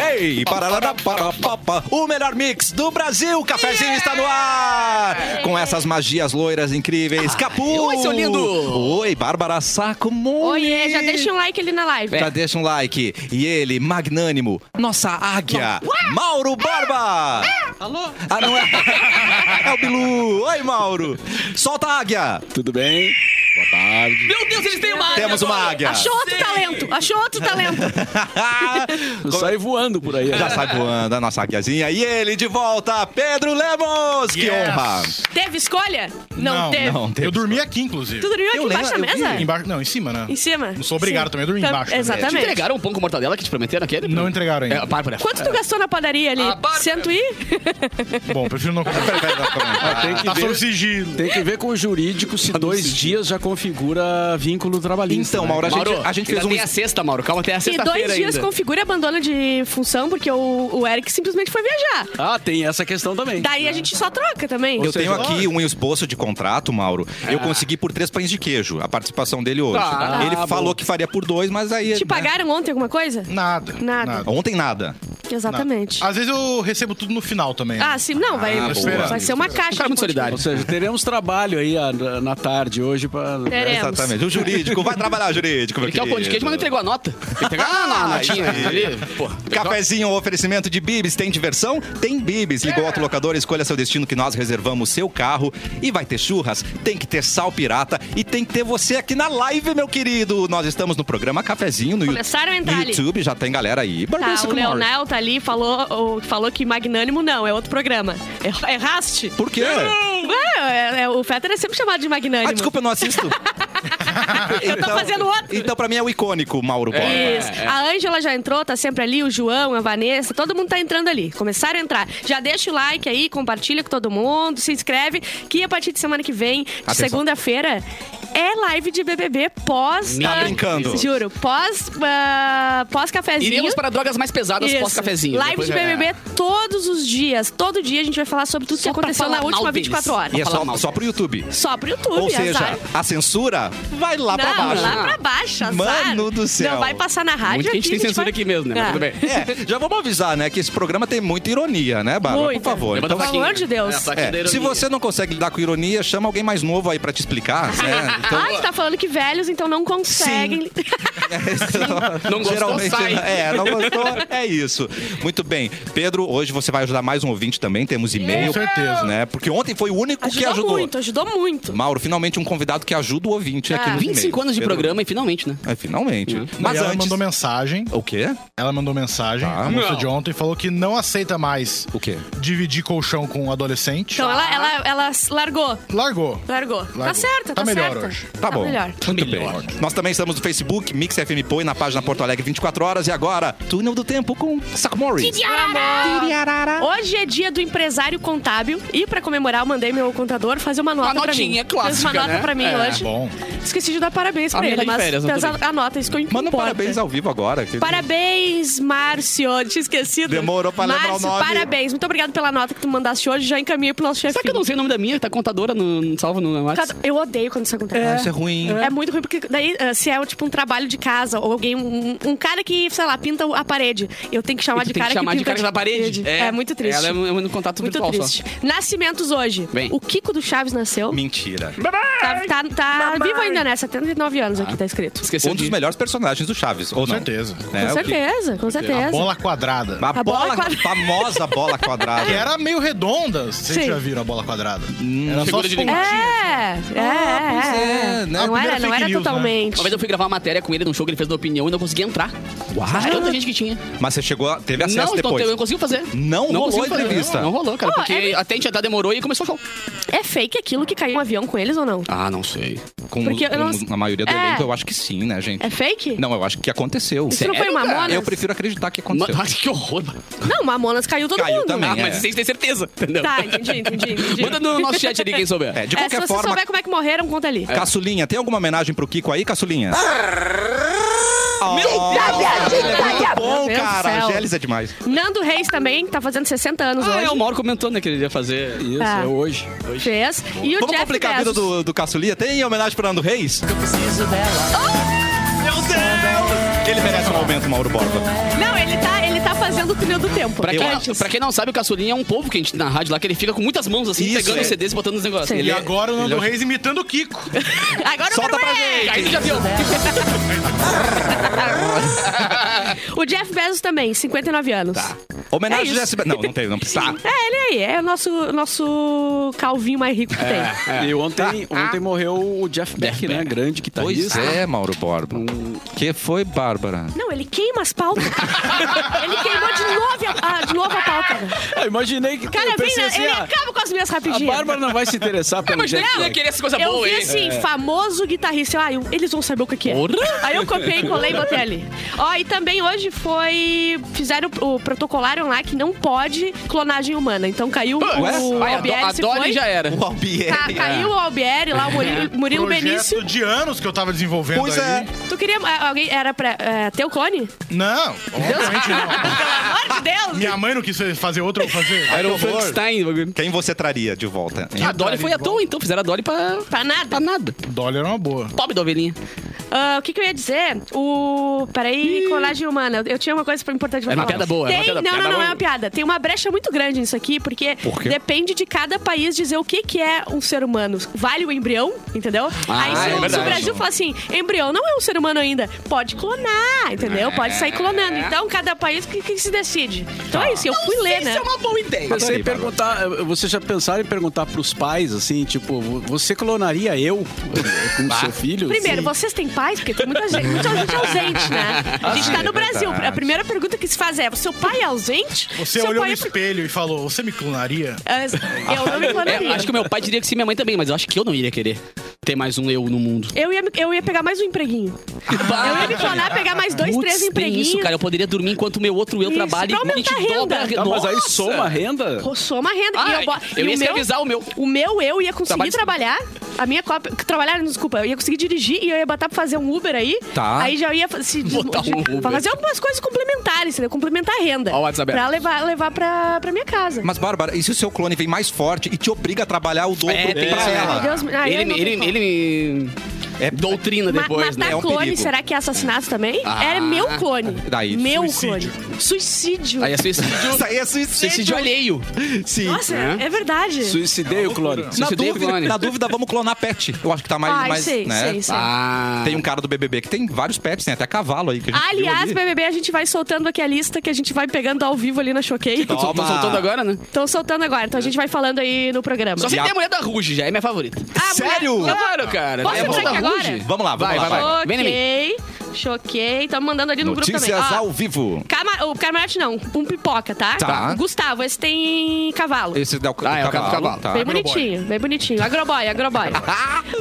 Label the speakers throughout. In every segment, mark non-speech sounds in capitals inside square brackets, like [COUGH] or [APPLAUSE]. Speaker 1: Hey, parará, pará, pá, pá. o melhor mix do Brasil, o cafezinho está no ar! Com essas magias loiras incríveis. Capu!
Speaker 2: oi, seu lindo! é,
Speaker 1: Oi, Bárbara Sacomori!
Speaker 3: Oiê, já deixa um like ali na live.
Speaker 1: Já deixa um like. E ele, magnânimo, nossa águia, Mauro Barba!
Speaker 2: Alô?
Speaker 1: Ah, não é? [LAUGHS] É o Bilu! Oi, Mauro! Solta a águia!
Speaker 4: Tudo bem? Boa tarde.
Speaker 2: Meu Deus, eles têm uma águia
Speaker 1: Temos uma
Speaker 2: agora.
Speaker 1: águia!
Speaker 3: Achou outro talento, achou outro talento.
Speaker 4: Eu saí voando por aí.
Speaker 1: Ah,
Speaker 4: né?
Speaker 1: Já sai voando a nossa águiazinha. E ele de volta, Pedro Lemos! Que
Speaker 5: Yes.
Speaker 1: honra!
Speaker 3: Teve escolha? Não,
Speaker 5: Não,
Speaker 3: teve.
Speaker 1: não.
Speaker 5: Eu dormi aqui, inclusive.
Speaker 3: Tu dormiu aqui
Speaker 1: Eu
Speaker 3: embaixo da
Speaker 1: lembro, eu
Speaker 3: mesa?
Speaker 5: Embaixo, não, em cima, né?
Speaker 3: Em cima?
Speaker 5: Não sou obrigado
Speaker 3: Sim.
Speaker 5: também a dormir
Speaker 3: Tam-
Speaker 5: embaixo. né?
Speaker 2: Te
Speaker 3: Exatamente.
Speaker 2: entregaram um pão com mortadela que te prometeram aquele?
Speaker 5: Não entregaram ainda.
Speaker 2: É, Bárbara.
Speaker 3: Quanto tu gastou na padaria ali?
Speaker 2: Ah, Bárbara.
Speaker 3: Cento e?
Speaker 5: Bom, prefiro não comentar.
Speaker 4: Tem que
Speaker 5: tá sob
Speaker 4: ver.
Speaker 5: sigilo.
Speaker 4: Tem que ver com o jurídico se dois dias já configura vínculo trabalhista.
Speaker 1: Então,
Speaker 4: né?
Speaker 1: Mauro, a gente,
Speaker 2: Mauro,
Speaker 1: a gente
Speaker 2: ainda
Speaker 1: fez um.
Speaker 2: tem a sexta, Mauro. Calma, até a
Speaker 3: E dois
Speaker 2: sexta-feira
Speaker 3: dias
Speaker 2: ainda.
Speaker 3: configura abandono de função, porque o, o Eric simplesmente foi viajar.
Speaker 4: Ah, tem essa questão também.
Speaker 3: Daí a gente só troca também.
Speaker 1: Eu
Speaker 4: seja,
Speaker 1: tenho aqui
Speaker 2: tá?
Speaker 4: lógico.
Speaker 1: um esboço de contrato, Mauro. Eu consegui por três pães de queijo, a participação dele hoje.
Speaker 2: Ah. Tá.
Speaker 1: Ele
Speaker 4: Ah,
Speaker 1: falou
Speaker 4: bom.
Speaker 1: que faria por dois, mas aí.
Speaker 3: Te
Speaker 1: né?
Speaker 3: pagaram ontem alguma coisa?
Speaker 5: Nada.
Speaker 3: Nada.
Speaker 1: Ontem nada.
Speaker 3: Exatamente.
Speaker 5: Às vezes eu recebo tudo no final também. né?
Speaker 3: Ah, sim, não, vai,
Speaker 1: Ah,
Speaker 5: boa.
Speaker 3: vai ser uma caixa.
Speaker 2: cara
Speaker 3: de
Speaker 2: muito solidário.
Speaker 4: Ou seja, teremos trabalho aí a- na tarde hoje para.
Speaker 3: Teremos.
Speaker 1: Exatamente. O jurídico, vai trabalhar, jurídico. meu
Speaker 2: Ele quer o pão de
Speaker 1: querido.
Speaker 2: queijo, mas não entregou a nota. Tem que entregar na- na notinha ali. Porra.
Speaker 1: Cafezinho, oferecimento de Bibis. Tem diversão? Tem Bibis. Liga
Speaker 2: É.
Speaker 1: o autolocador, escolha seu destino que nós reservamos seu carro. E vai ter churras, tem que ter sal pirata e tem que ter você aqui na live, meu querido. Nós estamos no programa Cafezinho no, Yu-
Speaker 3: Começaram a entrar
Speaker 1: no
Speaker 3: ali.
Speaker 1: YouTube. Já tem galera aí. Bárbara
Speaker 3: Tá, o
Speaker 1: Sacomori.
Speaker 3: Leonel tá ali, falou, o- falou que Magnânimo não, é outro programa. Er- Erraste?
Speaker 1: Por quê?
Speaker 3: É, é, é, o Fetter é sempre chamado de Magnânimo.
Speaker 1: Ah, desculpa, eu não assisto.
Speaker 3: [LAUGHS] Eu tô fazendo outro. É
Speaker 1: Então, pra mim, é o icônico, Mauro Borba.
Speaker 3: Isso. A Ângela já entrou, tá sempre ali, o João, a Vanessa, todo mundo tá entrando ali. Começaram a entrar. Já deixa o like aí, compartilha com todo mundo, se inscreve, que a partir de semana que vem, de
Speaker 1: Atenção.
Speaker 3: segunda-feira, é live de BBB pós...
Speaker 2: Tá
Speaker 3: ah,
Speaker 1: brincando.
Speaker 3: Juro, pós, ah, pós-cafezinho.
Speaker 2: Iremos para drogas mais pesadas
Speaker 3: Isso.
Speaker 2: pós-cafezinho.
Speaker 3: Live
Speaker 2: Depois é,
Speaker 3: de
Speaker 2: já-
Speaker 3: BBB todos os dias. Todo dia a gente vai falar sobre tudo que
Speaker 2: Só pra
Speaker 3: aconteceu na
Speaker 2: falar
Speaker 3: última
Speaker 2: mal deles.
Speaker 3: 24 horas.
Speaker 1: E é
Speaker 2: Fala
Speaker 1: só,
Speaker 2: mal.
Speaker 1: só pro YouTube.
Speaker 3: Só pro YouTube,
Speaker 1: Ou seja,
Speaker 3: azar.
Speaker 1: a censura vai lá pra
Speaker 3: não,
Speaker 1: baixo.
Speaker 3: lá pra baixo, azar.
Speaker 1: Mano do céu.
Speaker 3: Não vai passar na rádio
Speaker 2: Muito que a gente tem
Speaker 3: aqui,
Speaker 2: censura
Speaker 3: vai-
Speaker 2: aqui mesmo, né? Mas
Speaker 3: Ah.
Speaker 2: tudo bem.
Speaker 1: É, já vamos avisar, né, que esse programa tem muita ironia, né, Bárbara? Por
Speaker 3: Muita.
Speaker 1: favor.
Speaker 2: Levanta
Speaker 1: Então,
Speaker 2: a
Speaker 3: Pelo
Speaker 2: plaquinha.
Speaker 3: amor de Deus.
Speaker 2: É, a plaquinha da
Speaker 1: é,
Speaker 2: ironia.
Speaker 1: se você não consegue lidar com ironia, chama alguém mais novo aí pra te explicar,
Speaker 3: [LAUGHS]
Speaker 1: né?
Speaker 2: Então,
Speaker 3: ah, tu tá falando que velhos, então não conseguem. [LAUGHS]
Speaker 2: Não gostou, sai.
Speaker 1: É, não gostou, é isso. Muito bem. Pedro, hoje você vai ajudar mais um ouvinte também, temos e-mail.
Speaker 5: Com certeza.
Speaker 1: Né? Porque ontem foi o único que
Speaker 3: Ajudou
Speaker 1: ajudou.
Speaker 3: muito, ajudou muito.
Speaker 1: Mauro, finalmente um convidado que ajuda o ouvinte aqui
Speaker 3: Ah.
Speaker 1: no
Speaker 2: 25
Speaker 1: e-mail.
Speaker 2: anos de
Speaker 1: Pedro-
Speaker 2: programa e finalmente, né?
Speaker 1: É, finalmente.
Speaker 5: Mas
Speaker 1: Mas
Speaker 5: ela
Speaker 1: antes...
Speaker 5: mandou mensagem.
Speaker 1: O quê?
Speaker 5: Ela mandou mensagem,
Speaker 1: Tá.
Speaker 5: a moça
Speaker 2: Não.
Speaker 5: de ontem, falou que não aceita mais
Speaker 1: O quê?
Speaker 5: dividir colchão com um adolescente.
Speaker 3: Então ela, ela, ela s- largou.
Speaker 5: Largou.
Speaker 3: Largou. Tá
Speaker 5: Largou.
Speaker 3: certa, tá,
Speaker 5: Tá melhor
Speaker 3: certa.
Speaker 5: hoje.
Speaker 1: Tá bom.
Speaker 3: melhor.
Speaker 1: Muito
Speaker 2: Melhor.
Speaker 1: bem. Nós também estamos no Facebook, Mix FM Põe, na página Porto Alegre 24 horas. E agora, Túnel do Tempo com Sacomori.
Speaker 3: Hoje é dia do empresário contábil e pra comemorar eu mandei meu contador fazer uma nota pra mim.
Speaker 2: notinha clássica,
Speaker 3: Fez uma nota
Speaker 2: né?
Speaker 3: pra mim
Speaker 2: É.
Speaker 3: hoje.
Speaker 5: Bom.
Speaker 3: Esqueci de dar parabéns
Speaker 2: A
Speaker 3: pra
Speaker 2: minha tá
Speaker 3: ele,
Speaker 2: de
Speaker 3: mas
Speaker 2: férias, não
Speaker 3: fez
Speaker 2: tô
Speaker 3: a, a nota, isso que eu
Speaker 1: Manda um parabéns ao vivo agora. que-
Speaker 3: Parabéns, Márcio. Eu Tinha esquecido.
Speaker 1: Demorou pra lembrar o
Speaker 3: Márcio,
Speaker 1: nome.
Speaker 3: parabéns. Muito obrigado pela nota que tu mandaste hoje. Já encaminhei pro nosso chefe.
Speaker 2: Será que eu não sei o nome da minha? Tá contadora no salvo no WhatsApp?
Speaker 3: Eu odeio quando isso acontece.
Speaker 1: Ah, Isso é ruim.
Speaker 3: É muito ruim, porque daí, ah, se é tipo um trabalho de casa, ou alguém, um, um cara que, sei lá, pinta a parede, eu tenho que chamar
Speaker 2: E
Speaker 3: é
Speaker 2: tu
Speaker 3: de
Speaker 2: tem
Speaker 3: cara
Speaker 2: que chamar
Speaker 3: que
Speaker 2: de
Speaker 3: pinta
Speaker 2: cara na parede.
Speaker 3: É, muito triste.
Speaker 2: Ela é um, é um contato
Speaker 3: muito
Speaker 2: virtual
Speaker 3: triste.
Speaker 2: só.
Speaker 3: Nascimentos hoje.
Speaker 2: Bem.
Speaker 3: O Kiko do Chaves nasceu.
Speaker 1: Mentira.
Speaker 3: Tá, tá, tá vivo ainda, né? 79 anos aqui, tá escrito.
Speaker 2: Esqueceu
Speaker 1: Um
Speaker 2: de...
Speaker 1: dos melhores personagens do Chaves, ou
Speaker 5: Com
Speaker 1: não?
Speaker 5: certeza.
Speaker 1: Né,
Speaker 3: Com
Speaker 1: o que-
Speaker 3: certeza, com certeza.
Speaker 5: Bola quadrada.
Speaker 1: A,
Speaker 3: A bola
Speaker 1: bola,
Speaker 3: quadra-
Speaker 1: famosa bola quadrada.
Speaker 5: Que era meio redonda, vocês
Speaker 3: Sim.
Speaker 5: já viram a bola quadrada.
Speaker 1: Hum.
Speaker 5: Era só um
Speaker 2: figura
Speaker 5: os
Speaker 2: de
Speaker 5: pontinhos.
Speaker 3: É, é, é,
Speaker 1: Ah, é, né?
Speaker 3: Não
Speaker 5: Primeira
Speaker 3: era, não
Speaker 5: fake
Speaker 3: era
Speaker 5: news, né?
Speaker 3: totalmente.
Speaker 2: Uma vez eu fui gravar uma matéria com ele num show que ele fez da opinião e não consegui entrar.
Speaker 1: Uau.
Speaker 2: Tanta gente que tinha.
Speaker 1: Mas você chegou, a- teve acesso
Speaker 2: não,
Speaker 1: depois.
Speaker 2: eu não consegui fazer.
Speaker 1: Não rolou
Speaker 2: consegui fazer,
Speaker 1: entrevista.
Speaker 2: Não, não rolou, cara.
Speaker 3: Pô,
Speaker 2: porque
Speaker 3: é-
Speaker 2: até a gente até demorou e começou o show.
Speaker 3: É fake aquilo que caiu um avião com eles ou não?
Speaker 2: Ah, não sei.
Speaker 1: Com,
Speaker 3: Porque eu
Speaker 1: com
Speaker 3: não-
Speaker 1: a maioria do
Speaker 3: É.
Speaker 1: elenco, eu acho que sim, né, gente?
Speaker 3: É fake?
Speaker 1: Não, eu acho que aconteceu.
Speaker 3: Isso não foi
Speaker 2: sério, cara?
Speaker 3: Mamonas?
Speaker 1: Eu prefiro acreditar que
Speaker 2: Ma- [LAUGHS]
Speaker 1: aconteceu.
Speaker 2: Ah, que horror. mano.
Speaker 3: Não, Mamonas caiu todo
Speaker 1: Caiu
Speaker 3: mundo. né?
Speaker 1: também.
Speaker 2: Ah,
Speaker 1: é.
Speaker 2: mas vocês têm certeza, entendeu?
Speaker 3: Tá, entendi,
Speaker 1: [LAUGHS]
Speaker 3: entendi, entendi.
Speaker 2: Manda no nosso chat ali quem souber.
Speaker 1: É, de
Speaker 3: É, se
Speaker 1: qualquer
Speaker 3: você
Speaker 1: forma,
Speaker 3: souber como é que morreram, conta ali.
Speaker 1: Ah! Caçulinha, tem alguma homenagem pro Kiko aí, Caçulinha? Muito Ah, bom,
Speaker 3: Meu Deus do
Speaker 1: cara. A
Speaker 3: céu.
Speaker 1: Gélis é demais.
Speaker 3: Nando Reis também, tá fazendo 60 anos
Speaker 2: Ah, é, o
Speaker 3: hoje.
Speaker 2: Mauro comentou, né, que ele ia fazer.
Speaker 4: Isso,
Speaker 3: Ah.
Speaker 4: é hoje.
Speaker 3: Fez. E o
Speaker 1: Vamos
Speaker 3: Jeff
Speaker 1: complicar a vida
Speaker 3: Bezos.
Speaker 1: do, do Caçulinha? Tem homenagem pro Nando Reis? Eu preciso
Speaker 3: Ah!
Speaker 1: dela. Meu Deus! Ele merece um aumento, Mauro Borba.
Speaker 3: Não, ele tá, ele tá fazendo o túnel do tempo.
Speaker 2: Pra
Speaker 3: Eu
Speaker 2: quem,
Speaker 3: acho.
Speaker 2: pra quem não sabe, o Caçulinha é um povo que a gente na rádio lá, que ele fica com muitas mãos assim,
Speaker 1: Isso,
Speaker 2: pegando
Speaker 1: é.
Speaker 2: os CDs e botando os negócios.
Speaker 3: Sim.
Speaker 5: E
Speaker 2: Ele é-
Speaker 5: agora o Nando
Speaker 2: ele é-
Speaker 5: Reis imitando o Kiko.
Speaker 3: Agora eu
Speaker 1: Solta
Speaker 3: quero
Speaker 1: pra
Speaker 3: é! ver.
Speaker 1: gente.
Speaker 2: Aí tu já viu.
Speaker 3: [LAUGHS] O Jeff Bezos também, 59 anos.
Speaker 1: Tá. Homenagem
Speaker 3: É
Speaker 1: do
Speaker 3: isso.
Speaker 1: Jesse Be- Não, não tem, não
Speaker 3: [LAUGHS]
Speaker 1: precisa.
Speaker 3: É, ele aí, é o nosso, nosso calvinho mais rico que tem.
Speaker 4: E ontem, ontem morreu o É. Tá. Jeff Beck, né? Grande
Speaker 1: Pois
Speaker 4: guitarrista.
Speaker 1: é, Mauro Borba. Que foi, Bárbara?
Speaker 3: Não, ele queima as pautas. ele queimou de novo a, a- de novo a pauta. velho.
Speaker 4: [LAUGHS] Eu imaginei que.
Speaker 3: Cara,
Speaker 4: eu
Speaker 3: vem,
Speaker 4: pensei
Speaker 3: né,
Speaker 4: assim,
Speaker 3: ele
Speaker 4: ah,
Speaker 3: acaba com as minhas
Speaker 4: a
Speaker 3: rapidinhas.
Speaker 4: Bárbara não vai se interessar pelo
Speaker 2: Mas
Speaker 1: né?
Speaker 4: Jeff
Speaker 2: ela
Speaker 4: Beck.
Speaker 2: queria essa coisa
Speaker 3: Eu
Speaker 2: boa,
Speaker 3: vi
Speaker 2: Tá hein? É.
Speaker 3: assim, famoso guitarrista. Ah, eu- eles vão saber o que, que é.
Speaker 2: Porra!
Speaker 3: Aí eu copiei, colei e botei ali. Ó, e também hoje foi. Fizeram o, o protocolaram lá que não pode clonagem humana. Então caiu
Speaker 1: É.
Speaker 2: Ué?
Speaker 3: o
Speaker 2: Vai, a do-
Speaker 3: Albieri.
Speaker 2: a
Speaker 3: se
Speaker 2: Dolly
Speaker 3: foi.
Speaker 2: já é. era.
Speaker 1: O Albieri.
Speaker 3: Tá, caiu o Albieri lá, o
Speaker 2: [LAUGHS]
Speaker 3: Murilo, Murilo
Speaker 5: Projeto
Speaker 3: um Benício.
Speaker 5: de anos que eu tava desenvolvendo
Speaker 1: Pois
Speaker 5: aí.
Speaker 1: é.
Speaker 3: Tu queria. ah, Alguém era pra. é, teu clone?
Speaker 5: Não, obviamente
Speaker 2: Ah.
Speaker 5: não.
Speaker 3: Pelo amor de Deus!
Speaker 5: Minha mãe não quis fazer outro, eu vou fazer.
Speaker 1: Ai,
Speaker 2: Era o
Speaker 1: que horror.
Speaker 2: Frankenstein. o bagulho.
Speaker 1: Quem você traria de volta? hein?
Speaker 2: A Dolly foi à toa, então. Fizeram a Dolly pra...
Speaker 3: Pra nada.
Speaker 2: Pra nada.
Speaker 5: Dólar era uma boa.
Speaker 2: Pobre da ovelhinha.
Speaker 3: Ah, o que, que eu ia dizer? O. Peraí, colagem humana. Eu tinha uma coisa importante pra
Speaker 2: É uma
Speaker 3: falar.
Speaker 2: piada boa, é
Speaker 3: Tem...
Speaker 2: uma piada-
Speaker 3: não,
Speaker 2: piada
Speaker 3: não, não
Speaker 2: boa.
Speaker 3: é uma piada. Tem uma brecha muito grande nisso aqui, porque
Speaker 1: Por quê?
Speaker 3: depende de cada país dizer o que, que é um ser humano. Vale o embrião, entendeu?
Speaker 2: Ah,
Speaker 3: Aí se,
Speaker 2: é
Speaker 3: o- se o
Speaker 2: verdade.
Speaker 3: Brasil falar assim, embrião não é um ser humano ainda, pode clonar, entendeu? Pode sair
Speaker 2: É.
Speaker 3: clonando. Então, cada país que, que se decide. Então
Speaker 2: Tá.
Speaker 3: é isso, eu fui ler, né?
Speaker 2: uma boa ideia.
Speaker 4: Pensei
Speaker 1: Adorei,
Speaker 4: em perguntar, eh, vocês já pensaram em perguntar pros pais, assim, tipo, vo- você clonaria eu com seu filho? Assim,
Speaker 3: Primeiro, vocês têm pais? Porque tem muita gente, muita gente ausente, né? A gente tá
Speaker 2: é
Speaker 3: no Brasil. A primeira pergunta que se faz é: seu pai é ausente?
Speaker 5: Você
Speaker 3: seu
Speaker 5: olhou
Speaker 3: pai
Speaker 5: no
Speaker 3: é por-
Speaker 5: espelho e falou, você me clonaria?
Speaker 3: Ah, Eu não me
Speaker 2: É,
Speaker 3: clonaria.
Speaker 2: acho que o meu pai diria que sim, minha mãe também, mas eu acho que eu não iria querer ter mais um eu no mundo.
Speaker 3: eu ia, me- eu ia pegar mais um empreguinho. Eu ia me clonar, pegar mais dois,
Speaker 2: Ah, Putz,
Speaker 3: três
Speaker 2: tem
Speaker 3: empreguinhos.
Speaker 2: Isso, cara, eu poderia dormir enquanto o meu outro eu
Speaker 3: Isso,
Speaker 2: trabalha
Speaker 3: pra
Speaker 2: e a
Speaker 3: aumentar
Speaker 2: gente
Speaker 3: a
Speaker 2: dobra.
Speaker 3: renda.
Speaker 4: Tá, mas aí
Speaker 2: Nossa!
Speaker 4: soma a renda?
Speaker 3: Soma a renda.
Speaker 2: Ah,
Speaker 3: e eu, bo-
Speaker 2: eu
Speaker 3: e
Speaker 2: ia
Speaker 3: o meu,
Speaker 2: escravizar o meu.
Speaker 3: O meu eu ia conseguir
Speaker 2: Trabalho-
Speaker 3: trabalhar. A minha cópia. Trabalhar, não, desculpa. Eu ia conseguir dirigir e eu ia botar pra fazer um Uber aí.
Speaker 1: Tá.
Speaker 3: Aí já ia fa- se des-
Speaker 2: Botar um Uber.
Speaker 3: pra fazer algumas coisas complementares, entendeu? Complementar a renda.
Speaker 2: Ó o WhatsApp aberto.
Speaker 3: pra levar, levar pra, pra minha casa.
Speaker 1: Mas, Bárbara, e se o seu clone vem mais forte e te obriga a trabalhar o dobro
Speaker 2: É, tem
Speaker 1: pra
Speaker 2: isso, né?
Speaker 1: ela?
Speaker 3: Ai, Deus, me- ai, Ah, eu
Speaker 2: ele,
Speaker 3: não
Speaker 2: me- ele,
Speaker 3: tenho
Speaker 2: ele, me
Speaker 1: É-
Speaker 2: doutrina
Speaker 3: Ma-
Speaker 2: depois,
Speaker 3: matar
Speaker 1: É
Speaker 2: né?
Speaker 1: um
Speaker 3: clone,
Speaker 1: perigo.
Speaker 3: será que é assassinato também?
Speaker 2: Ah.
Speaker 3: Era meu clone.
Speaker 1: Daí,
Speaker 3: meu
Speaker 5: suicídio.
Speaker 3: clone. Suicídio.
Speaker 2: Aí é suicídio,
Speaker 1: Isso aí é [LAUGHS] suicídio.
Speaker 2: suicídio alheio.
Speaker 1: Sim.
Speaker 3: Nossa,
Speaker 2: né?
Speaker 3: é, verdade.
Speaker 4: Suicidei o clone.
Speaker 1: Na
Speaker 2: suicidei o
Speaker 1: dúvida,
Speaker 2: clone.
Speaker 1: na dúvida, vamos clonar pet. Eu acho que tá mais.
Speaker 3: Ai,
Speaker 1: mais
Speaker 3: sei,
Speaker 1: né?
Speaker 3: sei, sei.
Speaker 2: Ah.
Speaker 1: Tem um cara do BBB que tem vários pets, tem até cavalo aí. Que a gente viu
Speaker 3: Aliás,
Speaker 1: ali.
Speaker 3: BBB, a gente vai soltando aqui a lista que a gente vai pegando ao vivo ali na Choquei.
Speaker 2: Tô, tô
Speaker 1: Toma.
Speaker 2: soltando agora, né?
Speaker 3: Estão soltando agora, então a gente vai falando aí no programa.
Speaker 2: Só sei
Speaker 1: E
Speaker 2: que
Speaker 1: a-
Speaker 2: tem a mulher da Ruge, já é minha favorita.
Speaker 3: Ah, mulher-
Speaker 1: Sério?
Speaker 3: Eu-
Speaker 2: Claro, cara.
Speaker 3: Posso
Speaker 2: Tem a
Speaker 3: entrar
Speaker 2: mulher
Speaker 3: aqui
Speaker 2: da
Speaker 3: agora?
Speaker 2: Ruge.
Speaker 1: Vamos lá, vamos
Speaker 2: Vai,
Speaker 1: lá.
Speaker 2: Tá, vai, vai. Vem em mim.
Speaker 3: Choquei, choquei. Tamo mandando ali no grupo também.
Speaker 1: Notícias
Speaker 3: Ó,
Speaker 1: ao vivo.
Speaker 3: cama- O camarote não, um pipoca, tá?
Speaker 1: Tá.
Speaker 3: Gustavo, esse tem cavalo.
Speaker 1: Esse é o,
Speaker 2: Ah, é o cara do
Speaker 1: cavalo.
Speaker 2: cavalo.
Speaker 1: Tá.
Speaker 3: Bem bonitinho, bem bonitinho. Agroboy,
Speaker 2: [LAUGHS]
Speaker 3: agroboy.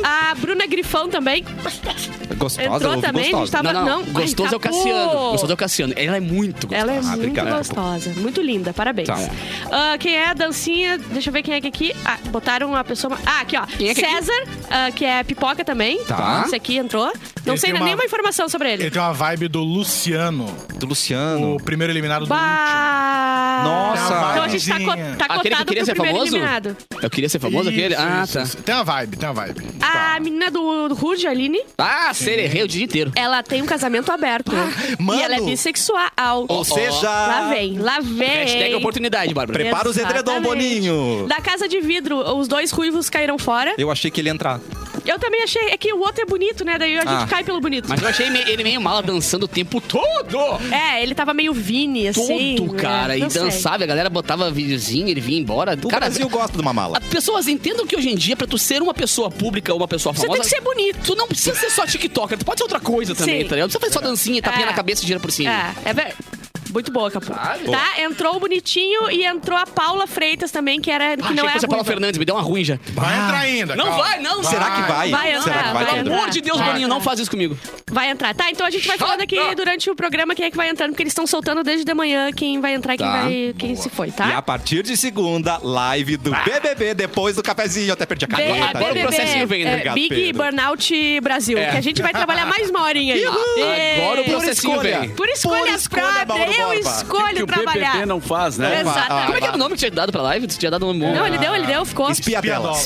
Speaker 3: a Bruna Grifão também
Speaker 1: Ah, Gostosa,
Speaker 3: entrou
Speaker 1: ouvi
Speaker 3: também. A gente tá-
Speaker 1: gostosa.
Speaker 3: tava.
Speaker 2: Não, não,
Speaker 3: Ai,
Speaker 2: Gostoso é o
Speaker 3: acabou.
Speaker 2: Cassiano. Gostoso é o Cassiano. Ela é muito gostosa.
Speaker 3: Ela é muito
Speaker 1: obrigado, Capu.
Speaker 3: gostosa, muito linda, parabéns.
Speaker 1: Tá.
Speaker 3: Ah, quem é a dancinha? Deixa eu ver quem é que aqui. Ah, botaram uma pessoa. Ah, aqui, ó.
Speaker 2: é que é aqui?
Speaker 3: César, ah, que é pipoca também.
Speaker 1: Tá.
Speaker 3: Esse aqui entrou. Não
Speaker 5: Ele
Speaker 3: sei
Speaker 1: é
Speaker 5: tem
Speaker 3: ainda
Speaker 5: uma-
Speaker 3: nenhuma informação sobre ele.
Speaker 5: Ele tem uma vibe do Luciano,
Speaker 1: Do Luciano.
Speaker 5: o primeiro eliminado do último.
Speaker 3: Bah!
Speaker 1: Nossa.
Speaker 3: Então a gente tá, co
Speaker 5: Vizinha.
Speaker 3: tá
Speaker 2: Aquele que
Speaker 3: cotado
Speaker 2: queria
Speaker 3: pro
Speaker 2: ser
Speaker 3: primeiro
Speaker 2: famoso?
Speaker 3: eliminado.
Speaker 2: Eu queria ser famoso
Speaker 5: Isso,
Speaker 2: aquele? Ah,
Speaker 5: isso,
Speaker 2: tá.
Speaker 5: isso. Tem uma vibe, tem uma vibe.
Speaker 3: A menina do, do Rude, a Aline,
Speaker 2: Ah, sererrei o dia inteiro.
Speaker 3: ela tem um casamento aberto.
Speaker 1: mano!
Speaker 3: E ela é bissexual.
Speaker 1: Ou seja,
Speaker 3: Lá vem, lá vem.
Speaker 2: Hashtag oportunidade,
Speaker 3: É.
Speaker 2: Bárbara.
Speaker 1: Prepara os edredom,
Speaker 3: Exatamente.
Speaker 1: Boninho.
Speaker 3: Da casa de vidro, os dois ruivos caíram fora.
Speaker 1: Eu achei que ele ia entrar.
Speaker 3: Eu também achei. É que o outro é bonito, né? Daí a gente
Speaker 1: Ah.
Speaker 3: cai pelo bonito.
Speaker 2: Mas eu achei me- ele meio mala dançando o tempo todo.
Speaker 3: É, ele tava meio Vini, assim.
Speaker 2: Todo,
Speaker 3: né?
Speaker 2: cara.
Speaker 3: Não
Speaker 2: E
Speaker 3: sei.
Speaker 2: dançava, a galera botava videozinho, ele vinha embora.
Speaker 1: O
Speaker 2: cara,
Speaker 1: Brasil gosta de uma mala.
Speaker 2: as pessoas entendam que hoje em dia, pra tu ser uma pessoa pública ou uma pessoa
Speaker 3: Você
Speaker 2: famosa...
Speaker 3: tem que ser bonito.
Speaker 2: Tu não precisa ser só TikToker, tu pode ser outra coisa também,
Speaker 3: Sim.
Speaker 2: tá ligado? Não precisa fazer só dancinha, tapinha
Speaker 3: É.
Speaker 2: na cabeça e gira por cima.
Speaker 3: É, é ver... Muito boa, Capu. Tá? Entrou o Bonitinho e entrou a Paula Freitas também, que, era, que
Speaker 2: Ah,
Speaker 3: não é
Speaker 2: achei que
Speaker 3: era
Speaker 2: fosse a Paula
Speaker 3: ruiva.
Speaker 2: Fernandes, me deu uma ruim já.
Speaker 5: Vai entrar ainda.
Speaker 2: Não
Speaker 5: calma.
Speaker 2: vai, não.
Speaker 1: Será que vai?
Speaker 3: Vai
Speaker 1: Será
Speaker 3: entrar,
Speaker 1: que vai,
Speaker 3: vai
Speaker 1: Pedro?
Speaker 2: Pelo amor de Deus,
Speaker 3: Vai.
Speaker 2: Boninho, não faz isso comigo.
Speaker 3: Vai entrar. Tá, então a gente vai falando aqui
Speaker 2: Chata!
Speaker 3: durante o programa quem é que vai entrando, porque eles estão soltando desde de manhã quem vai entrar e quem,
Speaker 2: Tá.
Speaker 3: vai, quem se foi,
Speaker 1: E a
Speaker 3: tá?
Speaker 1: partir de segunda, live do BBB, depois do cafezinho. Eu até perdi a caneta.
Speaker 2: agora o
Speaker 3: BBB,
Speaker 2: processinho vem, né?
Speaker 3: é,
Speaker 1: Obrigado,
Speaker 3: Big
Speaker 1: Pedro.
Speaker 3: Burnout Brasil,
Speaker 2: É.
Speaker 3: que a gente vai trabalhar mais uma horinha
Speaker 2: Ah,
Speaker 3: aí. É.
Speaker 2: Agora o processinho
Speaker 1: escolha.
Speaker 2: vem.
Speaker 3: Por escolha,
Speaker 1: Por escolha,
Speaker 3: própria,
Speaker 1: Mauro
Speaker 3: eu
Speaker 1: Borba.
Speaker 4: que
Speaker 3: escolho
Speaker 4: o PPP
Speaker 3: trabalhar.
Speaker 4: não faz, né?
Speaker 1: Exato.
Speaker 3: Exatamente.
Speaker 2: Como é que era o nome que tinha dado pra live? Tu tinha dado um
Speaker 3: Não, ele deu, ele deu, ficou.
Speaker 1: Espiadelas.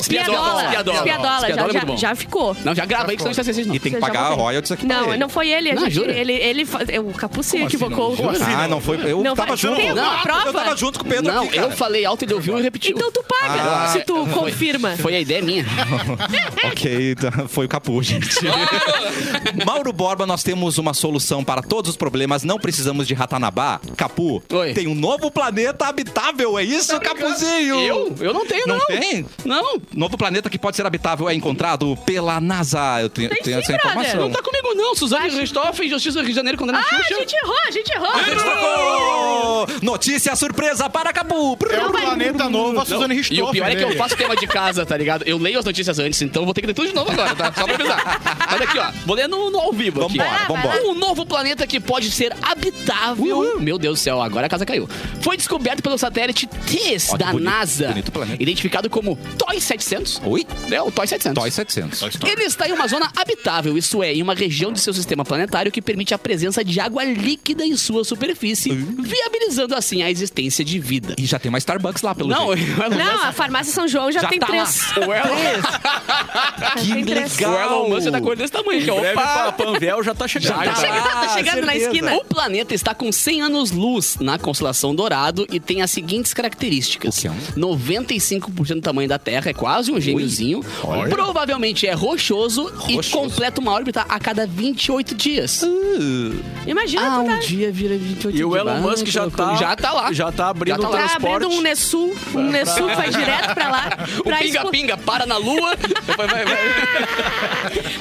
Speaker 5: Espiadolas.
Speaker 3: Espiadola.
Speaker 2: Espiadola.
Speaker 3: Espiadola,
Speaker 2: Espiadola é
Speaker 3: já,
Speaker 2: muito
Speaker 3: já,
Speaker 2: bom.
Speaker 3: já ficou.
Speaker 2: Não, já grava aí que senão a gente assiste, não.
Speaker 1: E tem que
Speaker 3: Você já
Speaker 1: pagar a
Speaker 3: voltei.
Speaker 1: royalties aqui pra
Speaker 3: Não,
Speaker 1: ele.
Speaker 3: não foi ele. A
Speaker 2: Não,
Speaker 3: gente,
Speaker 2: jura?
Speaker 3: ele, ele, fa- é o Capu se
Speaker 2: Como assim,
Speaker 3: equivocou.
Speaker 2: não? Como
Speaker 1: Ah, não foi. Eu
Speaker 3: Não
Speaker 1: tava
Speaker 3: vai-
Speaker 1: junto.
Speaker 3: Tem alguma
Speaker 1: Não,
Speaker 3: prova?
Speaker 1: Eu tava junto com o Pedro
Speaker 2: Não,
Speaker 1: aqui,
Speaker 2: eu
Speaker 1: cara.
Speaker 2: falei alto, ele ouviu e repetiu.
Speaker 3: então tu paga,
Speaker 1: Ah,
Speaker 3: se tu
Speaker 2: foi-
Speaker 3: confirma.
Speaker 2: Foi a ideia minha.
Speaker 1: [LAUGHS] Ok, tá, foi o Capu,
Speaker 2: [LAUGHS]
Speaker 1: gente. Mauro Borba, nós temos uma solução para todos os problemas. Não precisamos de Ratanabá. Capu,
Speaker 2: Oi.
Speaker 1: tem um novo planeta habitável. É isso, Capuzinho?
Speaker 2: Eu? Eu não tenho,
Speaker 1: Não
Speaker 2: não.
Speaker 1: tem?
Speaker 2: Não.
Speaker 1: Novo planeta que pode ser habitável é encontrado pela NASA. Eu tenho,
Speaker 3: Tem
Speaker 1: tenho
Speaker 3: sim,
Speaker 1: essa
Speaker 3: brother.
Speaker 1: informação.
Speaker 2: Não tá comigo, não. Suzane Ristoff, Justiça do Rio de Janeiro condena
Speaker 3: Ah,
Speaker 2: a Xuxa.
Speaker 3: a gente errou, a gente errou.
Speaker 1: A gente trocou! Notícia surpresa para Capu.
Speaker 5: É o
Speaker 3: vai-
Speaker 5: planeta novo, a Suzane Ristoff.
Speaker 2: E o pior é que eu
Speaker 5: né?
Speaker 2: faço tema de casa, tá ligado? Eu leio as notícias antes, então vou ter que ler tudo de novo agora, tá? Só pra avisar. Olha aqui, ó. Vou ler no, no ao vivo aqui.
Speaker 1: Vambora,
Speaker 3: Vai lá, vai
Speaker 1: vambora.
Speaker 2: Um novo planeta que pode ser habitável. Meu Deus do céu, agora a casa caiu. Foi descoberto pelo satélite TIS
Speaker 1: Ó, que
Speaker 2: da
Speaker 1: bonito,
Speaker 2: NASA.
Speaker 1: bonito planeta. Oh.
Speaker 2: Identificado como TOI 700.
Speaker 1: Oi?
Speaker 2: É, o TOI 700.
Speaker 1: Toy 700.
Speaker 2: Ele está em uma zona habitável, isso é, em uma região de seu sistema planetário que permite a presença de água líquida em sua superfície,
Speaker 1: Hum.
Speaker 2: viabilizando assim a existência de vida.
Speaker 1: E já tem uma Starbucks lá, pelo [LAUGHS]
Speaker 2: Não,
Speaker 1: jeito.
Speaker 3: Não, a farmácia São João já, tem
Speaker 2: tá
Speaker 3: três.
Speaker 2: lá. O Elon,
Speaker 1: Que
Speaker 3: tem três.
Speaker 1: legal.
Speaker 2: o Elon Musk tá com desse tamanho. Que,
Speaker 4: Em breve,
Speaker 2: opa!
Speaker 4: a Panvel já tá chegando.
Speaker 2: Já tá
Speaker 3: Chega, tá, tá
Speaker 1: Ah,
Speaker 3: chegando na
Speaker 1: certeza.
Speaker 3: esquina.
Speaker 2: O planeta está com 100 anos-luz na constelação Dourado e tem as seguintes características.
Speaker 1: O que é um?
Speaker 2: 95% do tamanho da Terra, é quase um gêniozinho.
Speaker 1: olha.
Speaker 2: Provavelmente é rochoso,
Speaker 1: Rochoso.
Speaker 2: e completa uma órbita a cada 28 dias.
Speaker 3: Imagina
Speaker 2: Ah,
Speaker 3: tu
Speaker 2: um
Speaker 3: tá,
Speaker 2: dia vira 28
Speaker 4: E o
Speaker 2: dias.
Speaker 4: Elon
Speaker 2: Ah,
Speaker 4: Musk
Speaker 2: que
Speaker 4: já
Speaker 2: loucura.
Speaker 4: tá,
Speaker 2: Já tá lá.
Speaker 4: Já tá abrindo
Speaker 2: Já tá
Speaker 4: o
Speaker 2: lá.
Speaker 3: tá
Speaker 4: transporte.
Speaker 3: abrindo um Nessul. Um Nessul que vai direto pra
Speaker 1: [LAUGHS]
Speaker 3: lá.
Speaker 2: O
Speaker 3: pra expo-
Speaker 2: pinga-pinga para na
Speaker 4: [LAUGHS]
Speaker 2: lua. depois vai- vai-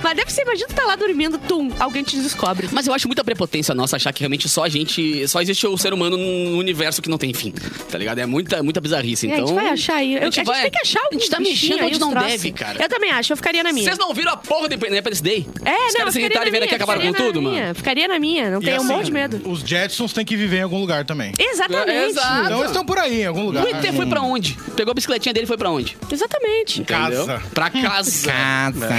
Speaker 3: Mas deve ser, imagina tu tá lá dormindo, tum, alguém te descobre.
Speaker 2: Mas eu acho muita prepotência nossa achar que realmente só a gente. Só existe o ser humano num universo que não tem fim. Tá ligado? É muita, muita bizarrice.
Speaker 3: É,
Speaker 2: Então,
Speaker 3: a gente vai achar aí. Eu- A gente,
Speaker 2: vai-
Speaker 3: tem que achar
Speaker 2: A
Speaker 3: algum
Speaker 2: gente tá
Speaker 3: bichinho
Speaker 2: mexendo
Speaker 3: aí,
Speaker 2: onde
Speaker 3: uns
Speaker 2: não
Speaker 3: troços.
Speaker 2: deve, cara.
Speaker 3: Eu também acho, eu ficaria na minha.
Speaker 2: Vocês não viram a porra do Independence Day?
Speaker 3: É,
Speaker 2: Os
Speaker 3: não, eu
Speaker 2: caras se irritaram
Speaker 3: ficaria
Speaker 2: e
Speaker 3: na
Speaker 2: viram
Speaker 3: minha.
Speaker 2: que acabaram com
Speaker 3: ficaria na
Speaker 2: tudo, mano. é
Speaker 3: minha, Ficaria na minha, não
Speaker 5: E
Speaker 3: tenho um
Speaker 5: assim,
Speaker 3: monte de medo.
Speaker 5: Os Jetsons têm que viver em algum lugar também.
Speaker 3: Exatamente.
Speaker 2: Exato.
Speaker 5: Então eles estão por aí, em algum lugar.
Speaker 2: O ET foi pra onde? Pegou a bicicletinha dele e foi pra onde?
Speaker 3: Exatamente.
Speaker 5: Casa.
Speaker 2: Entendeu?
Speaker 1: [LAUGHS]
Speaker 2: Pra casa.
Speaker 1: É.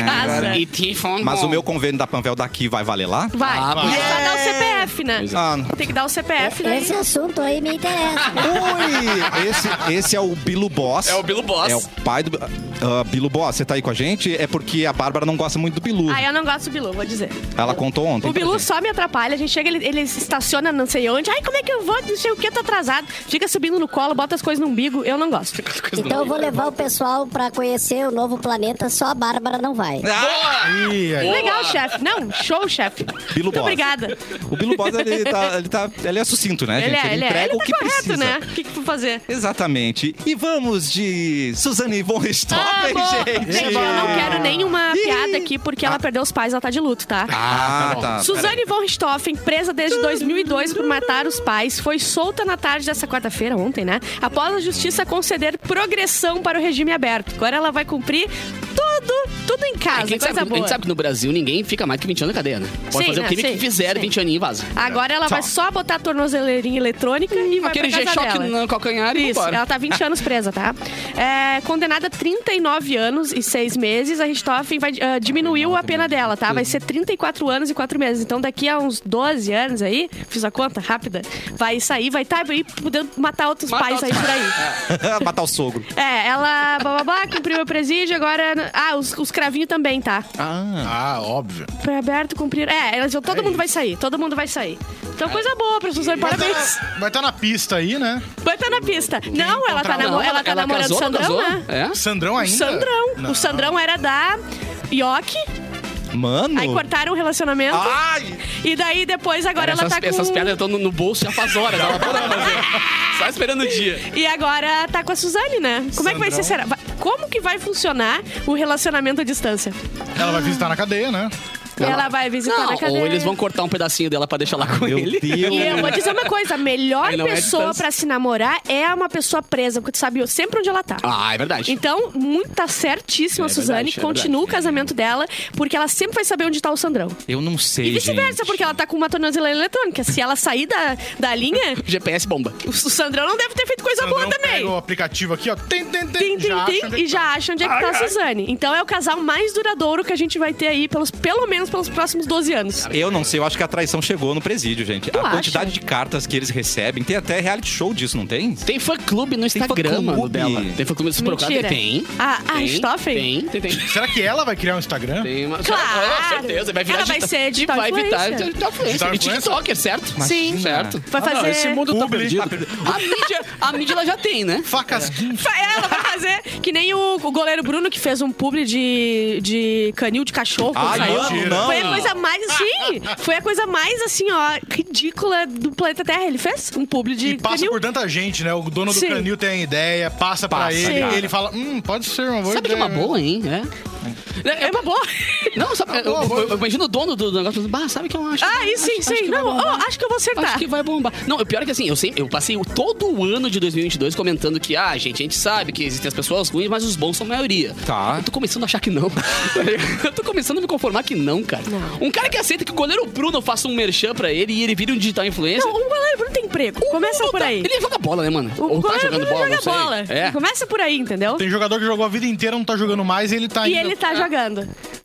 Speaker 3: Casa.
Speaker 2: E tem fome.
Speaker 1: Mas o meu convênio da Panvel daqui vai valer lá?
Speaker 3: Vai.
Speaker 2: Ah, É,
Speaker 3: Mas só dá o CPF, né?
Speaker 1: Ah,
Speaker 3: Tem que dar o CPF daí.
Speaker 6: Esse assunto aí me interessa.
Speaker 1: Ui! Esse, esse é o Bilo Boss.
Speaker 2: É o Bilo Boss.
Speaker 1: É
Speaker 2: [LAUGHS]
Speaker 1: o pai do. Ah, Bilo Boss, você tá aí com a gente? É porque a Bárbara não gosta muito do Bilu.
Speaker 3: Ah, eu não gosto do Bilu, vou dizer.
Speaker 1: Ela contou ontem.
Speaker 3: O Bilu só me atrapalha, a gente chega, ele, ele se estaciona não sei onde. Ai, como é que eu vou? Não sei o que, eu tô atrasado. Fica subindo no colo, bota as coisas no umbigo, eu não gosto.
Speaker 6: Então eu vou levar o pessoal pra conhecer o novo planeta, só a Bárbara não vai.
Speaker 1: Ah,
Speaker 2: Boa!
Speaker 5: Ih, aí.
Speaker 3: Legal, chefe. Não, show, chefe.
Speaker 1: Bilo
Speaker 3: Muito
Speaker 1: Boss.
Speaker 3: obrigada.
Speaker 1: O Bilo Boss, ele, tá, ele, tá, ele é sucinto, né,
Speaker 3: Ele
Speaker 1: gente?
Speaker 3: é, ele é.
Speaker 1: entrega
Speaker 3: Ele
Speaker 1: o
Speaker 3: tá
Speaker 1: que
Speaker 3: correto,
Speaker 1: precisa.
Speaker 3: né? O que que eu vou fazer?
Speaker 1: Exatamente. E vamos de Suzane von Richthofen,
Speaker 3: Ah, bom.
Speaker 1: gente.
Speaker 3: Gente, eu não quero nenhuma
Speaker 1: Ih.
Speaker 3: piada aqui, porque ela perdeu os pais, ela tá de luto, tá?
Speaker 1: Ah, tá.
Speaker 3: Suzane von Richthofen, presa desde 2002 por matar os pais, foi solta na tarde dessa quarta-feira, ontem, né? Após a justiça conceder progressão para o regime aberto. Agora ela vai cumprir tudo, tudo em
Speaker 2: É A
Speaker 3: casa,
Speaker 2: gente,
Speaker 3: coisa
Speaker 2: sabe, a
Speaker 3: boa.
Speaker 2: gente sabe que no Brasil ninguém fica mais que 20 anos na cadeia, né? Pode
Speaker 3: Sim,
Speaker 2: fazer o
Speaker 3: né,
Speaker 2: crime
Speaker 3: sim,
Speaker 2: que fizer,
Speaker 3: sim.
Speaker 2: 20 aninhos e vaza.
Speaker 3: Agora ela vai só botar a tornozeleirinha eletrônica e vai
Speaker 2: Hum, Aquele
Speaker 3: pra casa
Speaker 2: G-Shock
Speaker 3: dela.
Speaker 2: no calcanhar e
Speaker 3: Isso,
Speaker 2: vambora.
Speaker 3: ela tá
Speaker 2: [LAUGHS]
Speaker 3: 20 anos presa, tá? É, condenada a 39 anos e 6 meses, a Richthofen vai, ah, diminuiu a pena dela, tá? Vai ser 34 anos e 4 meses. Então daqui a uns 12 anos aí, fiz a conta rápida, vai sair, vai estar aí podendo matar outros
Speaker 2: Matar
Speaker 3: pais aí
Speaker 2: outros
Speaker 3: por aí.
Speaker 1: tá. [LAUGHS] Matar o sogro.
Speaker 3: É, ela blá, blá, blá, cumpriu o presídio, agora... Ah, os, os cravinhos também, tá?
Speaker 5: Ah, óbvio.
Speaker 3: Foi aberto, cumprir. É, elas, todo mundo vai sair, todo mundo vai sair. Então coisa boa, professor, parabéns.
Speaker 5: Vai estar na pista aí, né?
Speaker 3: Vai tá na pista. Não, ela tá,
Speaker 5: encontrar
Speaker 3: namo
Speaker 2: Não,
Speaker 3: ela tá namorando o
Speaker 2: casou, não
Speaker 3: Sandrão,
Speaker 2: casou?
Speaker 3: né?
Speaker 2: É?
Speaker 5: Sandrão
Speaker 3: O
Speaker 5: ainda?
Speaker 3: Sandrão.
Speaker 5: Não.
Speaker 3: O Sandrão era da Yoki,
Speaker 1: Mano.
Speaker 3: aí cortaram o relacionamento.
Speaker 2: Tá
Speaker 1: Ai!
Speaker 3: E daí depois agora
Speaker 2: essas,
Speaker 3: ela tá com.
Speaker 2: Ah! essas pedras estão no, no bolso já faz horas, ela toda pra fazer. Só esperando o dia.
Speaker 3: E agora tá com a Suzane, né? Como é que vai ser? Será? Vai- Como que vai funcionar o relacionamento à distância?
Speaker 5: Ela vai visitar na cadeia, né?
Speaker 3: Ela vai visitar na
Speaker 2: Não,
Speaker 3: cadeia.
Speaker 2: ou eles vão cortar um pedacinho dela pra deixar lá com
Speaker 1: Meu
Speaker 2: ele.
Speaker 1: Deus.
Speaker 3: E eu vou dizer uma coisa, a melhor
Speaker 2: Aí não é
Speaker 3: pessoa
Speaker 2: distância.
Speaker 3: pra se namorar é uma pessoa presa, porque tu sabe sempre onde ela tá.
Speaker 2: [LAUGHS] Ah, é verdade.
Speaker 3: Então, muito tá certíssima a
Speaker 2: É
Speaker 3: Suzane,
Speaker 2: verdade, é
Speaker 3: continua o
Speaker 2: verdade.
Speaker 3: casamento dela, porque ela sempre vai saber onde tá o Sandrão.
Speaker 1: Eu não sei,
Speaker 3: E vice-versa,
Speaker 1: gente.
Speaker 3: porque ela tá com uma tornozeleira eletrônica. Se ela sair da, da linha,
Speaker 2: GPS bomba.
Speaker 3: o Sandrão não deve ter feito coisa
Speaker 5: Sandrão
Speaker 3: Tá boa também.
Speaker 5: um Pega o aplicativo aqui, ó. Tem, tem,
Speaker 3: Tem,
Speaker 5: tem.
Speaker 3: tem,
Speaker 5: já
Speaker 3: tem,
Speaker 5: acha onde é
Speaker 3: e
Speaker 5: que
Speaker 3: já
Speaker 5: tá.
Speaker 3: acha onde é que tá a Suzane. Então é o casal mais duradouro que a gente vai ter aí, pelos, pelo menos pelos próximos 12 anos.
Speaker 1: Eu não sei, eu acho que a traição chegou no presídio, gente. a
Speaker 3: acha?
Speaker 1: quantidade de cartas que eles recebem, tem até reality show disso, não tem?
Speaker 2: Tem fã clube no Instagram,
Speaker 1: fã-clube.
Speaker 2: mano, dela. Tem fã clube se procurar.
Speaker 3: Mentira. Ah,
Speaker 2: Tem.
Speaker 3: A- a
Speaker 2: Tem,
Speaker 3: Stoffen?
Speaker 2: Tem, tem, tem.
Speaker 5: Será que ela vai criar um Instagram?
Speaker 2: Tem
Speaker 3: [LAUGHS]
Speaker 2: uma...
Speaker 3: Claro.
Speaker 2: Ah, certeza, vai virar
Speaker 3: Ela vai
Speaker 2: digital-
Speaker 3: ser digital
Speaker 2: Vai virar
Speaker 3: influencer.
Speaker 2: digital influencer.
Speaker 5: Digital
Speaker 2: E TikToker, certo?
Speaker 1: Sim.
Speaker 2: Certo.
Speaker 3: Vai
Speaker 4: Ah, não,
Speaker 3: fazer.
Speaker 4: esse mundo tá
Speaker 5: Publi. Ah,
Speaker 4: perdido.
Speaker 2: A mídia, a mídia ela já tem, né?
Speaker 3: É.
Speaker 5: Facas Guincho.
Speaker 3: Fa- Ela vai fazer que nem o, o goleiro Bruno que fez um publi de, de canil de cachorro. quando
Speaker 1: Ai,
Speaker 3: saiu.
Speaker 1: mano, não.
Speaker 3: Foi a coisa mais, sim, foi a coisa mais assim, ó, ridícula do planeta Terra. Ele fez um publi de
Speaker 5: E passa
Speaker 3: canil.
Speaker 5: por tanta gente, né? O dono do
Speaker 3: Sim.
Speaker 5: canil tem a ideia, passa, pra
Speaker 1: Passa,
Speaker 5: ele,
Speaker 1: cara.
Speaker 5: ele fala, hum, pode ser uma boa
Speaker 2: Sabe que é
Speaker 5: ideia
Speaker 2: uma boa, hein? É.
Speaker 3: É uma boa.
Speaker 2: Não, sabe, eu,
Speaker 5: boa, boa.
Speaker 2: eu- eu imagino o dono do negócio, bah, sabe que eu acho.
Speaker 3: Ah, isso sim,
Speaker 2: acho- acho
Speaker 3: sim.
Speaker 2: que vai
Speaker 3: Não, ó,
Speaker 2: bombar.
Speaker 3: acho que eu vou acertar.
Speaker 2: Acho que vai bombar. Não, o pior é que assim, eu, sempre, eu passei o- todo o ano de 2022 comentando que, ah, gente, a gente sabe que existem as pessoas ruins, mas os bons são a maioria.
Speaker 1: Tá.
Speaker 2: Eu tô começando a achar que não. [LAUGHS] eu tô começando a me conformar que não, cara. Um cara que aceita que o goleiro Bruno faça um merchan pra ele e ele vira um digital influencer.
Speaker 3: Não, um goleiro Bruno tem emprego. Começa
Speaker 2: Não
Speaker 3: por
Speaker 2: tá-
Speaker 3: aí.
Speaker 2: Ele joga bola, né, mano?
Speaker 3: O
Speaker 2: Ou tá
Speaker 3: goleiro
Speaker 2: jogando
Speaker 3: Bruno
Speaker 2: bola,
Speaker 3: joga
Speaker 2: não sei.
Speaker 3: bola.
Speaker 2: É.
Speaker 3: Começa por aí, entendeu?
Speaker 5: Tem jogador que jogou a vida inteira, não tá jogando mais e ele tá
Speaker 3: E
Speaker 5: indo.
Speaker 3: ele tá jogando.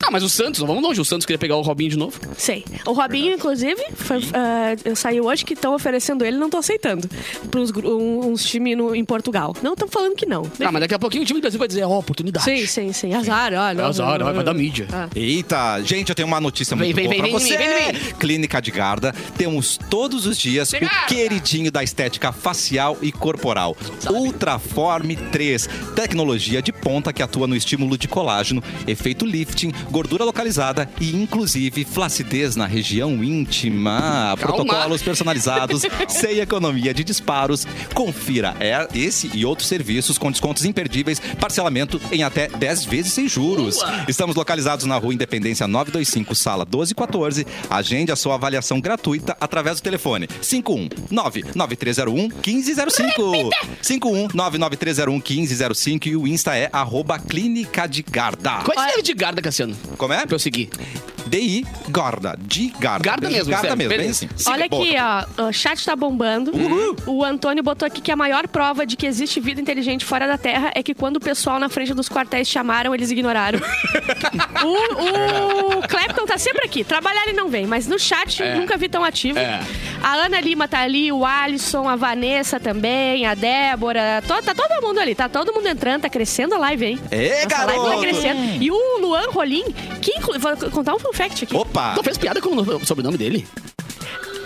Speaker 2: Ah, mas o Santos, vamos longe. O Santos queria pegar o Robinho de novo.
Speaker 3: Sei. O Robinho, inclusive, foi, ah, saiu hoje que estão oferecendo ele, não tô aceitando. Para uns, times em Portugal. Não estão falando que não.
Speaker 2: Ah, mas daqui a pouquinho o time do Brasil vai dizer, ó, oportunidade.
Speaker 3: Sim, sim, sim. Azar, olha.
Speaker 2: É Azar, ó, vai dar mídia.
Speaker 3: Ah.
Speaker 1: Eita, gente, eu tenho uma notícia
Speaker 2: Vem,
Speaker 1: muito
Speaker 2: vem,
Speaker 1: boa
Speaker 2: vem,
Speaker 1: pra
Speaker 2: vem
Speaker 1: você.
Speaker 2: em mim, vem em
Speaker 1: Clínica de Garda, temos todos os dias o queridinho da estética facial e corporal. Ultraform 3, tecnologia de ponta que atua no estímulo de colágeno, efeito lifting, gordura localizada e inclusive flacidez na região íntima.
Speaker 2: Calma.
Speaker 1: Protocolos personalizados,
Speaker 2: [LAUGHS]
Speaker 1: sem economia de disparos. Confira é esse e outros serviços com descontos imperdíveis, parcelamento em até 10 vezes sem juros. Estamos localizados na Rua Independência 925, sala 1214. Agende a sua avaliação gratuita através do telefone 519-9301-1505. 519-9301-1505 e o Insta é arroba Clínica de Garda.
Speaker 2: Qual é
Speaker 3: Ah.
Speaker 2: esse nome de Garda, Cassiano?
Speaker 1: Como é?
Speaker 2: Pra eu seguir.
Speaker 1: DI Garda. De Garda.
Speaker 2: Garda mesmo,
Speaker 1: Garda
Speaker 2: sério,
Speaker 1: mesmo, bem
Speaker 2: beleza.
Speaker 1: assim.
Speaker 3: Olha
Speaker 1: Boa.
Speaker 3: aqui, ó. O chat tá bombando.
Speaker 2: Uhum.
Speaker 3: O Antônio botou aqui que a maior prova de que existe vida inteligente fora da Terra é que quando o pessoal na frente dos quartéis chamaram, eles
Speaker 2: [LAUGHS]
Speaker 3: ignoraram. o, o Clapton tá sempre aqui. Trabalhar ele não vem, mas no chat
Speaker 2: É.
Speaker 3: nunca vi tão ativo.
Speaker 2: É.
Speaker 3: A Ana Lima tá ali, o Alisson, a Vanessa também, a Débora. to- tá todo mundo ali, tá todo mundo entrando, tá crescendo a live, hein?
Speaker 1: É,
Speaker 3: Nossa, a live tá
Speaker 1: garoto!
Speaker 3: crescendo. E o Luan Rolim, que inclu... vou contar um fun fact aqui.
Speaker 1: Opa!
Speaker 2: Não fez piada com o sobrenome dele?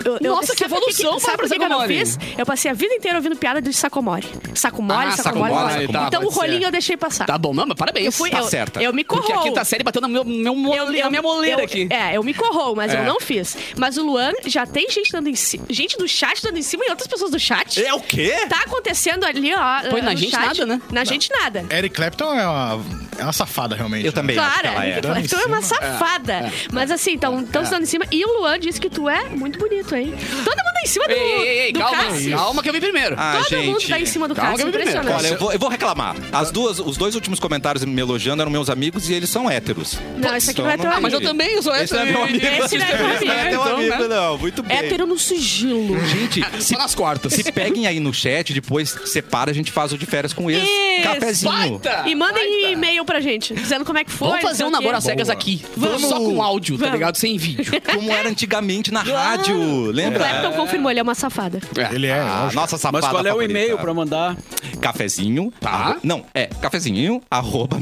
Speaker 3: Eu- eu-
Speaker 2: Nossa, que
Speaker 3: sabe o
Speaker 2: evolução
Speaker 3: sabe
Speaker 2: para
Speaker 3: o que que eu não
Speaker 2: Sacomori.
Speaker 3: fiz? Eu passei a vida inteira ouvindo piada de Sacomori. Sacomori,
Speaker 2: Ah,
Speaker 3: Sacomori.
Speaker 2: Sacomori,
Speaker 3: Sacomori.
Speaker 2: tá,
Speaker 3: então o
Speaker 2: pode ser.
Speaker 3: rolinho eu deixei passar.
Speaker 2: Tá bom, não, mas parabéns.
Speaker 3: eu fui,
Speaker 1: tá
Speaker 3: eu,
Speaker 1: certa.
Speaker 3: eu me corroo.
Speaker 2: Porque a quinta série bateu no meu, meu mole, é a minha moleira
Speaker 3: eu-
Speaker 2: aqui.
Speaker 3: É, eu me corroo, mas
Speaker 2: É.
Speaker 3: eu não fiz. Mas o Luan já tem gente dando em cima. Gente do chat dando em cima e outras pessoas do chat.
Speaker 1: É o quê?
Speaker 3: Tá acontecendo ali, ó.
Speaker 2: Põe na
Speaker 3: no
Speaker 2: gente
Speaker 3: chat.
Speaker 2: nada, né?
Speaker 3: Na gente nada.
Speaker 5: Eric Clapton é uma, é uma safada, realmente.
Speaker 1: Eu
Speaker 5: né?
Speaker 1: também acho que
Speaker 3: Clara,
Speaker 1: ela é.
Speaker 5: Dando em
Speaker 3: então é uma
Speaker 5: cima.
Speaker 3: safada.
Speaker 2: é.
Speaker 3: Mas assim, estão dando em cima. E o Luan disse que tu é muito bonito, hein? Todo mundo em cima do,
Speaker 2: Ei, ei, ei,
Speaker 3: do
Speaker 2: calma,
Speaker 3: Cássio.
Speaker 2: calma que eu vim primeiro.
Speaker 1: Ah,
Speaker 3: Todo mundo
Speaker 1: gente.
Speaker 3: tá em cima do
Speaker 2: Calma
Speaker 3: Cássio,
Speaker 2: que eu me perco.
Speaker 3: impressionante.
Speaker 1: Olha, eu vou, eu vou reclamar. As duas, os dois últimos comentários me elogiando eram meus amigos e eles são héteros.
Speaker 3: Não, esse aqui não é teu
Speaker 2: Ah, mas eu
Speaker 3: amigo.
Speaker 2: também eu sou
Speaker 1: Esse não é meu amigo.
Speaker 3: Esse não é meu
Speaker 1: Esse não é teu
Speaker 2: então,
Speaker 1: amigo,
Speaker 2: né?
Speaker 1: não. Muito bem.
Speaker 3: Hétero no sigilo.
Speaker 1: Gente, se,
Speaker 2: Só nas quartas.
Speaker 1: se peguem aí no chat, depois separa, a gente faz o de férias com eles.
Speaker 3: Isso.
Speaker 1: Cafezinho.
Speaker 3: E mandem e-mail pra gente, dizendo como é que foi.
Speaker 2: Vamos fazer um
Speaker 3: não sei o quê.
Speaker 2: namoro às cegas aqui.
Speaker 1: Vamos.
Speaker 2: Só com áudio, tá
Speaker 3: Vamos.
Speaker 2: ligado? Sem vídeo.
Speaker 1: Como era antigamente na rádio,
Speaker 3: O Clapton
Speaker 1: lembra?
Speaker 3: confirmou, ele é uma safada.
Speaker 5: Ele é.
Speaker 1: Ah, nossa sapada
Speaker 4: Mas qual é o
Speaker 1: favorita.
Speaker 4: e-mail pra mandar?
Speaker 1: Cafezinho.
Speaker 2: Tá.
Speaker 1: arro- Não, é cafezinho, arroba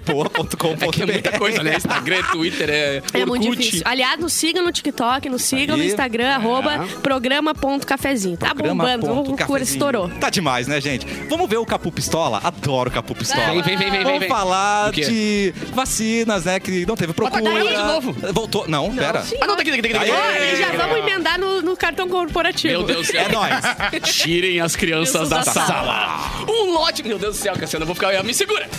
Speaker 1: mixfmpoa.com.br.
Speaker 2: É que é muita coisa, né? Instagram, Twitter, é.
Speaker 3: É muito
Speaker 2: Orkut.
Speaker 3: difícil. Aliás, nos sigam no TikTok, nos sigam no
Speaker 1: Aí.
Speaker 3: Instagram, arroba programa.cafezinho. Tá
Speaker 1: Programa
Speaker 3: bombando,
Speaker 1: ponto
Speaker 3: vamos procura,
Speaker 1: cafezinho.
Speaker 3: estourou.
Speaker 1: Tá demais, né, gente? Vamos ver o Capu Pistola, a adoro Capu Pistola.
Speaker 2: Vem, vem, vem, vem, vem,
Speaker 1: Vamos
Speaker 2: vem.
Speaker 1: falar
Speaker 2: Do quê?
Speaker 1: de vacinas, né? Que não teve
Speaker 3: tá
Speaker 1: procura.
Speaker 2: daí, de novo.
Speaker 1: Voltou. Não, pera.
Speaker 3: sim.
Speaker 2: Ah, não, tá aqui, tá aqui, tá aqui.
Speaker 3: Ó,
Speaker 1: Aê!
Speaker 3: e já vamos emendar no, no cartão corporativo.
Speaker 2: Meu Deus do céu.
Speaker 1: É nóis.
Speaker 3: [LAUGHS]
Speaker 2: Tirem as crianças
Speaker 3: Crianças
Speaker 2: da,
Speaker 3: da
Speaker 2: sala. Um lote. Meu Deus do céu, Cassiano, eu vou ficar. Me segura.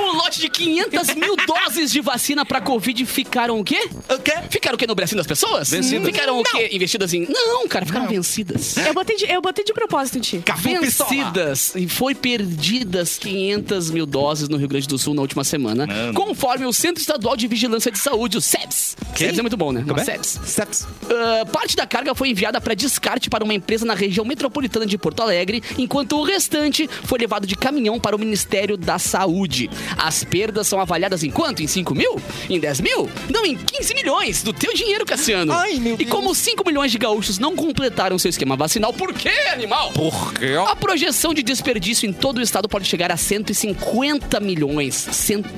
Speaker 2: Um lote de 500 mil doses de vacina pra Covid ficaram o quê?
Speaker 1: O quê?
Speaker 2: Ficaram o quê no Brasil das pessoas?
Speaker 1: Vencidas.
Speaker 2: Ficaram o quê? Investidas em. Não, cara, ficaram vencidas.
Speaker 3: Eu botei, de, eu botei de propósito em ti.
Speaker 1: Capu Pistola.
Speaker 2: Vencidas e foi perdidas 500 mil doses no Rio Grande do Sul na última semana,
Speaker 1: Mano.
Speaker 2: conforme o Centro Estadual de Vigilância de Saúde, o SEBS.
Speaker 1: Quem?
Speaker 2: SEBS é muito bom, né?
Speaker 1: Como
Speaker 2: Uma
Speaker 1: é?
Speaker 2: SEBS.
Speaker 1: Steps.
Speaker 2: Ah, parte da carga foi enviada para descarte para uma empresa na região metropolitana de Porto Alegre, enquanto o restante foi levado de caminhão para o Ministério da Saúde. As perdas são avaliadas em quanto? Em 5 mil? Em 10 mil? Não, em 15 milhões do teu dinheiro, Cassiano.
Speaker 1: Ai, meu
Speaker 2: e
Speaker 1: Deus.
Speaker 2: como 5 milhões de gaúchos não completaram seu esquema vacinal, por quê, animal?
Speaker 1: Por quê?
Speaker 2: A projeção de desperdício em todo o estado pode chegar a 150 milhões.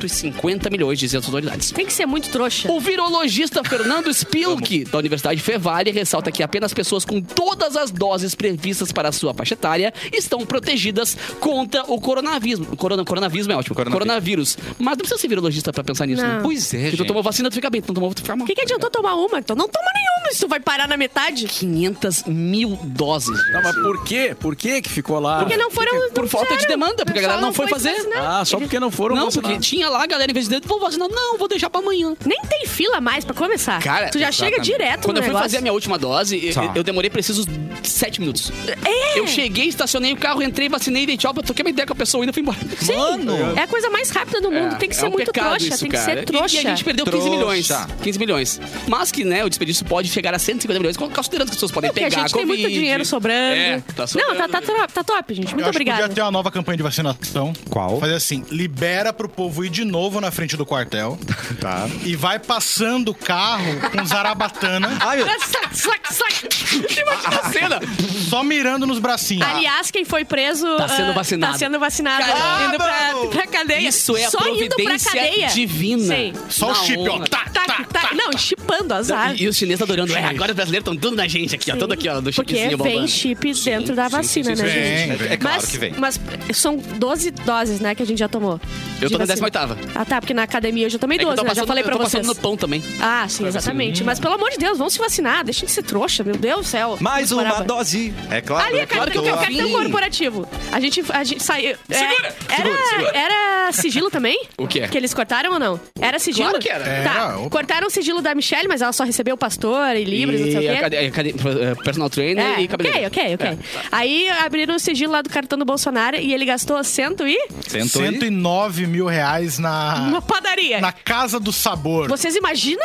Speaker 2: 150 milhões, dizem as autoridades.
Speaker 3: Tem que ser muito trouxa.
Speaker 2: O virologista Fernando Spilk, da Universidade Fevale, ressalta que apenas pessoas com todas as doses previstas para a sua faixa etária estão protegidas contra o coronavírus. Corona, coronavírus é ótimo.
Speaker 1: Coronavírus.
Speaker 2: Coronavírus. Mas não precisa ser virologista pra pensar nisso,
Speaker 3: Não.
Speaker 2: né?
Speaker 1: Pois é,
Speaker 2: Se tu
Speaker 1: gente.
Speaker 2: tomou vacina, tu fica bem. Tu não tomou, tu fica mal.
Speaker 3: O que, que adiantou tomar uma? Então não toma nenhuma, isso vai parar na metade.
Speaker 2: 500 mil doses. gente.
Speaker 4: Não, mas por quê? Por que que ficou lá?
Speaker 3: Porque não tá. foram. não
Speaker 2: é? Por falta de
Speaker 3: fizeram.
Speaker 2: demanda, porque a galera
Speaker 3: Só
Speaker 2: não foi
Speaker 3: se
Speaker 2: fazer.
Speaker 3: vacinar.
Speaker 4: Ah, só porque não foram
Speaker 2: Não,
Speaker 4: vacinados.
Speaker 2: porque tipo, tinha lá a galera, em vez de dentro, vou vacinar. Não, vou deixar pra amanhã.
Speaker 3: Nem tem fila mais pra começar.
Speaker 2: Cara,
Speaker 3: tu já chega
Speaker 1: exatamente.
Speaker 3: direto
Speaker 2: Quando
Speaker 3: no
Speaker 2: eu fui
Speaker 3: negócio.
Speaker 2: fazer a minha última dose, eu-
Speaker 1: Tá.
Speaker 2: eu demorei precisos 7 minutos.
Speaker 3: É.
Speaker 2: Eu cheguei, estacionei o carro, entrei, vacinei, dei tchau, eu troquei uma ideia com a pessoa ainda fui embora.
Speaker 3: Sim,
Speaker 1: Mano.
Speaker 3: é a coisa mais rápida do mundo. tem que ser
Speaker 2: um
Speaker 3: muito
Speaker 2: pecado
Speaker 3: trouxa,
Speaker 2: isso,
Speaker 3: tem que
Speaker 2: cara.
Speaker 3: ser trouxa.
Speaker 2: E, e a gente perdeu 15
Speaker 1: Trouxa.
Speaker 2: milhões. 15 milhões. Mas que, né, o desperdício pode chegar a 150 milhões, considerando que as pessoas podem
Speaker 3: Porque
Speaker 2: pegar
Speaker 3: a gente tem
Speaker 2: Covid.
Speaker 3: muito dinheiro sobrando.
Speaker 2: É, tá sobrando.
Speaker 3: não, tá, tá, top, tá top, gente.
Speaker 5: Eu
Speaker 3: Muito
Speaker 5: acho que
Speaker 3: obrigada.
Speaker 5: podia ter uma nova campanha de vacinação.
Speaker 1: Qual?
Speaker 5: Fazer assim, libera pro povo ir de novo na frente do quartel
Speaker 1: Tá.
Speaker 5: e vai passando o carro com zarabatana,
Speaker 1: [LAUGHS] Ai,
Speaker 3: tá,
Speaker 1: meu...
Speaker 2: Sac, sac, sac. Imagina
Speaker 3: [LAUGHS]
Speaker 2: a cena.
Speaker 5: só mirando nos bracinhos.
Speaker 3: Aliás, quem foi preso
Speaker 2: Tá sendo
Speaker 3: ah,
Speaker 2: vacinado.
Speaker 3: Tá sendo vacinado,
Speaker 2: Caramba!
Speaker 3: indo pra, pra cadeia.
Speaker 2: Isso é a
Speaker 3: Só indo pra
Speaker 2: providência
Speaker 3: cadeia.
Speaker 2: divina.
Speaker 3: Sim.
Speaker 5: Só o
Speaker 2: Na
Speaker 5: chip, ó.
Speaker 2: onda.
Speaker 5: Tá, tá,
Speaker 3: Tá, tá, não, chipando, azar.
Speaker 2: E os chineses adorando. É, agora os brasileiros estão dando na gente aqui, ó. Todo aqui, ó, do
Speaker 3: Porque
Speaker 2: chipzinho
Speaker 3: vem
Speaker 2: bombando.
Speaker 3: chip dentro da vacina,
Speaker 5: sim,
Speaker 3: né,
Speaker 5: sim,
Speaker 3: gente?
Speaker 5: sim.
Speaker 1: É claro
Speaker 3: mas,
Speaker 1: que vem.
Speaker 3: mas são 12 doses, né, que a gente já tomou.
Speaker 2: Eu
Speaker 3: de
Speaker 2: tô na
Speaker 3: vacina.
Speaker 2: 18ª.
Speaker 3: Ah, tá, porque na academia eu já tomei
Speaker 2: É que eu
Speaker 3: 12,
Speaker 2: tô
Speaker 3: né? Já
Speaker 2: passando-
Speaker 3: falei pra
Speaker 2: eu tô
Speaker 3: vocês.
Speaker 2: passando no pão também.
Speaker 3: Ah, sim,
Speaker 2: Hum.
Speaker 3: exatamente. Mas pelo amor de Deus, vamos se vacinar. Deixem de ser trouxa, meu Deus do céu.
Speaker 1: Mais
Speaker 3: Vamos
Speaker 1: uma
Speaker 3: parar.
Speaker 1: dose. É claro.
Speaker 3: Ali,
Speaker 1: é
Speaker 3: a
Speaker 1: claro que
Speaker 3: carta que eu
Speaker 1: tô.
Speaker 3: quero ter um corporativo. A gente, a gente saiu. é,
Speaker 2: Segura!
Speaker 3: era,
Speaker 2: Segura, segura.
Speaker 3: era sigilo também?
Speaker 2: O quê?
Speaker 3: Que eles cortaram ou não? Era sigilo?
Speaker 2: Claro que era.
Speaker 5: Era,
Speaker 3: Tá.
Speaker 5: opa.
Speaker 3: Cortaram o sigilo da Michelle, mas ela só recebeu o pastor e livros, não
Speaker 2: e
Speaker 3: sei o quê.
Speaker 2: acade- acade- eh, personal trainer
Speaker 3: É,
Speaker 2: e cabeleireiro. É. tá.
Speaker 3: ok, ok, ok. Aí abriram o sigilo lá do cartão do Bolsonaro e ele gastou cento e...
Speaker 1: Sentou aí.
Speaker 5: 109 mil reais
Speaker 3: Uma
Speaker 4: Ah.
Speaker 5: na,
Speaker 3: padaria.
Speaker 5: na Casa do Sabor.
Speaker 3: Vocês imaginam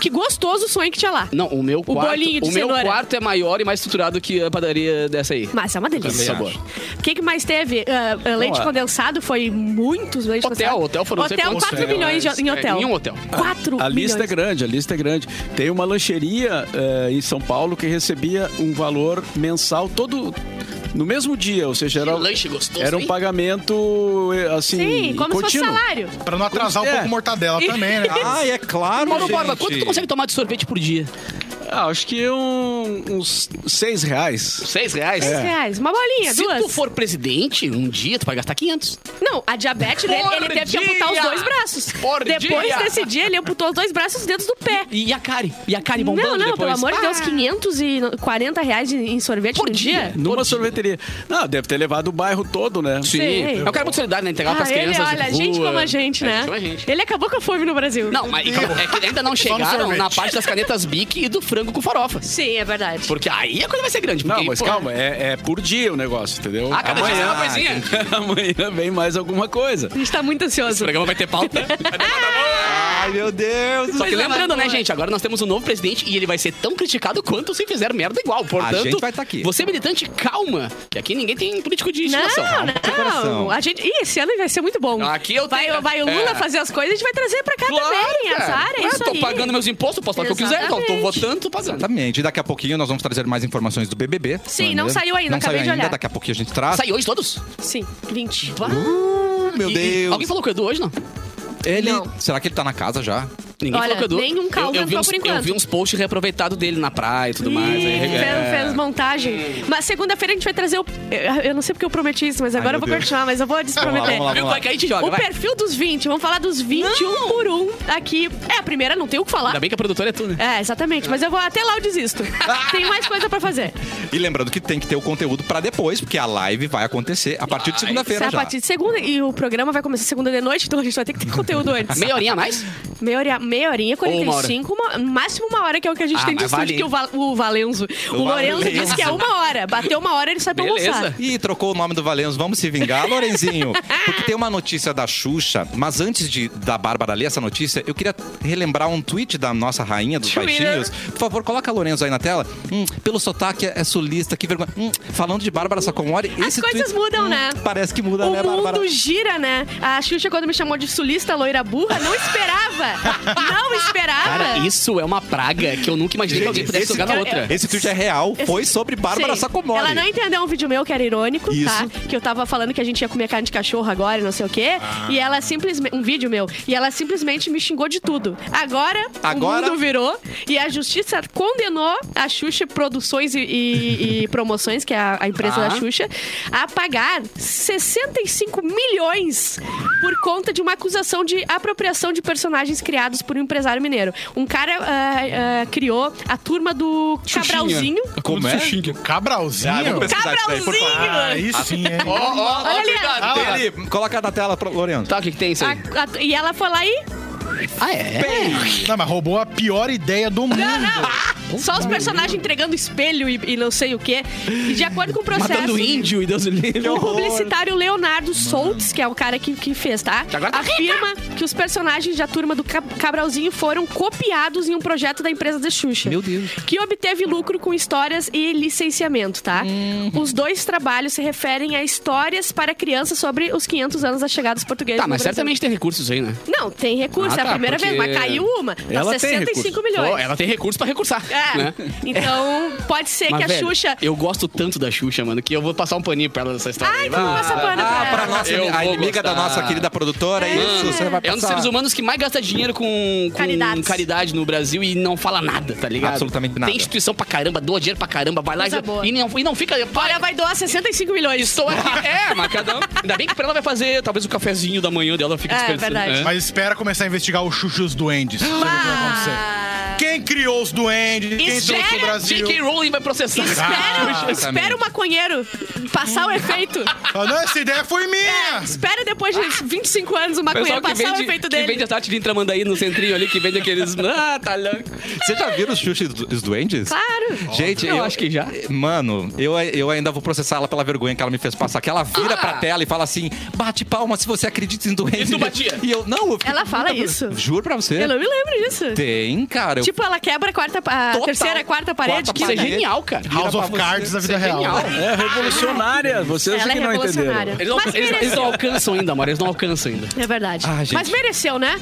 Speaker 3: que gostoso o sonho que tinha lá?
Speaker 2: Não, o meu quarto,
Speaker 3: bolinho de
Speaker 2: o meu
Speaker 3: cenoura.
Speaker 2: quarto é maior e mais estruturado que a padaria dessa aí.
Speaker 3: Mas é uma delícia.
Speaker 2: Também acho.
Speaker 3: O que, que mais teve? Ah, ah, leite
Speaker 2: Não, é.
Speaker 3: condensado foi muitos leite
Speaker 2: Hotel,
Speaker 3: condensado.
Speaker 2: hotel foram não sei
Speaker 3: Hotel,
Speaker 2: quantos
Speaker 3: 4
Speaker 2: hotéis,
Speaker 3: milhões de- em
Speaker 2: é,
Speaker 3: hotel.
Speaker 2: em um hotel.
Speaker 3: 4
Speaker 4: A
Speaker 3: milhões.
Speaker 4: lista é grande, a lista é grande. Tem uma lancheria eh, em São Paulo que recebia um valor mensal todo no mesmo dia, ou seja, era,
Speaker 2: Que lanche gostoso,
Speaker 4: era um
Speaker 2: hein?
Speaker 4: pagamento eh, assim
Speaker 3: Sim, como se
Speaker 4: contínuo.
Speaker 3: fosse salário.
Speaker 5: Pra não atrasar um
Speaker 4: É.
Speaker 5: pouco o mortadela também,
Speaker 3: [LAUGHS]
Speaker 5: né?
Speaker 3: Ah,
Speaker 1: Ai, é claro,
Speaker 2: Mauro
Speaker 1: gente.
Speaker 2: Borba, quanto tu consegue tomar de sorvete por dia?
Speaker 4: Ah, acho que um- uns seis reais.
Speaker 2: Seis reais?
Speaker 4: É.
Speaker 3: Seis reais, uma bolinha,
Speaker 2: É. Se
Speaker 3: duas.
Speaker 2: tu for presidente, um dia tu vai gastar 500.
Speaker 3: Não, a diabetes dele,
Speaker 2: Por
Speaker 3: ele teve
Speaker 2: dia!
Speaker 3: que amputar os dois braços.
Speaker 2: Por
Speaker 3: Depois
Speaker 2: dia!
Speaker 3: desse dia, ele amputou os dois braços e os dedos do pé.
Speaker 2: E a Kari? E a Kari
Speaker 3: Não,
Speaker 2: bombando
Speaker 3: É. não,
Speaker 2: depois?
Speaker 3: pelo amor de Deus,
Speaker 2: Ah,
Speaker 3: 540 reais em em sorvete
Speaker 2: Por
Speaker 3: por dia?
Speaker 2: dia.
Speaker 4: Numa
Speaker 2: Todo
Speaker 4: sorveteria. Não, deve ter levado o bairro todo, né?
Speaker 2: Sim.
Speaker 3: Sei.
Speaker 2: É um cara muito solidário, né? Entregar
Speaker 3: Ah,
Speaker 2: pras
Speaker 3: ele,
Speaker 2: crianças de
Speaker 3: olha, gente
Speaker 2: rua.
Speaker 3: como a gente,
Speaker 2: É,
Speaker 3: né?
Speaker 2: como a gente.
Speaker 3: Ele acabou com a fome no Brasil.
Speaker 2: Não, mas é que ainda não
Speaker 5: Só no
Speaker 2: chegaram
Speaker 5: sorvete.
Speaker 2: na parte das canetas Bic e do frango com farofa.
Speaker 3: Sim, é verdade.
Speaker 2: Porque aí a coisa vai ser grande.
Speaker 4: Não,
Speaker 2: porque,
Speaker 4: mas
Speaker 2: pô,
Speaker 4: calma, é, é por dia o negócio, entendeu?
Speaker 2: Ah, cada dia sai uma coisinha.
Speaker 4: [LAUGHS] amanhã vem mais alguma coisa.
Speaker 3: A gente tá muito
Speaker 2: Esse
Speaker 3: ansioso.
Speaker 2: programa vai
Speaker 3: [LAUGHS]
Speaker 2: ter pauta.
Speaker 1: Ai, meu Deus.
Speaker 2: Só que
Speaker 3: Coisa
Speaker 2: lembrando, né,
Speaker 3: é boa.
Speaker 2: gente? Agora nós temos um novo presidente e ele vai ser tão criticado quanto se fizer merda igual. Portanto,
Speaker 1: gente vai tá aqui.
Speaker 2: você militante, calma. Que aqui ninguém tem político de estimação.
Speaker 3: Não,
Speaker 1: coração.
Speaker 3: não. A gente... Ih, esse ano vai ser muito bom.
Speaker 2: Aqui eu
Speaker 3: vai,
Speaker 2: tenho-
Speaker 3: vai o Lula
Speaker 2: É.
Speaker 3: fazer as coisas, a gente vai trazer pra cá também.
Speaker 2: cara.
Speaker 3: tá Azar, é
Speaker 2: Ah,
Speaker 3: isso
Speaker 2: tô
Speaker 3: aí.
Speaker 2: pagando meus impostos, posso falar o que eu quiser. Tô, tô
Speaker 3: Exatamente.
Speaker 2: votando, tô pagando.
Speaker 1: Exatamente. E daqui a pouquinho nós vamos trazer mais informações do BBB.
Speaker 3: Sim, não saiu ainda,
Speaker 1: né? Não
Speaker 3: acabei
Speaker 1: saiu
Speaker 3: de
Speaker 1: ainda,
Speaker 3: olhar.
Speaker 1: daqui a pouquinho a gente traz.
Speaker 2: Saiu hoje todos?
Speaker 3: Sim, 20.
Speaker 1: Meu
Speaker 2: E- e-
Speaker 1: Deus.
Speaker 2: Alguém falou com o Edu hoje, não?
Speaker 1: Ah, Ele.
Speaker 3: Não.
Speaker 1: Será que ele tá na casa já?
Speaker 2: Ninguém
Speaker 3: Olha,
Speaker 2: falou Cadu.
Speaker 3: nenhum caldo
Speaker 2: eu, eu vi
Speaker 3: entrou
Speaker 2: uns,
Speaker 3: por
Speaker 2: Eu
Speaker 3: enquanto.
Speaker 2: vi uns posts reaproveitados dele na praia e tudo mais. aí,
Speaker 3: Ih,
Speaker 2: é. Hum.
Speaker 3: fez, fez montagem. Mas segunda-feira a gente vai trazer o. Eu, eu não sei porque eu prometi isso, mas agora eu
Speaker 1: meu
Speaker 3: vou
Speaker 1: Deus.
Speaker 3: continuar, mas eu
Speaker 2: [LAUGHS]
Speaker 3: vou desprometer.
Speaker 1: Vamos lá, vamos lá.
Speaker 2: Viu como é que a gente joga?
Speaker 3: O
Speaker 2: vai.
Speaker 3: perfil dos 20, vamos falar dos 21 por um aqui. É, a primeira não tem o que falar.
Speaker 2: Ainda bem que a produtora é tu, né?
Speaker 3: É, exatamente, mas eu vou até lá eu
Speaker 2: [LAUGHS]
Speaker 3: desisto. tem mais coisa pra fazer.
Speaker 1: E lembrando que tem que ter o conteúdo pra depois, porque a live vai acontecer a partir de segunda-feira
Speaker 3: Será a
Speaker 1: já.
Speaker 3: partir de segunda e o programa vai começar segunda de noite, então a gente vai ter que ter conteúdo antes.
Speaker 2: [LAUGHS] Meia horinha a mais?
Speaker 3: Meia horinha, meia horinha
Speaker 2: Ou uma
Speaker 3: 45, uma máximo uma hora, que é o que a gente
Speaker 2: Ah,
Speaker 3: tem de
Speaker 2: mas
Speaker 3: estúdio,
Speaker 2: vale, hein?
Speaker 3: que o, Val- o Valenzo. O, Lorenzo
Speaker 1: Valenzo.
Speaker 3: disse que é uma hora. Bateu uma hora, ele sai pra
Speaker 2: Beleza.
Speaker 3: almoçar.
Speaker 1: Ih, trocou o nome do Valenzo. Vamos se vingar,
Speaker 3: [LAUGHS]
Speaker 1: Lorenzinho. Porque tem uma notícia da Xuxa, mas antes de, da Bárbara ler essa notícia, eu queria relembrar um tweet da nossa rainha dos
Speaker 3: Twitter.
Speaker 1: baixinhos. Por favor, coloca a Lorenzo aí na tela. Hum, pelo sotaque, é sulista, que vergonha. Hum, falando de Bárbara Sacomori,
Speaker 3: As
Speaker 1: esse
Speaker 3: coisas
Speaker 1: tweet- hum,
Speaker 3: mudam, né?
Speaker 1: Parece que muda,
Speaker 3: O
Speaker 1: né, Bárbara?
Speaker 3: mundo gira, né? A Xuxa, quando me chamou de sulista, loira burra, não
Speaker 2: [LAUGHS]
Speaker 3: esperava. não esperava.
Speaker 2: Cara, isso é uma praga que eu nunca imaginei que alguém
Speaker 1: Gente,
Speaker 2: pudesse
Speaker 1: esse
Speaker 2: jogar na
Speaker 1: cara-
Speaker 2: outra.
Speaker 1: Esse tweet é real, foi sobre Bárbara
Speaker 3: Sim.
Speaker 1: Sacomori.
Speaker 3: Ela não entendeu um vídeo meu que era irônico,
Speaker 1: Isso. Ah.
Speaker 3: tá? Que eu tava falando que a gente ia comer carne de cachorro agora, e não sei o quê. E ela simplesmente. Um vídeo meu. E ela simplesmente me xingou de tudo. Agora,
Speaker 1: Agora-
Speaker 3: o mundo virou e a justiça condenou a Xuxa Produções e, e-
Speaker 1: [LAUGHS]
Speaker 3: e Promoções, que é a, a empresa
Speaker 1: Ah.
Speaker 2: Tá.
Speaker 3: da Xuxa, a pagar 65 milhões por conta de uma acusação de apropriação de personagens criados por um empresário mineiro. Um cara ah, ah, criou a turma do Cabralzinho.
Speaker 1: Como é?
Speaker 5: Cabralzinho?
Speaker 1: Ah, vou pesquisar isso daí, por favor.
Speaker 3: Cabralzinho!
Speaker 5: Aí sim, hein?
Speaker 3: Olha ali,
Speaker 1: Ah, Deli, coloca na tela, pro Lorenzo.
Speaker 2: Tá, o que, que tem isso aí?
Speaker 3: A- a- e ela foi lá e.
Speaker 2: Ah, é?
Speaker 5: Não, mas roubou a pior ideia do mundo.
Speaker 3: Só os personagens entregando espelho e, e não sei o quê. E de acordo com o processo.
Speaker 2: Matando índio e Deus o livre.
Speaker 3: O publicitário Leonardo Soltz, que é o cara que, que fez, tá?
Speaker 2: agora tá
Speaker 3: Afirma que os personagens da turma do Ca- Cabralzinho foram copiados em um projeto da empresa da Xuxa.
Speaker 2: Meu Deus.
Speaker 3: Que obteve lucro com histórias e licenciamento, tá?
Speaker 2: Hum.
Speaker 3: Os dois trabalhos se referem a histórias para crianças sobre os 500 anos da chegada dos portugueses.
Speaker 2: Tá,
Speaker 3: no
Speaker 2: mas
Speaker 3: Brasil.
Speaker 2: certamente tem recursos aí, né?
Speaker 3: Não, tem recurso,
Speaker 2: Ah,
Speaker 3: é
Speaker 2: tá,
Speaker 3: a primeira vez,
Speaker 2: porque
Speaker 3: mas caiu uma. Tá
Speaker 4: ela tem
Speaker 3: 65
Speaker 4: recurso.
Speaker 3: milhões.
Speaker 2: Pô, ela tem recursos pra recursar,
Speaker 3: É.
Speaker 2: né?
Speaker 3: Então, pode ser
Speaker 2: Mas,
Speaker 3: que a
Speaker 2: velho,
Speaker 3: Xuxa.
Speaker 2: Eu gosto tanto da Xuxa, mano, que eu vou passar um paninho pra ela nessa história.
Speaker 3: Ai,
Speaker 2: aí.
Speaker 3: então
Speaker 2: Vai.
Speaker 3: passa pano pra
Speaker 1: Ah,
Speaker 3: ela.
Speaker 1: pra nossa,
Speaker 2: Eu
Speaker 1: a
Speaker 2: vou
Speaker 1: inimiga da
Speaker 2: gostar.
Speaker 1: nossa querida produtora, é isso, você vai
Speaker 2: É um dos
Speaker 1: passar.
Speaker 2: seres humanos que mais gasta dinheiro com, com
Speaker 3: Caridades.
Speaker 2: caridade no Brasil e não fala nada, tá ligado?
Speaker 1: Absolutamente nada.
Speaker 2: Tem instituição pra caramba, doa dinheiro pra caramba, vai lá
Speaker 3: Coisa
Speaker 2: e,
Speaker 3: boa.
Speaker 2: e não, e não fica.
Speaker 3: Olha, vai doar 65 milhões.
Speaker 2: Estou aqui. É, mas cada um. Ainda bem que pra ela vai fazer talvez o cafezinho da manhã dela, fica
Speaker 3: É,
Speaker 2: desperdiçando. né?
Speaker 3: verdade.
Speaker 5: Mas espera começar a investigar o Xuxa e os Duendes. pra ver o que vai acontecer.
Speaker 3: Ah,
Speaker 5: Quem criou os Duendes? Quem
Speaker 2: Isso
Speaker 5: trouxe o
Speaker 2: é,
Speaker 5: Brasil?
Speaker 2: J.K. Rowling vai processar. Ah,
Speaker 3: Espera,
Speaker 1: Exatamente.
Speaker 3: espera o maconheiro passar o efeito.
Speaker 5: Ah, não, essa ideia foi minha!
Speaker 3: Espera depois de 25 anos o
Speaker 2: O
Speaker 3: maconheiro
Speaker 2: pessoal que
Speaker 3: passar o
Speaker 2: vende,
Speaker 3: efeito
Speaker 2: que vende
Speaker 3: dele.
Speaker 2: a Tati de Intramandaí no centrinho ali, que vende aqueles...
Speaker 3: [LAUGHS]
Speaker 2: Ah, tá louco.
Speaker 1: Você já viram os Xuxa e os Duendes?
Speaker 3: Claro.
Speaker 1: Gente,
Speaker 2: Eu acho que já.
Speaker 1: Mano, eu, eu ainda vou processar ela pela vergonha que ela me fez passar. Que ela vira pra tela e fala assim: bate palma se você acredita em doença.
Speaker 2: E tu batia?
Speaker 1: E eu, não, eu fiquei
Speaker 3: Ela
Speaker 1: com
Speaker 3: fala
Speaker 1: muita-
Speaker 3: isso.
Speaker 1: Juro pra você.
Speaker 3: Eu não me lembro disso.
Speaker 1: Tem, cara. Eu...
Speaker 3: Tipo, ela quebra a, quarta, a
Speaker 1: Total.
Speaker 3: terceira, a quarta parede.
Speaker 1: Quarta
Speaker 3: que
Speaker 2: Isso é
Speaker 1: parede.
Speaker 2: genial, cara.
Speaker 5: House
Speaker 1: pra
Speaker 5: of
Speaker 1: você,
Speaker 5: Cards da vida real.
Speaker 2: Genial.
Speaker 4: É revolucionária, vocês
Speaker 3: Ela é
Speaker 4: que não entenderam.
Speaker 3: revolucionária.
Speaker 2: Eles não,
Speaker 3: Mas
Speaker 2: eles- eles
Speaker 3: mereceu.
Speaker 2: não alcançam ainda, amor. Eles não alcançam ainda.
Speaker 3: É verdade.
Speaker 1: Ah, gente.
Speaker 3: Mas mereceu, né?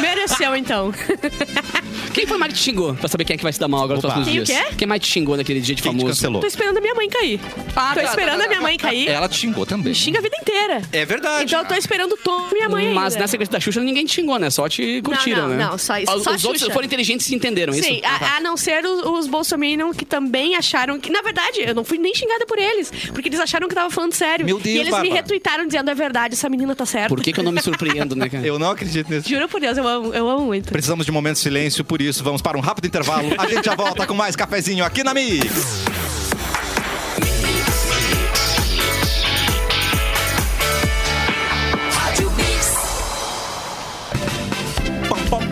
Speaker 3: Mereceu,
Speaker 1: [LAUGHS]
Speaker 3: então.
Speaker 2: Quem foi mais que te xingou? Pra saber quem é que vai se dar mal agora nos
Speaker 1: Opa.
Speaker 2: próximos
Speaker 3: Quem o
Speaker 2: dias.
Speaker 3: quê?
Speaker 2: Quem mais te xingou naquele dia de
Speaker 1: Quem te
Speaker 2: famoso?
Speaker 1: cancelou?
Speaker 3: Tô esperando a minha mãe cair.
Speaker 2: Ah,
Speaker 3: tô
Speaker 2: tá,
Speaker 3: esperando
Speaker 2: tá,
Speaker 3: a minha mãe cair.
Speaker 1: Ela te xingou também.
Speaker 3: Me xinga a vida inteira.
Speaker 1: É verdade.
Speaker 3: Então eu tô esperando o tom da minha mãe ainda.
Speaker 2: Mas na sequência da Xuxa ninguém te xingou, né? Só te
Speaker 3: não,
Speaker 2: curtiram, né?
Speaker 3: não, só isso,
Speaker 2: Os,
Speaker 3: só a
Speaker 2: os outros
Speaker 3: Xuxa.
Speaker 2: foram inteligentes e se entenderam
Speaker 3: Sim,
Speaker 2: isso.
Speaker 3: a, a não ser os, os bolsominion que também acharam que. Na verdade, eu não fui nem xingada por eles, porque eles acharam que eu tava falando sério.
Speaker 1: Meu Deus,
Speaker 3: e eles
Speaker 1: Bárbara.
Speaker 3: me retweetaram dizendo é verdade, essa menina tá certa.
Speaker 2: Por que, que eu não me surpreendo, né, cara?
Speaker 1: Eu não acredito nisso.
Speaker 3: Juro por Deus, eu amo, eu amo muito.
Speaker 1: Precisamos de um momento de silêncio, por isso vamos para um rápido intervalo. A gente já volta com mais cafezinho aqui na Mix.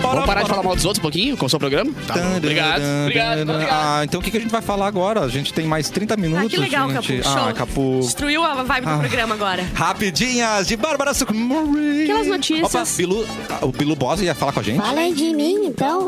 Speaker 2: Vamos parar de falar mal dos outros um pouquinho com o seu programa? Tá bom. Obrigado, obrigado, obrigado.
Speaker 1: Ah, então o que que a gente vai falar agora? A gente tem mais 30 minutos,
Speaker 3: Ah, que legal,
Speaker 1: gente.
Speaker 3: Capu. Show.
Speaker 1: Ah, Capu. Ah.
Speaker 3: Destruiu a vibe do programa agora.
Speaker 1: Rapidinhas de Bárbara Sucumori.
Speaker 3: Aquelas notícias.
Speaker 1: Opa, Bilu, ah, o Bilu Bosa ia falar com a gente.
Speaker 6: Falem de mim, então.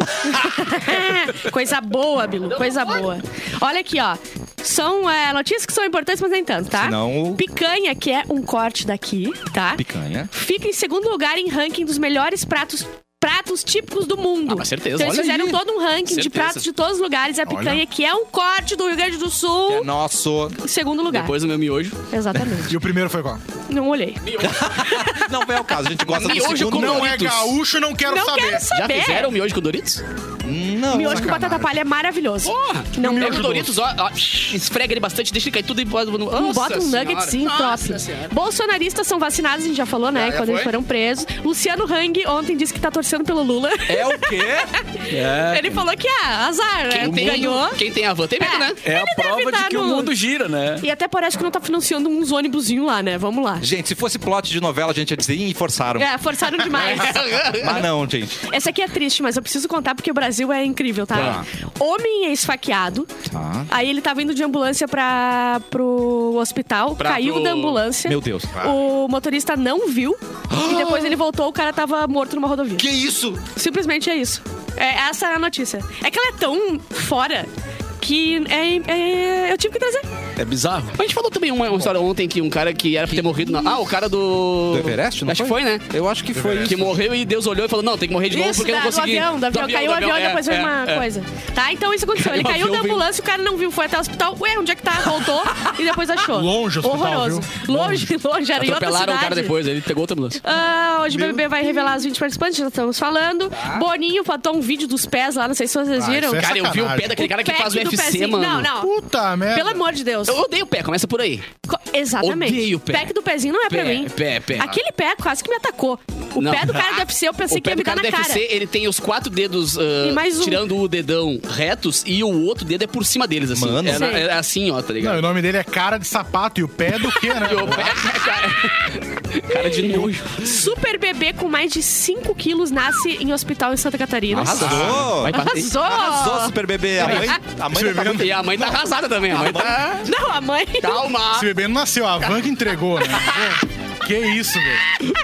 Speaker 3: É, [LAUGHS] coisa boa, Bilu, coisa boa. Olha aqui, ó. São é, notícias que são importantes, mas nem tanto, tá?
Speaker 1: Senão o-
Speaker 3: Picanha, que é um corte daqui, tá?
Speaker 1: Picanha.
Speaker 3: Fica em segundo lugar em ranking dos melhores pratos pratos típicos do mundo.
Speaker 2: Ah, mas certeza.
Speaker 3: Então eles
Speaker 2: Olha
Speaker 3: fizeram
Speaker 2: aí.
Speaker 3: todo um ranking de
Speaker 2: Certeza.
Speaker 3: pratos de todos os lugares. A picanha, que é um corte do Rio Grande do
Speaker 1: É
Speaker 3: Sul,
Speaker 1: nosso.
Speaker 3: em segundo lugar.
Speaker 2: Depois do meu miojo.
Speaker 3: Exatamente.
Speaker 2: [LAUGHS]
Speaker 5: E o primeiro foi qual?
Speaker 3: Não olhei.
Speaker 1: Não é o caso, a gente gosta do
Speaker 2: Miojo
Speaker 1: segundo.
Speaker 2: com
Speaker 5: Não é
Speaker 2: Doritos.
Speaker 5: gaúcho, não quero
Speaker 3: Não
Speaker 5: saber.
Speaker 3: quero
Speaker 2: Já
Speaker 3: saber.
Speaker 2: fizeram miojo com Doritos?
Speaker 1: Não,
Speaker 3: Miojo com
Speaker 5: Sacanagem.
Speaker 3: batata palha é maravilhoso.
Speaker 2: Porra!
Speaker 3: Não,
Speaker 2: Pega
Speaker 3: não.
Speaker 2: o é Doritos, ó, ó, esfrega ele bastante, deixa ele cair tudo e bota
Speaker 3: Um
Speaker 2: no... Nossa
Speaker 3: bota um nugget
Speaker 2: senhora.
Speaker 3: sim,
Speaker 2: Nossa
Speaker 3: top.
Speaker 2: senhora.
Speaker 3: Bolsonaristas são vacinados, a gente já falou, né?
Speaker 2: Já, já
Speaker 3: quando eles
Speaker 2: foi?
Speaker 3: foram presos. Luciano Hang ontem disse que tá torcendo pelo Lula.
Speaker 1: É o quê?
Speaker 2: [LAUGHS]
Speaker 4: É,
Speaker 3: Ele falou que, ah, azar, né?
Speaker 2: Quem tem,
Speaker 3: ganhou.
Speaker 2: quem tem avô tem medo,
Speaker 3: É. [LAUGHS]
Speaker 2: né?
Speaker 4: é a
Speaker 3: deve
Speaker 4: prova de
Speaker 3: estar
Speaker 4: que o
Speaker 3: no-
Speaker 4: mundo gira, né?
Speaker 3: E até parece que não tá financiando uns ônibusinhos lá, né? Vamos lá.
Speaker 1: Gente, se fosse plot de novela, a gente ia dizer, ih, forçaram.
Speaker 3: É, forçaram demais.
Speaker 2: [LAUGHS]
Speaker 1: Mas não, gente.
Speaker 3: Essa aqui é triste, mas eu preciso contar porque o Brasil é incrível, tá? Homem é esfaqueado.
Speaker 1: Tá.
Speaker 3: Aí ele tava indo de ambulância pra, pro hospital,
Speaker 2: Pra-
Speaker 3: caiu
Speaker 2: pro-
Speaker 3: da ambulância.
Speaker 1: Meu Deus. Ah!
Speaker 3: O motorista não viu. e depois ele voltou, o cara tava morto numa rodovia.
Speaker 1: Que isso?
Speaker 3: Simplesmente é isso. É, essa é a notícia. É que ela é tão fora que é- é- eu tive que trazer.
Speaker 4: É bizarro.
Speaker 2: A gente falou também uma, uma história ontem que um cara que era pra ter morrido... Na... Ah, o cara do...
Speaker 1: Do Everest, não
Speaker 2: Acho que foi, né?
Speaker 1: Eu acho que foi
Speaker 2: Que
Speaker 1: isso.
Speaker 2: morreu e Deus olhou e falou, não, tem que morrer de novo
Speaker 3: isso,
Speaker 2: porque eu
Speaker 3: da,
Speaker 2: não
Speaker 3: do
Speaker 2: consegui.
Speaker 3: avião, do avião. Caiu o avião,
Speaker 2: é,
Speaker 3: depois foi
Speaker 2: é,
Speaker 3: uma
Speaker 2: é.
Speaker 3: coisa. Tá, então isso aconteceu. ele
Speaker 2: Caiu o
Speaker 3: caiu da
Speaker 2: avião, viu?
Speaker 3: ambulância, o cara não viu, foi até o hospital. Ué, onde é que tá? Voltou e depois achou.
Speaker 5: Longe o hospital,
Speaker 3: Horroroso.
Speaker 5: viu?
Speaker 3: Longe, [LAUGHS] longe, era em outra cidade.
Speaker 2: Atropelaram o cara depois, ele pegou outra ambulância.
Speaker 3: Ah, hoje o BBB vai revelar os 20 participantes, já estamos falando.
Speaker 5: Tá.
Speaker 3: Boninho botou um vídeo dos pés lá, não sei se vocês
Speaker 5: Ah,
Speaker 3: viram.
Speaker 5: isso é
Speaker 2: Cara, eu vi o pé
Speaker 5: sacanagem.
Speaker 2: daquele cara que
Speaker 3: pack
Speaker 2: faz o
Speaker 3: do
Speaker 2: UFC,
Speaker 3: pezinho.
Speaker 2: mano.
Speaker 3: Não, não.
Speaker 5: Puta merda.
Speaker 3: Pelo amor de Deus.
Speaker 2: Eu odeio o pé, começa por aí.
Speaker 3: Co- Exatamente.
Speaker 2: Odeio pé.
Speaker 3: do pezinho não é pra
Speaker 2: Pé,
Speaker 3: mim.
Speaker 2: pé, pé.
Speaker 3: Aquele pé quase que me atacou. O
Speaker 2: Não. Ah,
Speaker 3: pé do
Speaker 2: [LAUGHS]
Speaker 3: cara do UFC eu pensei
Speaker 2: o
Speaker 3: que
Speaker 2: pé
Speaker 3: ia
Speaker 2: do
Speaker 3: me dar
Speaker 2: cara
Speaker 3: na
Speaker 2: do
Speaker 3: cara.
Speaker 2: UFC, ele tem os quatro dedos ah,
Speaker 3: E mais um.
Speaker 2: tirando o dedão retos e o outro dedo é por cima deles, assim.
Speaker 1: Mano.
Speaker 2: Era,
Speaker 3: Sei.
Speaker 2: era assim, ó, tá
Speaker 5: Não,
Speaker 2: ligado?
Speaker 5: o nome dele é cara de sapato e o pé do quê, né?
Speaker 2: [LAUGHS] E o pé- tá cara, cara É de nojo.
Speaker 3: Super bebê com mais de 5 quilos nasce em hospital em Santa Catarina. Ah,
Speaker 1: Arrasou.
Speaker 2: Vai pra-
Speaker 3: Arrasou!
Speaker 1: Arrasou, super bebê. A mãe, a mãe tá
Speaker 2: E a mãe tá arrasada também, a mãe tá...
Speaker 3: Não, a mãe.
Speaker 2: Calma!
Speaker 5: Esse bebê não nasceu, a van que entregou, né? Pô, que isso, velho.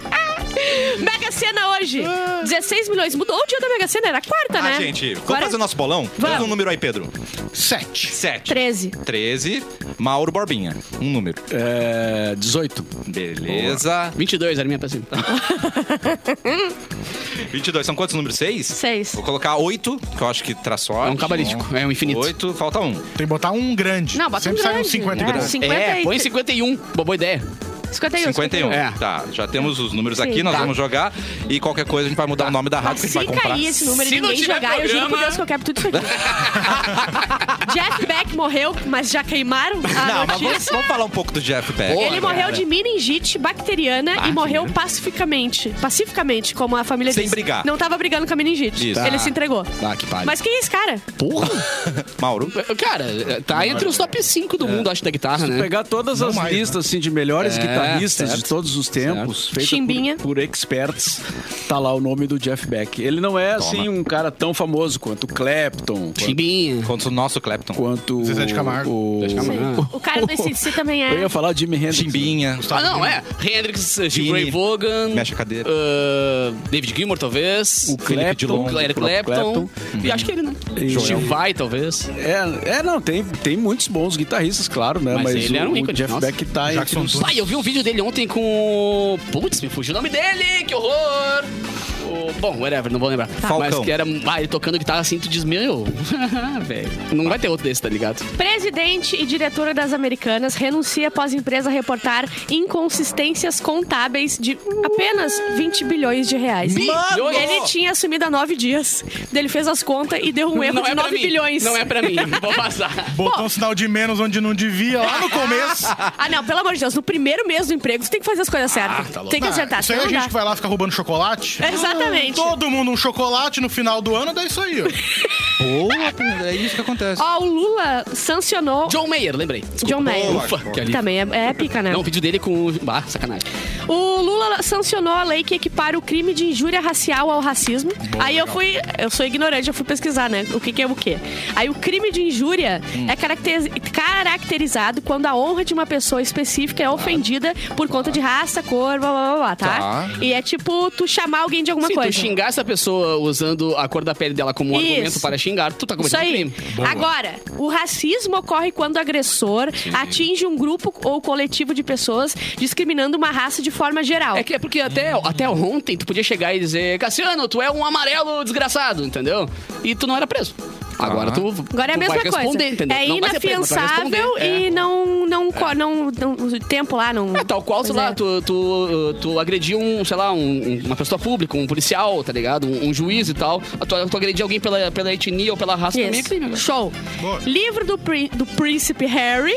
Speaker 3: Mega Sena hoje. 16 milhões. Mudou o dia da Mega Sena, era quarta,
Speaker 1: Ah,
Speaker 3: né?
Speaker 1: gente, vamos
Speaker 3: Agora-
Speaker 1: fazer o nosso bolão? Diz
Speaker 3: Vamos.
Speaker 1: um número aí, Pedro.
Speaker 5: Sete.
Speaker 1: Sete.
Speaker 3: 13.
Speaker 1: 13. Mauro Borbinha. Um número.
Speaker 4: É, 18.
Speaker 1: Beleza.
Speaker 2: 22 era a
Speaker 3: [LAUGHS]
Speaker 2: minha pecinha.
Speaker 1: 22. São quantos números? Seis?
Speaker 3: Seis.
Speaker 1: Vou colocar oito, que eu acho que traz sorte.
Speaker 2: É um cabalístico, é um infinito.
Speaker 1: Oito, falta um.
Speaker 5: Tem que botar um grande.
Speaker 3: Não, bota
Speaker 5: Sempre
Speaker 3: um
Speaker 5: sai
Speaker 3: grande.
Speaker 5: uns 50
Speaker 3: é,
Speaker 5: grandes.
Speaker 3: 50
Speaker 2: é,
Speaker 3: e-
Speaker 2: põe 51. Boa, boa ideia.
Speaker 3: 51.
Speaker 1: 51.
Speaker 2: É.
Speaker 1: Tá, já temos os números
Speaker 3: Sim. Tá.
Speaker 1: aqui, nós
Speaker 2: Tá.
Speaker 1: vamos jogar. E qualquer coisa a gente vai mudar o nome da rádio que a gente vai
Speaker 3: Se
Speaker 1: comprar.
Speaker 3: cair esse número e
Speaker 2: Se não
Speaker 3: ninguém
Speaker 2: tiver
Speaker 3: jogar, eu juro por
Speaker 2: programa-
Speaker 3: Deus que eu quebro tudo isso aqui. Jeff Beck morreu, mas já queimaram a
Speaker 1: Não, mas
Speaker 3: notícia.
Speaker 1: vamos, vamos falar um pouco do Jeff Beck.
Speaker 2: Boa.
Speaker 3: Ah, Ele
Speaker 2: Olha,
Speaker 3: morreu
Speaker 2: cara. né?
Speaker 3: de meningite bacteriana e morreu pacificamente. Pacificamente, como a família
Speaker 1: Sem
Speaker 3: diz.
Speaker 1: brigar.
Speaker 3: Não tava brigando com a meningite.
Speaker 1: Isso.
Speaker 3: Ele se entregou.
Speaker 2: Tá.
Speaker 4: Ah, que palha.
Speaker 3: Mas quem é esse cara?
Speaker 2: Porra!
Speaker 1: Mauro.
Speaker 2: Cara, tá entre os top 5 do mundo, acho, da guitarra, né?
Speaker 4: É. Pegar todas as
Speaker 5: mais,
Speaker 4: listas assim, de melhores
Speaker 2: É,
Speaker 4: guitarristas
Speaker 2: certo.
Speaker 4: de todos os tempos, feitas
Speaker 3: Chimbinha.
Speaker 4: por, por experts, tá lá o nome do Jeff Beck. Ele não é assim um cara tão famoso quanto Clapton, quanto,
Speaker 2: Chimbinha. é
Speaker 1: Contra o nosso Clapton.
Speaker 4: quanto
Speaker 5: Zezé de Camargo.
Speaker 4: o-
Speaker 3: O cara do
Speaker 2: [LAUGHS]
Speaker 3: ICC também
Speaker 4: Eu
Speaker 3: é.
Speaker 4: ia falar Jimmy Hendrix.
Speaker 1: Chimbinha.
Speaker 2: Ah, não, é. Hendrix, eh, Jim Ray Vaughan.
Speaker 1: Mexe a cadeira.
Speaker 2: ah, David Gilmour, talvez.
Speaker 4: O Felipe
Speaker 1: Dilon,
Speaker 2: O Eric
Speaker 4: o próprio
Speaker 2: Clapton. E acho que ele, né?
Speaker 4: E-
Speaker 2: Steve Vai, talvez.
Speaker 4: É, é, não, tem, tem muitos bons guitarristas, claro, né?
Speaker 2: Mas
Speaker 4: Mas,
Speaker 2: ele
Speaker 4: o,
Speaker 2: era um ícone,
Speaker 4: o Jeff
Speaker 2: nossa.
Speaker 4: Beck tá entre
Speaker 5: Jackson
Speaker 4: os...
Speaker 5: Tunes.
Speaker 2: Pai, eu vi um vídeo dele ontem com. o- Putz, me fugiu o nome dele, que horror! O- Bom, whatever, não vou lembrar.
Speaker 1: Falcão.
Speaker 2: Mas que era. Ah, ele tocando guitarra assim, tu diz, meu. [LAUGHS] velho. Não vai ter outro desse, tá ligado?
Speaker 3: Presidente e diretora das Americanas renuncia após empresa reportar inconsistências contábeis de apenas 20 bilhões de reais.
Speaker 1: Mano!
Speaker 3: Ele tinha assumido há nove dias. Daí Ele fez as contas e deu um erro
Speaker 2: não
Speaker 3: de
Speaker 2: é pra
Speaker 3: 9
Speaker 2: mim.
Speaker 3: bilhões.
Speaker 2: Não é pra mim, vou
Speaker 3: é. [LAUGHS]
Speaker 2: passar.
Speaker 5: Botou um sinal de menos onde não devia lá no começo.
Speaker 3: Ah, não, pelo amor de Deus, no primeiro mês do emprego, você tem que fazer as coisas certas.
Speaker 2: tá louco.
Speaker 3: tem que
Speaker 5: Ah,
Speaker 3: acertar.
Speaker 5: Isso aí é a
Speaker 3: senão não
Speaker 5: gente que
Speaker 3: dá.
Speaker 5: vai lá ficar roubando chocolate.
Speaker 3: Exatamente.
Speaker 5: Todo mundo um chocolate no final do ano, dá isso aí, ó.
Speaker 1: Boa, é isso que acontece.
Speaker 3: Ó, o Lula sancionou
Speaker 2: John Mayer, lembrei. Desculpa.
Speaker 3: John Mayer.
Speaker 2: Ufa, que ali.
Speaker 3: Também é, é pica, né?
Speaker 2: Não, o vídeo dele com. Ah, sacanagem.
Speaker 3: O Lula sancionou a lei que equipara o crime de injúria racial ao racismo. Aí eu fui, eu sou ignorante, eu fui pesquisar, né? O que, que é o quê? Aí o crime de injúria
Speaker 2: Hum.
Speaker 3: é caracteriz- caracterizado quando a honra de uma pessoa específica é ofendida por conta de raça, cor, blá blá blá, blá tá?
Speaker 1: Tá.
Speaker 3: E é tipo tu chamar alguém de alguma
Speaker 2: Se
Speaker 3: coisa.
Speaker 2: tu xingar essa pessoa usando a cor da pele dela como um
Speaker 3: Isso.
Speaker 2: argumento para xingar, tu tá
Speaker 3: Isso
Speaker 2: cometendo
Speaker 3: aí.
Speaker 2: crime.
Speaker 3: Agora, o racismo ocorre quando o agressor atinge um grupo ou coletivo de pessoas discriminando uma raça de forma geral.
Speaker 2: É que é porque até, até ontem tu podia chegar e dizer, Cassiano, tu é um amarelo desgraçado, entendeu? E tu não era preso. Agora tu.
Speaker 3: Agora é a
Speaker 2: tu vai
Speaker 3: mesma coisa.
Speaker 2: responder, entendeu?
Speaker 3: É
Speaker 2: Não vai ser preso, mas tu vai
Speaker 3: inafiançável
Speaker 2: responder. É.
Speaker 3: e não, não, co- não, não- O tempo lá não.
Speaker 2: É, tal qual, sei
Speaker 3: Pois
Speaker 2: lá,
Speaker 3: é.
Speaker 2: tu, tu, tu agrediu um, sei lá, um- um- uma pessoa pública, um policial, tá ligado? Um, um juiz e tal. Tu, tu agrediu alguém pela, pela etnia ou pela raça
Speaker 3: Isso.
Speaker 2: também é crime. né?
Speaker 3: Show.
Speaker 5: Boa.
Speaker 3: Livro do, Prin- do Príncipe Harry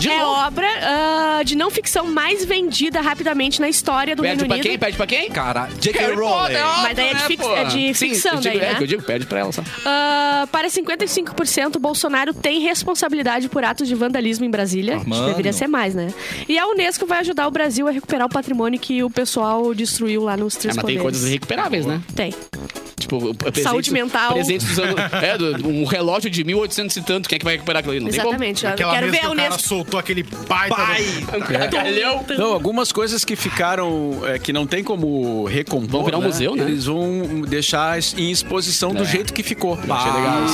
Speaker 2: De
Speaker 3: é
Speaker 2: novo.
Speaker 3: obra ah, de não ficção mais vendida rapidamente na história do
Speaker 2: Pede
Speaker 3: Reino
Speaker 2: pra
Speaker 3: Unido.
Speaker 2: quem? Pede pra quem?
Speaker 1: Cara, J.K.
Speaker 2: Harry
Speaker 1: Rowling.
Speaker 2: Potter, óbvio,
Speaker 3: Mas daí é de
Speaker 2: né,
Speaker 3: fix-
Speaker 2: pô?
Speaker 3: é de
Speaker 2: Sim,
Speaker 3: ficção
Speaker 2: eu digo,
Speaker 3: daí,
Speaker 2: é,
Speaker 3: né?
Speaker 2: que eu digo, pede pra ela só.
Speaker 3: Ah, para 55%, Bolsonaro tem responsabilidade por atos de vandalismo em Brasília. Acho que
Speaker 1: mano.
Speaker 3: Deveria ser mais, né? E a Unesco vai ajudar o Brasil a recuperar o patrimônio que o pessoal destruiu lá nos
Speaker 2: É,
Speaker 3: três
Speaker 2: mas tem
Speaker 3: poderes.
Speaker 2: coisas irrecuperáveis, né?
Speaker 3: Tem.
Speaker 2: Tipo, o- o presente,
Speaker 3: Saúde mental.
Speaker 2: Presente dos
Speaker 3: [LAUGHS]
Speaker 2: anos, é, do- um relógio de 1800 e tanto, quem é que vai recuperar aquilo ali? Não [LAUGHS]
Speaker 3: Exatamente. Eu
Speaker 5: Aquela
Speaker 3: quero
Speaker 5: vez
Speaker 3: ver
Speaker 5: que
Speaker 3: a
Speaker 5: o cara [LAUGHS]
Speaker 3: Unesco.
Speaker 5: soltou aquele baita...
Speaker 1: Pai.
Speaker 2: tem como. Um caralhão.
Speaker 4: Não, algumas coisas que ficaram, é, que não tem como recompor.
Speaker 2: Vão virar um museu, né? É.
Speaker 4: Eles vão deixar em exposição do jeito que ficou. Ah,
Speaker 1: achei legal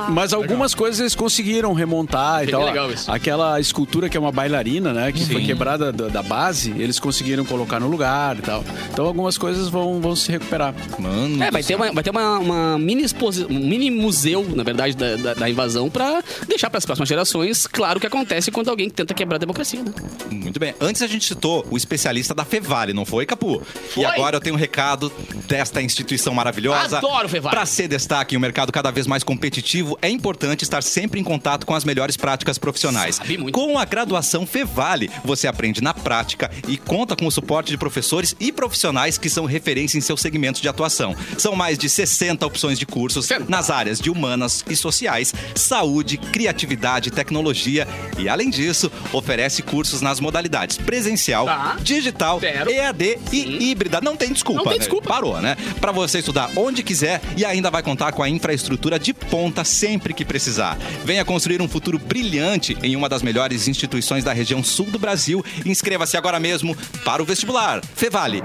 Speaker 1: isso.
Speaker 4: Mas algumas coisas eles conseguiram remontar e
Speaker 2: Achei
Speaker 4: tal.
Speaker 2: legal isso.
Speaker 4: Aquela escultura que é uma bailarina, né? Que foi quebrada da, da base, eles conseguiram colocar no lugar e tal. Então algumas coisas vão, vão se recuperar.
Speaker 3: Hum.
Speaker 1: Mano.
Speaker 2: É, vai
Speaker 1: do céu.
Speaker 2: ter uma, vai ter uma, uma mini exposi- um mini museu, na verdade, da, da- da invasão, pra deixar pras próximas gerações claro o que acontece quando alguém tenta quebrar a democracia. Né?
Speaker 1: Muito bem. Antes a gente citou o especialista da Fevale, não foi, Capu?
Speaker 2: Foi.
Speaker 1: E agora eu tenho um recado desta instituição maravilhosa.
Speaker 2: Adoro Fevale.
Speaker 1: Para ser destaque em um mercado cada vez mais competitivo, é importante estar sempre em contato com as melhores práticas profissionais.
Speaker 2: Sabe muito.
Speaker 1: Com a graduação Fevale, você aprende na prática e conta com o suporte de professores e profissionais que são referência em seus segmentos de atuação. São mais de 60 opções de cursos
Speaker 2: Senta.
Speaker 1: nas áreas de humanas e sociais, saúde, criatividade, e tecnologia e, além disso, oferece cursos nas modalidades presencial,
Speaker 2: Tá.
Speaker 1: digital,
Speaker 2: Zero.
Speaker 1: EAD e híbrida. Não tem desculpa.
Speaker 2: Não tem
Speaker 1: né?
Speaker 2: desculpa.
Speaker 1: Parou, né? Para você estudar onde quiser e ainda vai contar com a infraestrutura de ponta sempre que precisar. Venha construir um futuro brilhante em uma das melhores instituições da região sul do Brasil. Inscreva-se agora mesmo para o vestibular. Fevale.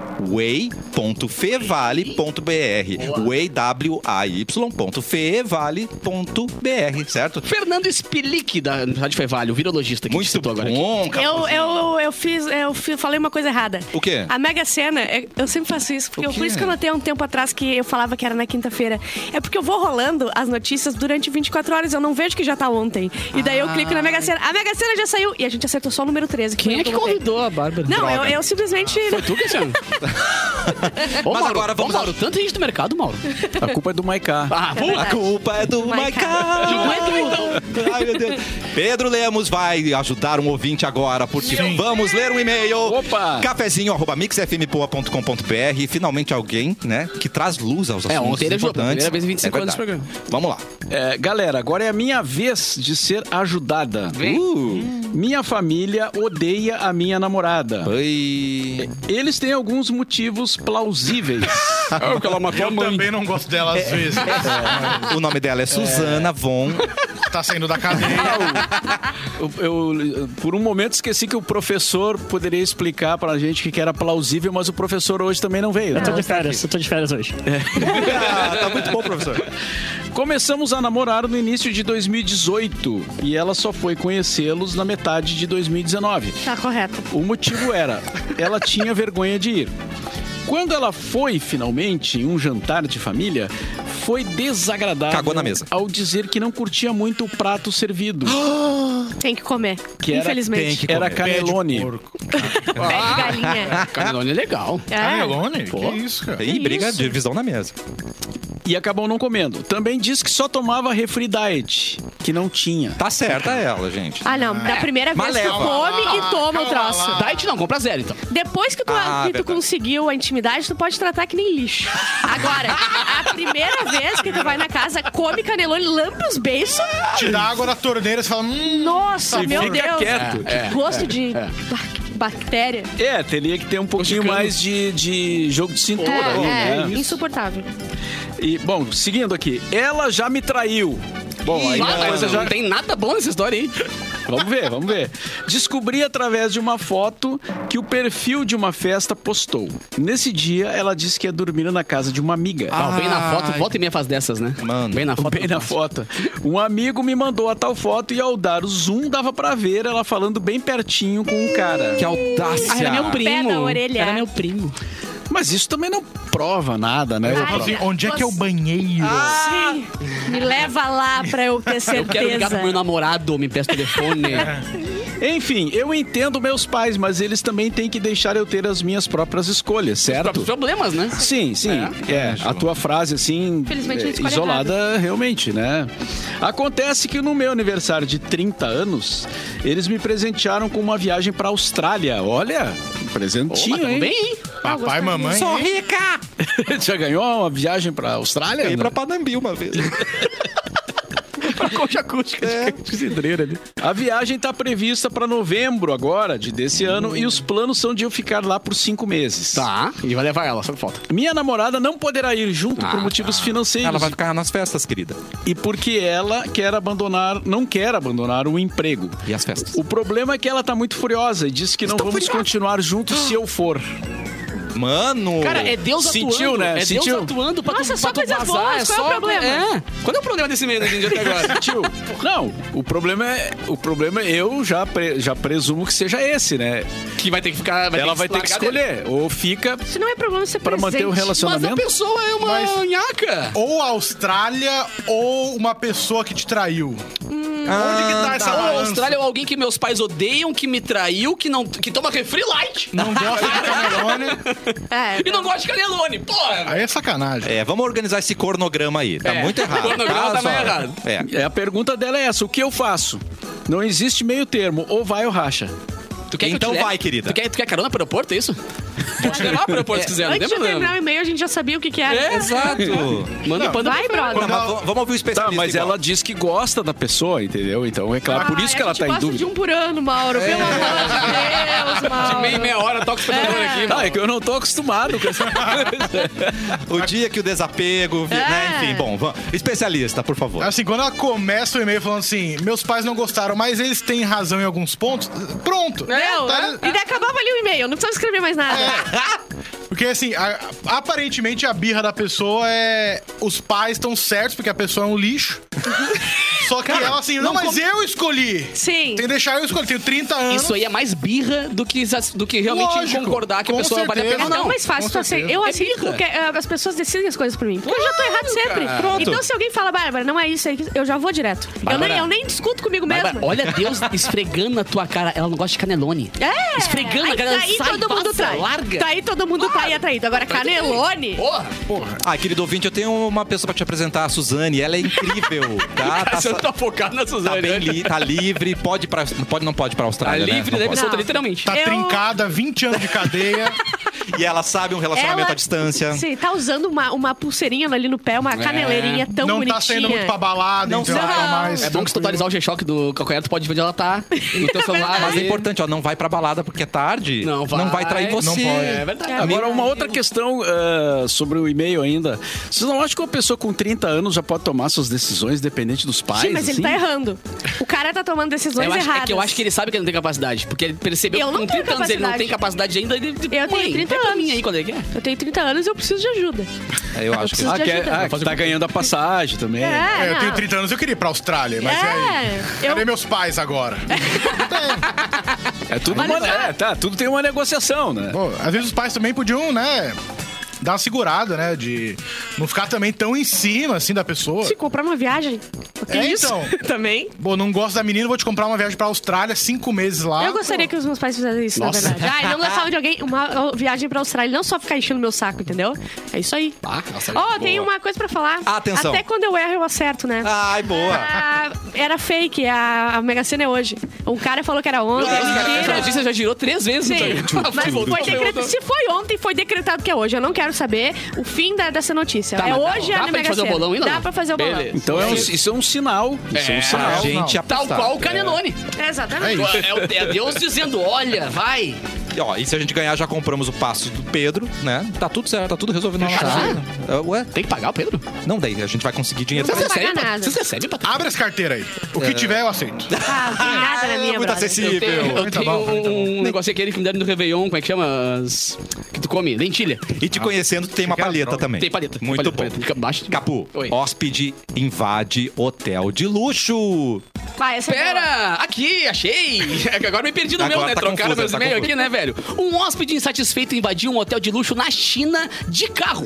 Speaker 1: way.fevale.br way w a y.fevale.br, certo?
Speaker 2: Fernando Spilic, da Universidade Fevalho, o virologista que a gente
Speaker 1: Muito
Speaker 2: citou agora. aqui.
Speaker 1: bom, cara.
Speaker 3: Eu, eu, eu, fiz, eu fi- falei uma coisa errada.
Speaker 1: O quê?
Speaker 3: A Mega Sena, é- eu sempre faço isso, porque
Speaker 1: O
Speaker 3: eu-
Speaker 1: quê?
Speaker 3: por isso que eu notei há um tempo atrás que eu falava que era na quinta-feira. É porque eu vou rolando as notícias durante 24 horas, eu não vejo que já tá ontem. E daí eu clico na Mega Sena. A Mega Sena já saiu e a gente acertou só o número 13.
Speaker 2: Quem
Speaker 3: foi
Speaker 2: é que
Speaker 3: eu notei.
Speaker 2: convidou a Bárbara?
Speaker 3: Não, eu, eu simplesmente.
Speaker 2: Foi
Speaker 4: [LAUGHS]
Speaker 2: tu, Cristiano? Ô,
Speaker 1: Mas
Speaker 2: Mauro,
Speaker 1: agora vamos
Speaker 2: ô, Mauro, tanta gente do mercado, Mauro.
Speaker 4: A culpa é do
Speaker 2: [LAUGHS]
Speaker 4: Maiká.
Speaker 2: Ah, vamos
Speaker 1: A culpa é do Maiká.
Speaker 3: então.
Speaker 1: [LAUGHS] Ai, meu Deus. Pedro Lemos vai ajudar um ouvinte agora, porque vamos ler um e-mail.
Speaker 4: Opa!
Speaker 1: Cafezinho, arroba mixfmpoa.com.br. E finalmente alguém, né, que traz luz aos assuntos
Speaker 2: ontem ele ajudou, pela
Speaker 1: importantes. É
Speaker 2: primeira vez em 25 anos
Speaker 1: verdade.
Speaker 2: de
Speaker 1: Vamos lá.
Speaker 4: É, galera, agora é a minha vez de ser ajudada. Uh.
Speaker 2: Vem.
Speaker 4: Minha família odeia a minha namorada.
Speaker 1: Oi.
Speaker 4: Eles têm alguns motivos plausíveis. é porque ela matou
Speaker 5: Eu também não gosto dela às vezes.
Speaker 1: O nome dela é Suzana Von.
Speaker 5: [LAUGHS] Tá saindo da cadeia.
Speaker 4: Eu, eu, por um momento esqueci que o professor poderia explicar pra gente que que era plausível, mas o professor hoje também não veio.
Speaker 2: Então,
Speaker 7: Eu tô de férias, eu tô de férias hoje.
Speaker 1: Ah, tá muito bom, professor.
Speaker 4: Começamos a namorar no início de 2018 e ela só foi conhecê-los na metade de 2019.
Speaker 3: Tá correto.
Speaker 4: O motivo era, ela tinha vergonha de ir. Quando ela foi, finalmente, em um jantar de família, foi desagradável
Speaker 1: Cagou na mesa.
Speaker 4: ao dizer que não curtia muito o prato servido,
Speaker 3: Tem que comer.
Speaker 4: Ah! que era,
Speaker 1: tem
Speaker 3: Infelizmente.
Speaker 1: que
Speaker 4: era
Speaker 1: comer.
Speaker 4: canelone.
Speaker 3: Pé de galinha.
Speaker 2: Canelone é legal.
Speaker 3: É.
Speaker 5: Canelone?
Speaker 2: Pô.
Speaker 5: Que isso, cara?
Speaker 1: Ih, briga
Speaker 3: isso?
Speaker 1: de visão na mesa.
Speaker 4: E acabou não comendo. Também disse que só tomava refri diet, que não tinha.
Speaker 1: Tá certa ela, gente.
Speaker 3: Ah, não. Da primeira vez
Speaker 1: Mas
Speaker 3: tu
Speaker 1: leva.
Speaker 3: come e toma
Speaker 5: Calma
Speaker 3: o troço.
Speaker 4: Ah.
Speaker 5: lá.
Speaker 2: Diet não, compra zero, então.
Speaker 3: Depois que tu,
Speaker 1: Ah,
Speaker 3: que tu
Speaker 1: verdade.
Speaker 3: conseguiu a intimidade, tu pode tratar que nem lixo. Agora, a primeira vez que tu vai na casa, come canelone, lambe os beiços.
Speaker 5: Te dá água da torneira, você fala... Hum,
Speaker 3: Nossa,
Speaker 4: E
Speaker 3: meu
Speaker 4: fica
Speaker 3: Deus.
Speaker 4: quieto.
Speaker 3: Que gosto de bac- bactéria.
Speaker 4: É, teria que ter um pouquinho
Speaker 2: Mexicano.
Speaker 4: mais de, de jogo de cintura.
Speaker 3: é,
Speaker 4: aí,
Speaker 3: é,
Speaker 4: né?
Speaker 3: insuportável.
Speaker 4: E, bom, seguindo aqui. Ela já me traiu. Bom, aí
Speaker 2: Nada,
Speaker 4: a coisa já
Speaker 2: Não tem nada bom nessa história aí.
Speaker 4: Vamos ver, vamos ver. Descobri através de uma foto que o perfil de uma festa postou. Nesse dia, ela disse que ia dormir na casa de uma amiga.
Speaker 2: Ah, vem na foto,
Speaker 1: Ai.
Speaker 2: volta e meia faz dessas, né?
Speaker 1: Mano.
Speaker 2: Vem na foto.
Speaker 4: Bem na foto. Um amigo me mandou a tal foto e ao dar o zoom dava pra ver ela falando bem pertinho com um cara.
Speaker 1: Que audácia.
Speaker 2: Ah, era meu primo.
Speaker 3: Pé na orelha.
Speaker 2: Era meu primo.
Speaker 4: Mas isso também não prova nada, né?
Speaker 3: Ai,
Speaker 5: Assim, onde é que é o banheiro?
Speaker 3: Sim. Me leva lá pra eu ter certeza.
Speaker 2: Eu quero ligar pro meu namorado, me peço
Speaker 4: [LAUGHS]
Speaker 2: telefone.
Speaker 4: É. Enfim, eu entendo meus pais, mas eles também têm que deixar eu ter as minhas próprias escolhas, certo?
Speaker 2: Próprios problemas, né?
Speaker 4: Sim, sim. É, a tua frase, assim,
Speaker 3: Infelizmente, a gente
Speaker 4: é,
Speaker 3: escolhe
Speaker 4: isolada, realmente, né? Acontece que no meu aniversário de 30 anos, eles me presentearam com uma viagem pra Austrália. Olha, um presentinho,
Speaker 2: Tinha,
Speaker 4: hein?
Speaker 2: bem,
Speaker 4: [LAUGHS]
Speaker 2: hein?
Speaker 5: Papai, mamãe.
Speaker 1: rica.
Speaker 4: Já ganhou uma viagem pra Austrália?
Speaker 1: Ganhei pra Panambi uma vez.
Speaker 4: pra concha acústica [LAUGHS]
Speaker 2: É.
Speaker 4: de cidreira ali. A viagem tá prevista pra novembro agora, de desse ano, e os planos são de eu ficar lá por cinco meses.
Speaker 2: Tá, e vai levar ela, só que falta.
Speaker 4: Minha namorada não poderá ir junto
Speaker 2: Ah,
Speaker 4: por motivos financeiros.
Speaker 1: Ela vai ficar nas festas, querida.
Speaker 4: e porque ela quer abandonar, não quer abandonar o emprego.
Speaker 1: E as festas?
Speaker 4: O problema é que ela tá muito furiosa e disse que não vamos continuar juntos se eu for.
Speaker 1: Mano.
Speaker 2: Cara, é Deus
Speaker 4: Sentiu,
Speaker 2: atuando.
Speaker 4: né?
Speaker 2: É
Speaker 4: Sentiu?
Speaker 2: Deus atuando pra
Speaker 3: Nossa,
Speaker 2: tu,
Speaker 3: só
Speaker 2: pra tu
Speaker 3: coisas
Speaker 2: vazar.
Speaker 3: boas,
Speaker 2: é
Speaker 3: qual é
Speaker 2: só...
Speaker 3: o problema?
Speaker 2: É. Qual é o problema desse menino gente, até
Speaker 4: [LAUGHS]
Speaker 2: agora?
Speaker 4: Tio, não, o problema é, o problema eu já pre- já presumo que seja esse, né?
Speaker 2: que vai ter que ficar...
Speaker 4: ela vai ter que
Speaker 2: largar dele.
Speaker 4: escolher ou fica
Speaker 3: Isso não é problema ser
Speaker 4: pra
Speaker 3: presente.
Speaker 4: manter o
Speaker 2: Mas a
Speaker 4: relacionamento.
Speaker 2: pessoa é uma
Speaker 5: Mas-
Speaker 2: nhaca.
Speaker 5: Ou a Austrália ou uma pessoa que te traiu. onde que tá, essa
Speaker 2: Ou a
Speaker 5: balança?
Speaker 2: Austrália ou alguém que meus pais odeiam, que me traiu, que não que toma refri light
Speaker 5: Não gosta de camelone.
Speaker 3: É,
Speaker 2: e não gosta de canelone. Porra!
Speaker 5: [LAUGHS] Aí é sacanagem.
Speaker 1: É, vamos organizar esse cornograma aí. Tá
Speaker 2: É,
Speaker 1: muito errado.
Speaker 2: cornograma tá
Speaker 1: só-
Speaker 2: meio errado.
Speaker 1: É.
Speaker 4: É, a pergunta dela é essa, o que eu faço? Não existe meio termo, ou vai ou racha.
Speaker 2: Tu quer que eu
Speaker 1: Então
Speaker 2: te leve?
Speaker 1: vai, querida.
Speaker 2: Tu quer, tu quer carona pro aeroporto, é isso? Vou te levar pro aeroporto se quiser, não tem
Speaker 3: Antes de terminar
Speaker 2: problema.
Speaker 3: o e-mail, a gente já sabia o que, que era.
Speaker 2: É, exato.
Speaker 4: [LAUGHS]
Speaker 2: Manda, manda.
Speaker 3: Vai,
Speaker 1: Não,
Speaker 3: brother.
Speaker 1: mas v- vamos ouvir o
Speaker 4: Tá,
Speaker 1: especialista.
Speaker 4: mas
Speaker 1: igual.
Speaker 4: ela diz que gosta da pessoa, entendeu? Então é claro, por
Speaker 3: Ah,
Speaker 4: isso que
Speaker 3: a
Speaker 4: ela
Speaker 3: gente
Speaker 4: tá em
Speaker 3: gosta
Speaker 4: dúvida.
Speaker 3: de um por ano, Mauro. Pelo amor de Deus, Mauro.
Speaker 2: De meia, em meia hora, toca o espectador
Speaker 3: É.
Speaker 2: aqui.
Speaker 4: Ah, é que eu não tô acostumado com essa
Speaker 1: O dia que o desapego... vi-
Speaker 3: É.
Speaker 1: né, Enfim, bom. va- Especialista, por favor.
Speaker 5: Assim, quando ela começa o e-mail falando assim, meus pais não gostaram, mas eles têm razão em alguns pontos, pronto.
Speaker 3: Não,
Speaker 5: Tá- É,
Speaker 3: e daí acabava ali o e-mail, não precisava escrever mais nada.
Speaker 5: Porque assim, a- aparentemente a birra da pessoa é. Os pais estão certos, porque a pessoa é um
Speaker 3: [LAUGHS]
Speaker 5: lixo. Só que ela assim, não, mas eu escolhi.
Speaker 3: Sim.
Speaker 5: Tem que deixar eu escolher. Tenho 30 anos.
Speaker 2: Isso aí é mais birra do que, sa- do que realmente
Speaker 5: Lógico,
Speaker 2: concordar que a
Speaker 5: com
Speaker 2: pessoa vale a
Speaker 5: certeza.
Speaker 2: pena
Speaker 3: É
Speaker 2: ou
Speaker 3: tão
Speaker 2: não.
Speaker 3: mais fácil tu aceitar. Eu
Speaker 2: É
Speaker 3: aceito
Speaker 2: birra.
Speaker 3: porque eh, as pessoas decidem as coisas pra mim. Porque eu já tô errado sempre. Então, se alguém fala, Bárbara, não é isso aí, que-", eu já vou direto. Eu
Speaker 2: Bárbara.
Speaker 3: nem, eu nem discuto comigo
Speaker 2: Mas,
Speaker 3: mesmo.
Speaker 2: mas, olha Deus esfregando na tua cara. Ela não gosta de canelone.
Speaker 3: É.
Speaker 2: Esfregando a
Speaker 3: aí,
Speaker 2: galera.
Speaker 3: daí
Speaker 2: sai,
Speaker 3: todo mundo
Speaker 2: passa,
Speaker 3: trai. Tá
Speaker 2: Larga.
Speaker 3: Daí todo mundo trai e é traído. Agora, canelone.
Speaker 2: Porra!
Speaker 1: Ah, querido ouvinte, eu tenho uma pessoa pra te apresentar, a Suzane. Ela é incrível,
Speaker 2: [LAUGHS]
Speaker 1: tá? Tá,
Speaker 2: Você
Speaker 1: sa-
Speaker 2: não tá focado na Suzane.
Speaker 1: tá bem li- tá livre, pode, pra, pode não pode pra
Speaker 2: Tá
Speaker 1: Austrália, né?
Speaker 2: livre
Speaker 1: Não
Speaker 2: da
Speaker 1: pode.
Speaker 2: pessoa,
Speaker 3: Não.
Speaker 2: literalmente.
Speaker 5: Tá
Speaker 3: Eu-
Speaker 5: trincada, 20 anos de cadeia.
Speaker 1: [LAUGHS] E ela sabe um relacionamento à distância.
Speaker 3: Sim, tá usando uma, uma pulseirinha ali no pé,
Speaker 2: É.
Speaker 3: uma caneleirinha [LAUGHS] tão
Speaker 5: não
Speaker 3: bonitinha.
Speaker 5: tá saindo muito pra balada,
Speaker 1: Não
Speaker 5: então
Speaker 1: sei.
Speaker 5: ela tá mais.
Speaker 2: É bom que se totalizar o G-Shock do calcanhar, tu pode ver onde ela tá.
Speaker 3: [LAUGHS]
Speaker 2: No teu celular.
Speaker 1: Mas é
Speaker 2: ali.
Speaker 1: importante, ó, não vai pra balada porque é tarde.
Speaker 2: Não vai.
Speaker 1: Não vai trair
Speaker 2: Não
Speaker 1: você.
Speaker 5: pode.
Speaker 2: É verdade.
Speaker 4: Agora, uma outra questão ah, sobre o e-mail ainda. Vocês não acham que uma pessoa com 30 anos já pode tomar suas decisões dependente dos pais?
Speaker 3: Sim, mas ele
Speaker 4: assim?
Speaker 3: tá errando. O cara tá tomando decisões
Speaker 2: Eu acho,
Speaker 3: erradas.
Speaker 2: é que eu acho que ele sabe que ele não tem capacidade. Porque ele percebeu
Speaker 3: Eu
Speaker 2: que com
Speaker 3: não tenho
Speaker 2: 30 anos ele não tem
Speaker 3: capacidade.
Speaker 2: capacidade ainda. Ele, tipo, eu
Speaker 3: tenho 30
Speaker 2: pra mim
Speaker 3: anos.
Speaker 2: aí quando é ele quer.
Speaker 3: Eu tenho 30 anos e eu preciso de ajuda.
Speaker 1: É, Eu acho que
Speaker 3: preciso
Speaker 4: Ah,
Speaker 3: de
Speaker 4: quer-
Speaker 3: ajuda.
Speaker 4: ah, que tá ganhando a passagem também.
Speaker 5: É, eu
Speaker 3: Ah, não.
Speaker 5: tenho 30 anos, eu queria ir pra Austrália, mas e aí?
Speaker 3: É, eu-
Speaker 5: Cadê meus pais agora?
Speaker 4: É tudo,
Speaker 3: Olha
Speaker 4: uma-
Speaker 3: só.
Speaker 4: é, tá, tudo tem uma negociação, né?
Speaker 5: Pô, às vezes os pais também podiam, né? Dar uma segurada, né? De não ficar também tão em cima, assim, da pessoa.
Speaker 3: Se comprar uma viagem. Que
Speaker 5: É,
Speaker 3: isso?
Speaker 5: então.
Speaker 3: [LAUGHS] Também.
Speaker 5: Pô, não gosto da menina, vou te comprar uma viagem pra Austrália, cinco meses lá.
Speaker 2: Ah,
Speaker 3: Eu gostaria que os meus pais fizessem isso, na verdade. Ai, não gostava de alguém. Uma ó, viagem pra Austrália, não só ficar enchendo meu saco, entendeu? É isso aí.
Speaker 2: Ah, nossa,
Speaker 3: Ó,
Speaker 2: boa. tá.
Speaker 3: tem uma coisa pra falar.
Speaker 1: Atenção.
Speaker 3: Até quando eu erro, eu acerto, né?
Speaker 1: Ai, boa.
Speaker 3: Ah, era fake, a, a Mega Sena é hoje. Um cara falou que era ontem, é
Speaker 2: Essa
Speaker 3: mentira.
Speaker 2: notícia já girou três vezes.
Speaker 3: Sim,
Speaker 2: então.
Speaker 3: mas
Speaker 2: Voltou,
Speaker 3: foi decretado,
Speaker 2: voltou.
Speaker 3: se foi ontem, foi decretado que é hoje. Eu não quero saber o fim da- dessa notícia.
Speaker 2: Tá,
Speaker 3: é
Speaker 2: mas dá-
Speaker 3: hoje
Speaker 2: dá
Speaker 3: a
Speaker 2: pra gente
Speaker 3: Mega
Speaker 2: fazer o
Speaker 3: Sena.
Speaker 2: bolão ainda
Speaker 3: Dá
Speaker 2: não?
Speaker 3: pra fazer o bolão.
Speaker 2: Beleza.
Speaker 4: Então é um- isso é um sinal. Isso é um sinal.
Speaker 1: gente
Speaker 2: Tal
Speaker 1: apostar.
Speaker 2: qual o Canelone.
Speaker 3: Exatamente.
Speaker 5: É isso.
Speaker 2: É, o- é Deus dizendo, olha, vai.
Speaker 1: E, ó, e se a gente ganhar, já compramos o passo do Pedro, né? Tá tudo certo, tá tudo resolvido na nossa
Speaker 2: Fechado.
Speaker 1: vida. Ué?
Speaker 2: Tem que pagar o Pedro?
Speaker 1: Não, daí a gente vai conseguir dinheiro.
Speaker 3: Não
Speaker 1: pra
Speaker 3: precisa
Speaker 1: isso.
Speaker 3: pagar
Speaker 2: Recebe,
Speaker 3: nada.
Speaker 2: Vocês recebem, Patrícia?
Speaker 5: Abre as carteiras aí.
Speaker 2: É.
Speaker 5: O que tiver, eu
Speaker 2: [LAUGHS]
Speaker 5: aceito.
Speaker 3: Ah, não tem nada na
Speaker 1: Ah,
Speaker 3: minha,
Speaker 1: muito
Speaker 3: brother.
Speaker 1: acessível.
Speaker 2: Eu
Speaker 5: Então tá
Speaker 2: tenho
Speaker 5: bom, então tá
Speaker 2: um negócio aquele que me deram no Réveillon, como é que chama? As- Que tu come? Lentilha.
Speaker 1: E te conhecendo, tem uma palheta também.
Speaker 2: Tem paleta.
Speaker 1: Muito
Speaker 2: paleta,
Speaker 1: bom.
Speaker 2: paleta. Fica baixo.
Speaker 1: Capu,
Speaker 2: Oi.
Speaker 1: hóspede invade hotel de luxo.
Speaker 3: Vai, essa é boa.
Speaker 2: Pera! Aqui, achei! É que Agora me perdi no
Speaker 1: Agora
Speaker 2: meu, né?
Speaker 1: tá
Speaker 2: Trocaram
Speaker 1: confuso,
Speaker 2: meus
Speaker 1: tá
Speaker 2: e-mails
Speaker 1: confuso.
Speaker 2: aqui, né, velho? Um hóspede insatisfeito invadiu um hotel de luxo na China de carro.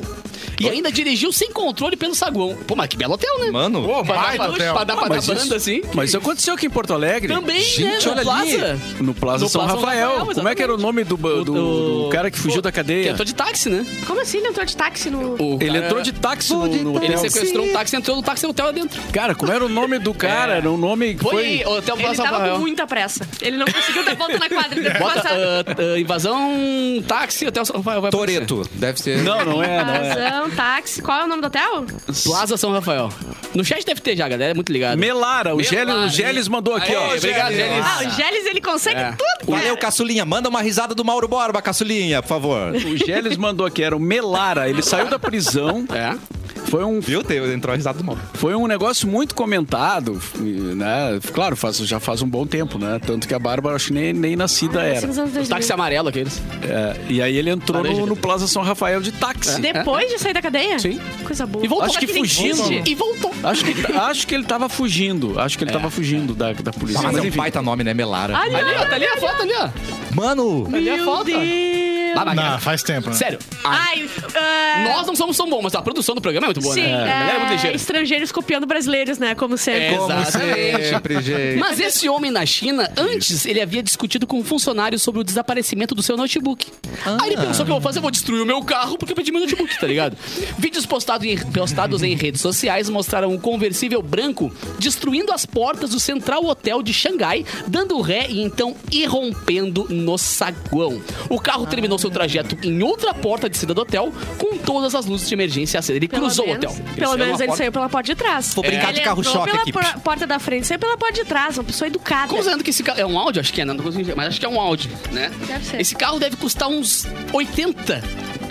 Speaker 2: E ainda dirigiu sem controle pelo saguão. Pô, mas que belo hotel, né?
Speaker 1: Mano,
Speaker 2: Pô, pra
Speaker 5: baita
Speaker 2: dar, pra,
Speaker 5: hotel.
Speaker 2: pra dar, pra
Speaker 4: Ah,
Speaker 2: dar
Speaker 4: mas
Speaker 2: banda,
Speaker 4: isso-
Speaker 2: assim.
Speaker 4: Mas isso aconteceu aqui em Porto Alegre.
Speaker 2: Também,
Speaker 4: Gente,
Speaker 2: né?
Speaker 4: olha
Speaker 2: No
Speaker 4: ali.
Speaker 2: Plaza.
Speaker 4: No Plaza
Speaker 2: No
Speaker 4: São
Speaker 2: Plaza São
Speaker 4: Rafael.
Speaker 2: Rafael,
Speaker 4: Como é que era o nome do, do, do- do cara que fugiu
Speaker 2: Pô,
Speaker 4: da
Speaker 2: Que
Speaker 4: cadeia?
Speaker 2: entrou de táxi, né?
Speaker 3: Como assim? Ele entrou de táxi no...
Speaker 2: O
Speaker 4: Ele
Speaker 2: cara-
Speaker 4: entrou de táxi no, no
Speaker 2: Ele
Speaker 4: hotel.
Speaker 2: sequestrou um táxi, entrou no táxi e o hotel lá dentro.
Speaker 4: Cara, como era o nome do cara? Era um nome que
Speaker 2: Foi,
Speaker 4: foi...
Speaker 2: hotel
Speaker 3: Ele
Speaker 2: Plaza São
Speaker 3: tava
Speaker 2: Rafael.
Speaker 3: com muita pressa. Ele não conseguiu dar volta na quadra. Ele
Speaker 2: Bota
Speaker 3: passava-
Speaker 2: ah, ah, invasão, táxi, hotel São Rafael. vai aparecer.
Speaker 1: Toreto, deve ser.
Speaker 4: Não, não
Speaker 2: Ah,
Speaker 4: é, não é.
Speaker 3: Razão, táxi. Qual é o nome do hotel?
Speaker 2: Plaza São Rafael. No chat deve ter já, galera. É muito ligado.
Speaker 4: Melara, o
Speaker 2: Melara,
Speaker 4: Geles, o Geles mandou aqui,
Speaker 2: Aê,
Speaker 4: ó.
Speaker 2: Obrigado, Geles.
Speaker 3: Ah, o Geles, ele consegue
Speaker 2: É.
Speaker 3: tudo.
Speaker 1: Valeu, Caçulinha. Manda uma risada do Mauro Borba, Caçulinha, por favor.
Speaker 4: O Geles mandou aqui, era o Melara. Ele saiu da prisão.
Speaker 2: [LAUGHS] É.
Speaker 4: Foi um,
Speaker 1: Viu? Teu- Entrou a risada do Mauro.
Speaker 4: foi um negócio muito comentado, né? Claro, faz, já faz um bom tempo, né? Tanto que a Bárbara, acho que nem, nem
Speaker 2: Ah,
Speaker 4: nascida
Speaker 3: Assim,
Speaker 4: era.
Speaker 3: nos anos
Speaker 2: Os táxi
Speaker 3: 2000.
Speaker 2: amarelo aqueles.
Speaker 4: É, e aí ele entrou
Speaker 2: Laranja.
Speaker 4: no, no Plaza São Rafael de
Speaker 2: é
Speaker 4: táxi.
Speaker 3: Depois de sair da cadeia?
Speaker 4: Sim.
Speaker 3: Coisa boa.
Speaker 2: assim, né? E voltou
Speaker 4: Acho
Speaker 2: pra
Speaker 4: que
Speaker 2: nem
Speaker 4: fugindo.
Speaker 2: existe. E voltou.
Speaker 4: Acho que, acho que ele tava fugindo. Acho
Speaker 2: É.
Speaker 4: que ele tava fugindo da, da polícia.
Speaker 1: Mas
Speaker 4: Mas
Speaker 1: é um
Speaker 4: enfim.
Speaker 1: baita nome, né, Melara?
Speaker 3: Olha,
Speaker 2: Ali, ó,
Speaker 3: olha,
Speaker 2: tá ali a foto ali, ó.
Speaker 1: Mano,
Speaker 2: Tá ali a
Speaker 3: Meu
Speaker 2: foto.
Speaker 3: Deus.
Speaker 2: Ah, mas,
Speaker 5: Não,
Speaker 2: cara,
Speaker 5: faz tempo, né?
Speaker 2: Sério.
Speaker 3: Ai, ah,
Speaker 2: Nós não somos tão bons, mas a produção do programa é muito boa,
Speaker 3: Sim,
Speaker 2: né? A galera é muito
Speaker 3: é,
Speaker 2: ligeira.
Speaker 3: estrangeiros copiando brasileiros, né? Como sempre.
Speaker 2: É.
Speaker 1: como
Speaker 2: Exatamente.
Speaker 1: sempre, gente.
Speaker 2: Mas esse homem na China, antes, ele havia discutido com um funcionário sobre o desaparecimento do seu notebook. Aí
Speaker 3: Ah.
Speaker 2: ele pensou o que eu vou fazer, eu vou destruir o meu carro porque eu perdi meu notebook,
Speaker 3: [LAUGHS]
Speaker 2: tá ligado? Vídeos postado em- postados em redes sociais mostraram um conversível branco destruindo as portas do Central Hotel de Xangai, dando ré e então irrompendo no saguão. O carro terminou seu trajeto em outra porta de saída do hotel, com todas as luzes de emergência acendidas. Ele
Speaker 3: Pelo
Speaker 2: cruzou
Speaker 3: menos,
Speaker 2: o hotel.
Speaker 3: Pelo
Speaker 2: saiu
Speaker 3: menos
Speaker 2: na
Speaker 3: ele
Speaker 2: porta-
Speaker 3: saiu pela porta de trás.
Speaker 1: Vou brincar
Speaker 3: Ele
Speaker 1: de carro-choque
Speaker 3: entrou pela
Speaker 1: aqui.
Speaker 3: por- porta da frente, saiu pela porta de trás. Uma pessoa educada.
Speaker 2: Considerando que esse carro. É um Audi? Acho que é, não, não consigo ver, mas acho que é um Audi, né?
Speaker 3: Deve ser.
Speaker 2: Esse carro deve custar uns 80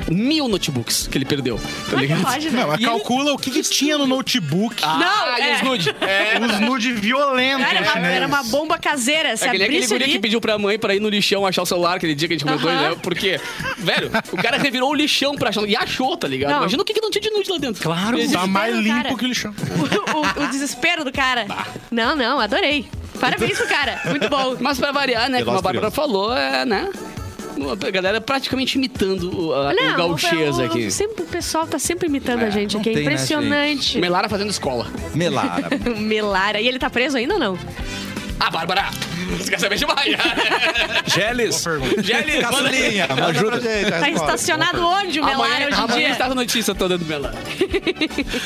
Speaker 2: mil notebooks que ele perdeu. Tá
Speaker 3: Como é que
Speaker 2: ligado?
Speaker 3: pode, né?
Speaker 5: Não, mas calcula o que, que tinha no notebook.
Speaker 3: Não,
Speaker 2: e
Speaker 3: é.
Speaker 2: os nude. [LAUGHS] É.
Speaker 5: Os nude violentos.
Speaker 3: Era uma,
Speaker 5: né?
Speaker 3: era uma bomba caseira. Se
Speaker 2: É que nem aquele
Speaker 3: abrisse
Speaker 2: guri
Speaker 3: ali...
Speaker 2: que pediu pra mãe pra ir no lixão achar o celular aquele dia que a gente comentou,
Speaker 3: Aham.
Speaker 2: né? Porque, velho, o cara revirou o lixão pra achar e achou, tá ligado?
Speaker 3: Não.
Speaker 2: Imagina o que, que não tinha de nude lá dentro.
Speaker 1: Claro.
Speaker 2: Existe-
Speaker 5: Tá mais
Speaker 3: Cara.
Speaker 5: limpo que o lixão.
Speaker 3: [LAUGHS] o, o- o desespero do cara. Não, não, adorei. Parabéns pro cara. Muito
Speaker 2: [LAUGHS]
Speaker 3: bom.
Speaker 2: Mas pra variar, né? Como a
Speaker 1: Velozes
Speaker 2: Bárbara falou, é, né? A galera praticamente imitando o, a, o gauchês
Speaker 3: é o- o-
Speaker 2: um aqui.
Speaker 3: Sempre, o pessoal tá sempre imitando a gente
Speaker 1: não
Speaker 3: aqui. É
Speaker 1: tem, né,
Speaker 3: impressionante.
Speaker 2: Melara fazendo escola.
Speaker 1: Melara.
Speaker 3: Melara. E ele tá preso ainda ou não?
Speaker 2: Ah, Bárbara! Você quer
Speaker 3: [LAUGHS]
Speaker 2: saber demais?
Speaker 4: Geles,
Speaker 2: é Gelli, manda aí.
Speaker 1: Caçulinha, ajuda. Gente, a
Speaker 3: Tá
Speaker 1: resposta.
Speaker 3: estacionado onde o Melara
Speaker 2: Amanhã,
Speaker 3: hoje em
Speaker 2: amanhã
Speaker 3: dia?
Speaker 2: está a notícia toda do Melara.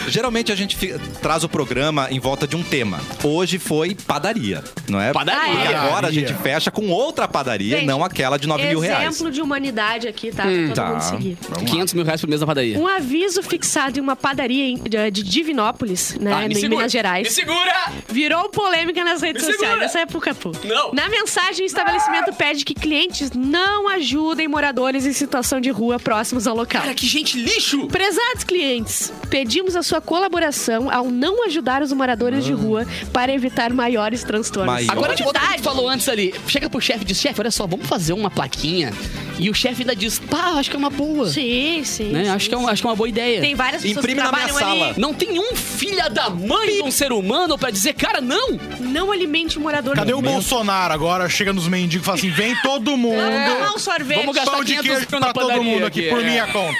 Speaker 1: Geralmente a gente fi- traz o programa em volta de um tema. Hoje foi padaria, não é?
Speaker 2: Padaria.
Speaker 3: Ah,
Speaker 1: E agora a
Speaker 5: Padaria.
Speaker 1: gente fecha com outra padaria,
Speaker 3: Gente,
Speaker 1: não aquela de 9 mil reais.
Speaker 3: Exemplo de humanidade aqui, tá? pra todo
Speaker 1: Tá.
Speaker 3: mundo seguir.
Speaker 1: Vamos lá.
Speaker 2: 500 mil reais por mês na padaria.
Speaker 3: Um aviso fixado em uma padaria em- de de Divinópolis, né,
Speaker 2: Ah, me
Speaker 3: em
Speaker 2: segura.
Speaker 3: Minas
Speaker 2: Me
Speaker 3: Gerais,
Speaker 2: segura!
Speaker 3: virou polêmica nas redes
Speaker 2: Me
Speaker 3: sociais.
Speaker 2: segura.
Speaker 3: Essa é pro Capu.
Speaker 2: Não. Ah!
Speaker 3: Na mensagem, o estabelecimento pede que clientes não ajudem moradores em situação de rua próximos ao local.
Speaker 2: Cara, que gente lixo!
Speaker 3: Prezados clientes, pedimos a sua colaboração ao não ajudar os moradores de rua para evitar maiores transtornos.
Speaker 1: Maior.
Speaker 2: Agora, tipo,
Speaker 3: Quantidade.
Speaker 2: que tu falou antes ali, chega pro chefe e diz, chefe, olha só, vamos fazer uma plaquinha. E o chefe ainda diz, pá, acho que é uma boa.
Speaker 3: Ah, Sim, sim.
Speaker 2: Né?
Speaker 3: sim,
Speaker 2: acho, que é um-
Speaker 3: sim.
Speaker 2: acho que é uma boa ideia.
Speaker 3: Tem várias pessoas
Speaker 1: Imprime
Speaker 3: que
Speaker 1: na minha
Speaker 3: trabalham
Speaker 1: sala.
Speaker 3: ali.
Speaker 2: Não tem um filha da mãe de um ser humano pra dizer, cara, não!
Speaker 3: Não alimente o morador.
Speaker 5: Cadê o
Speaker 3: Não,
Speaker 5: Bolsonaro agora? Chega nos mendigos e fala assim: vem todo mundo.
Speaker 3: Vamos tomar um sorvete.
Speaker 2: Vamos gastar
Speaker 5: Pão de
Speaker 2: 500
Speaker 5: queijo
Speaker 2: mil na
Speaker 5: pra todo
Speaker 2: padaria
Speaker 5: mundo aqui,
Speaker 2: aqui,
Speaker 5: por
Speaker 2: é.
Speaker 5: minha conta.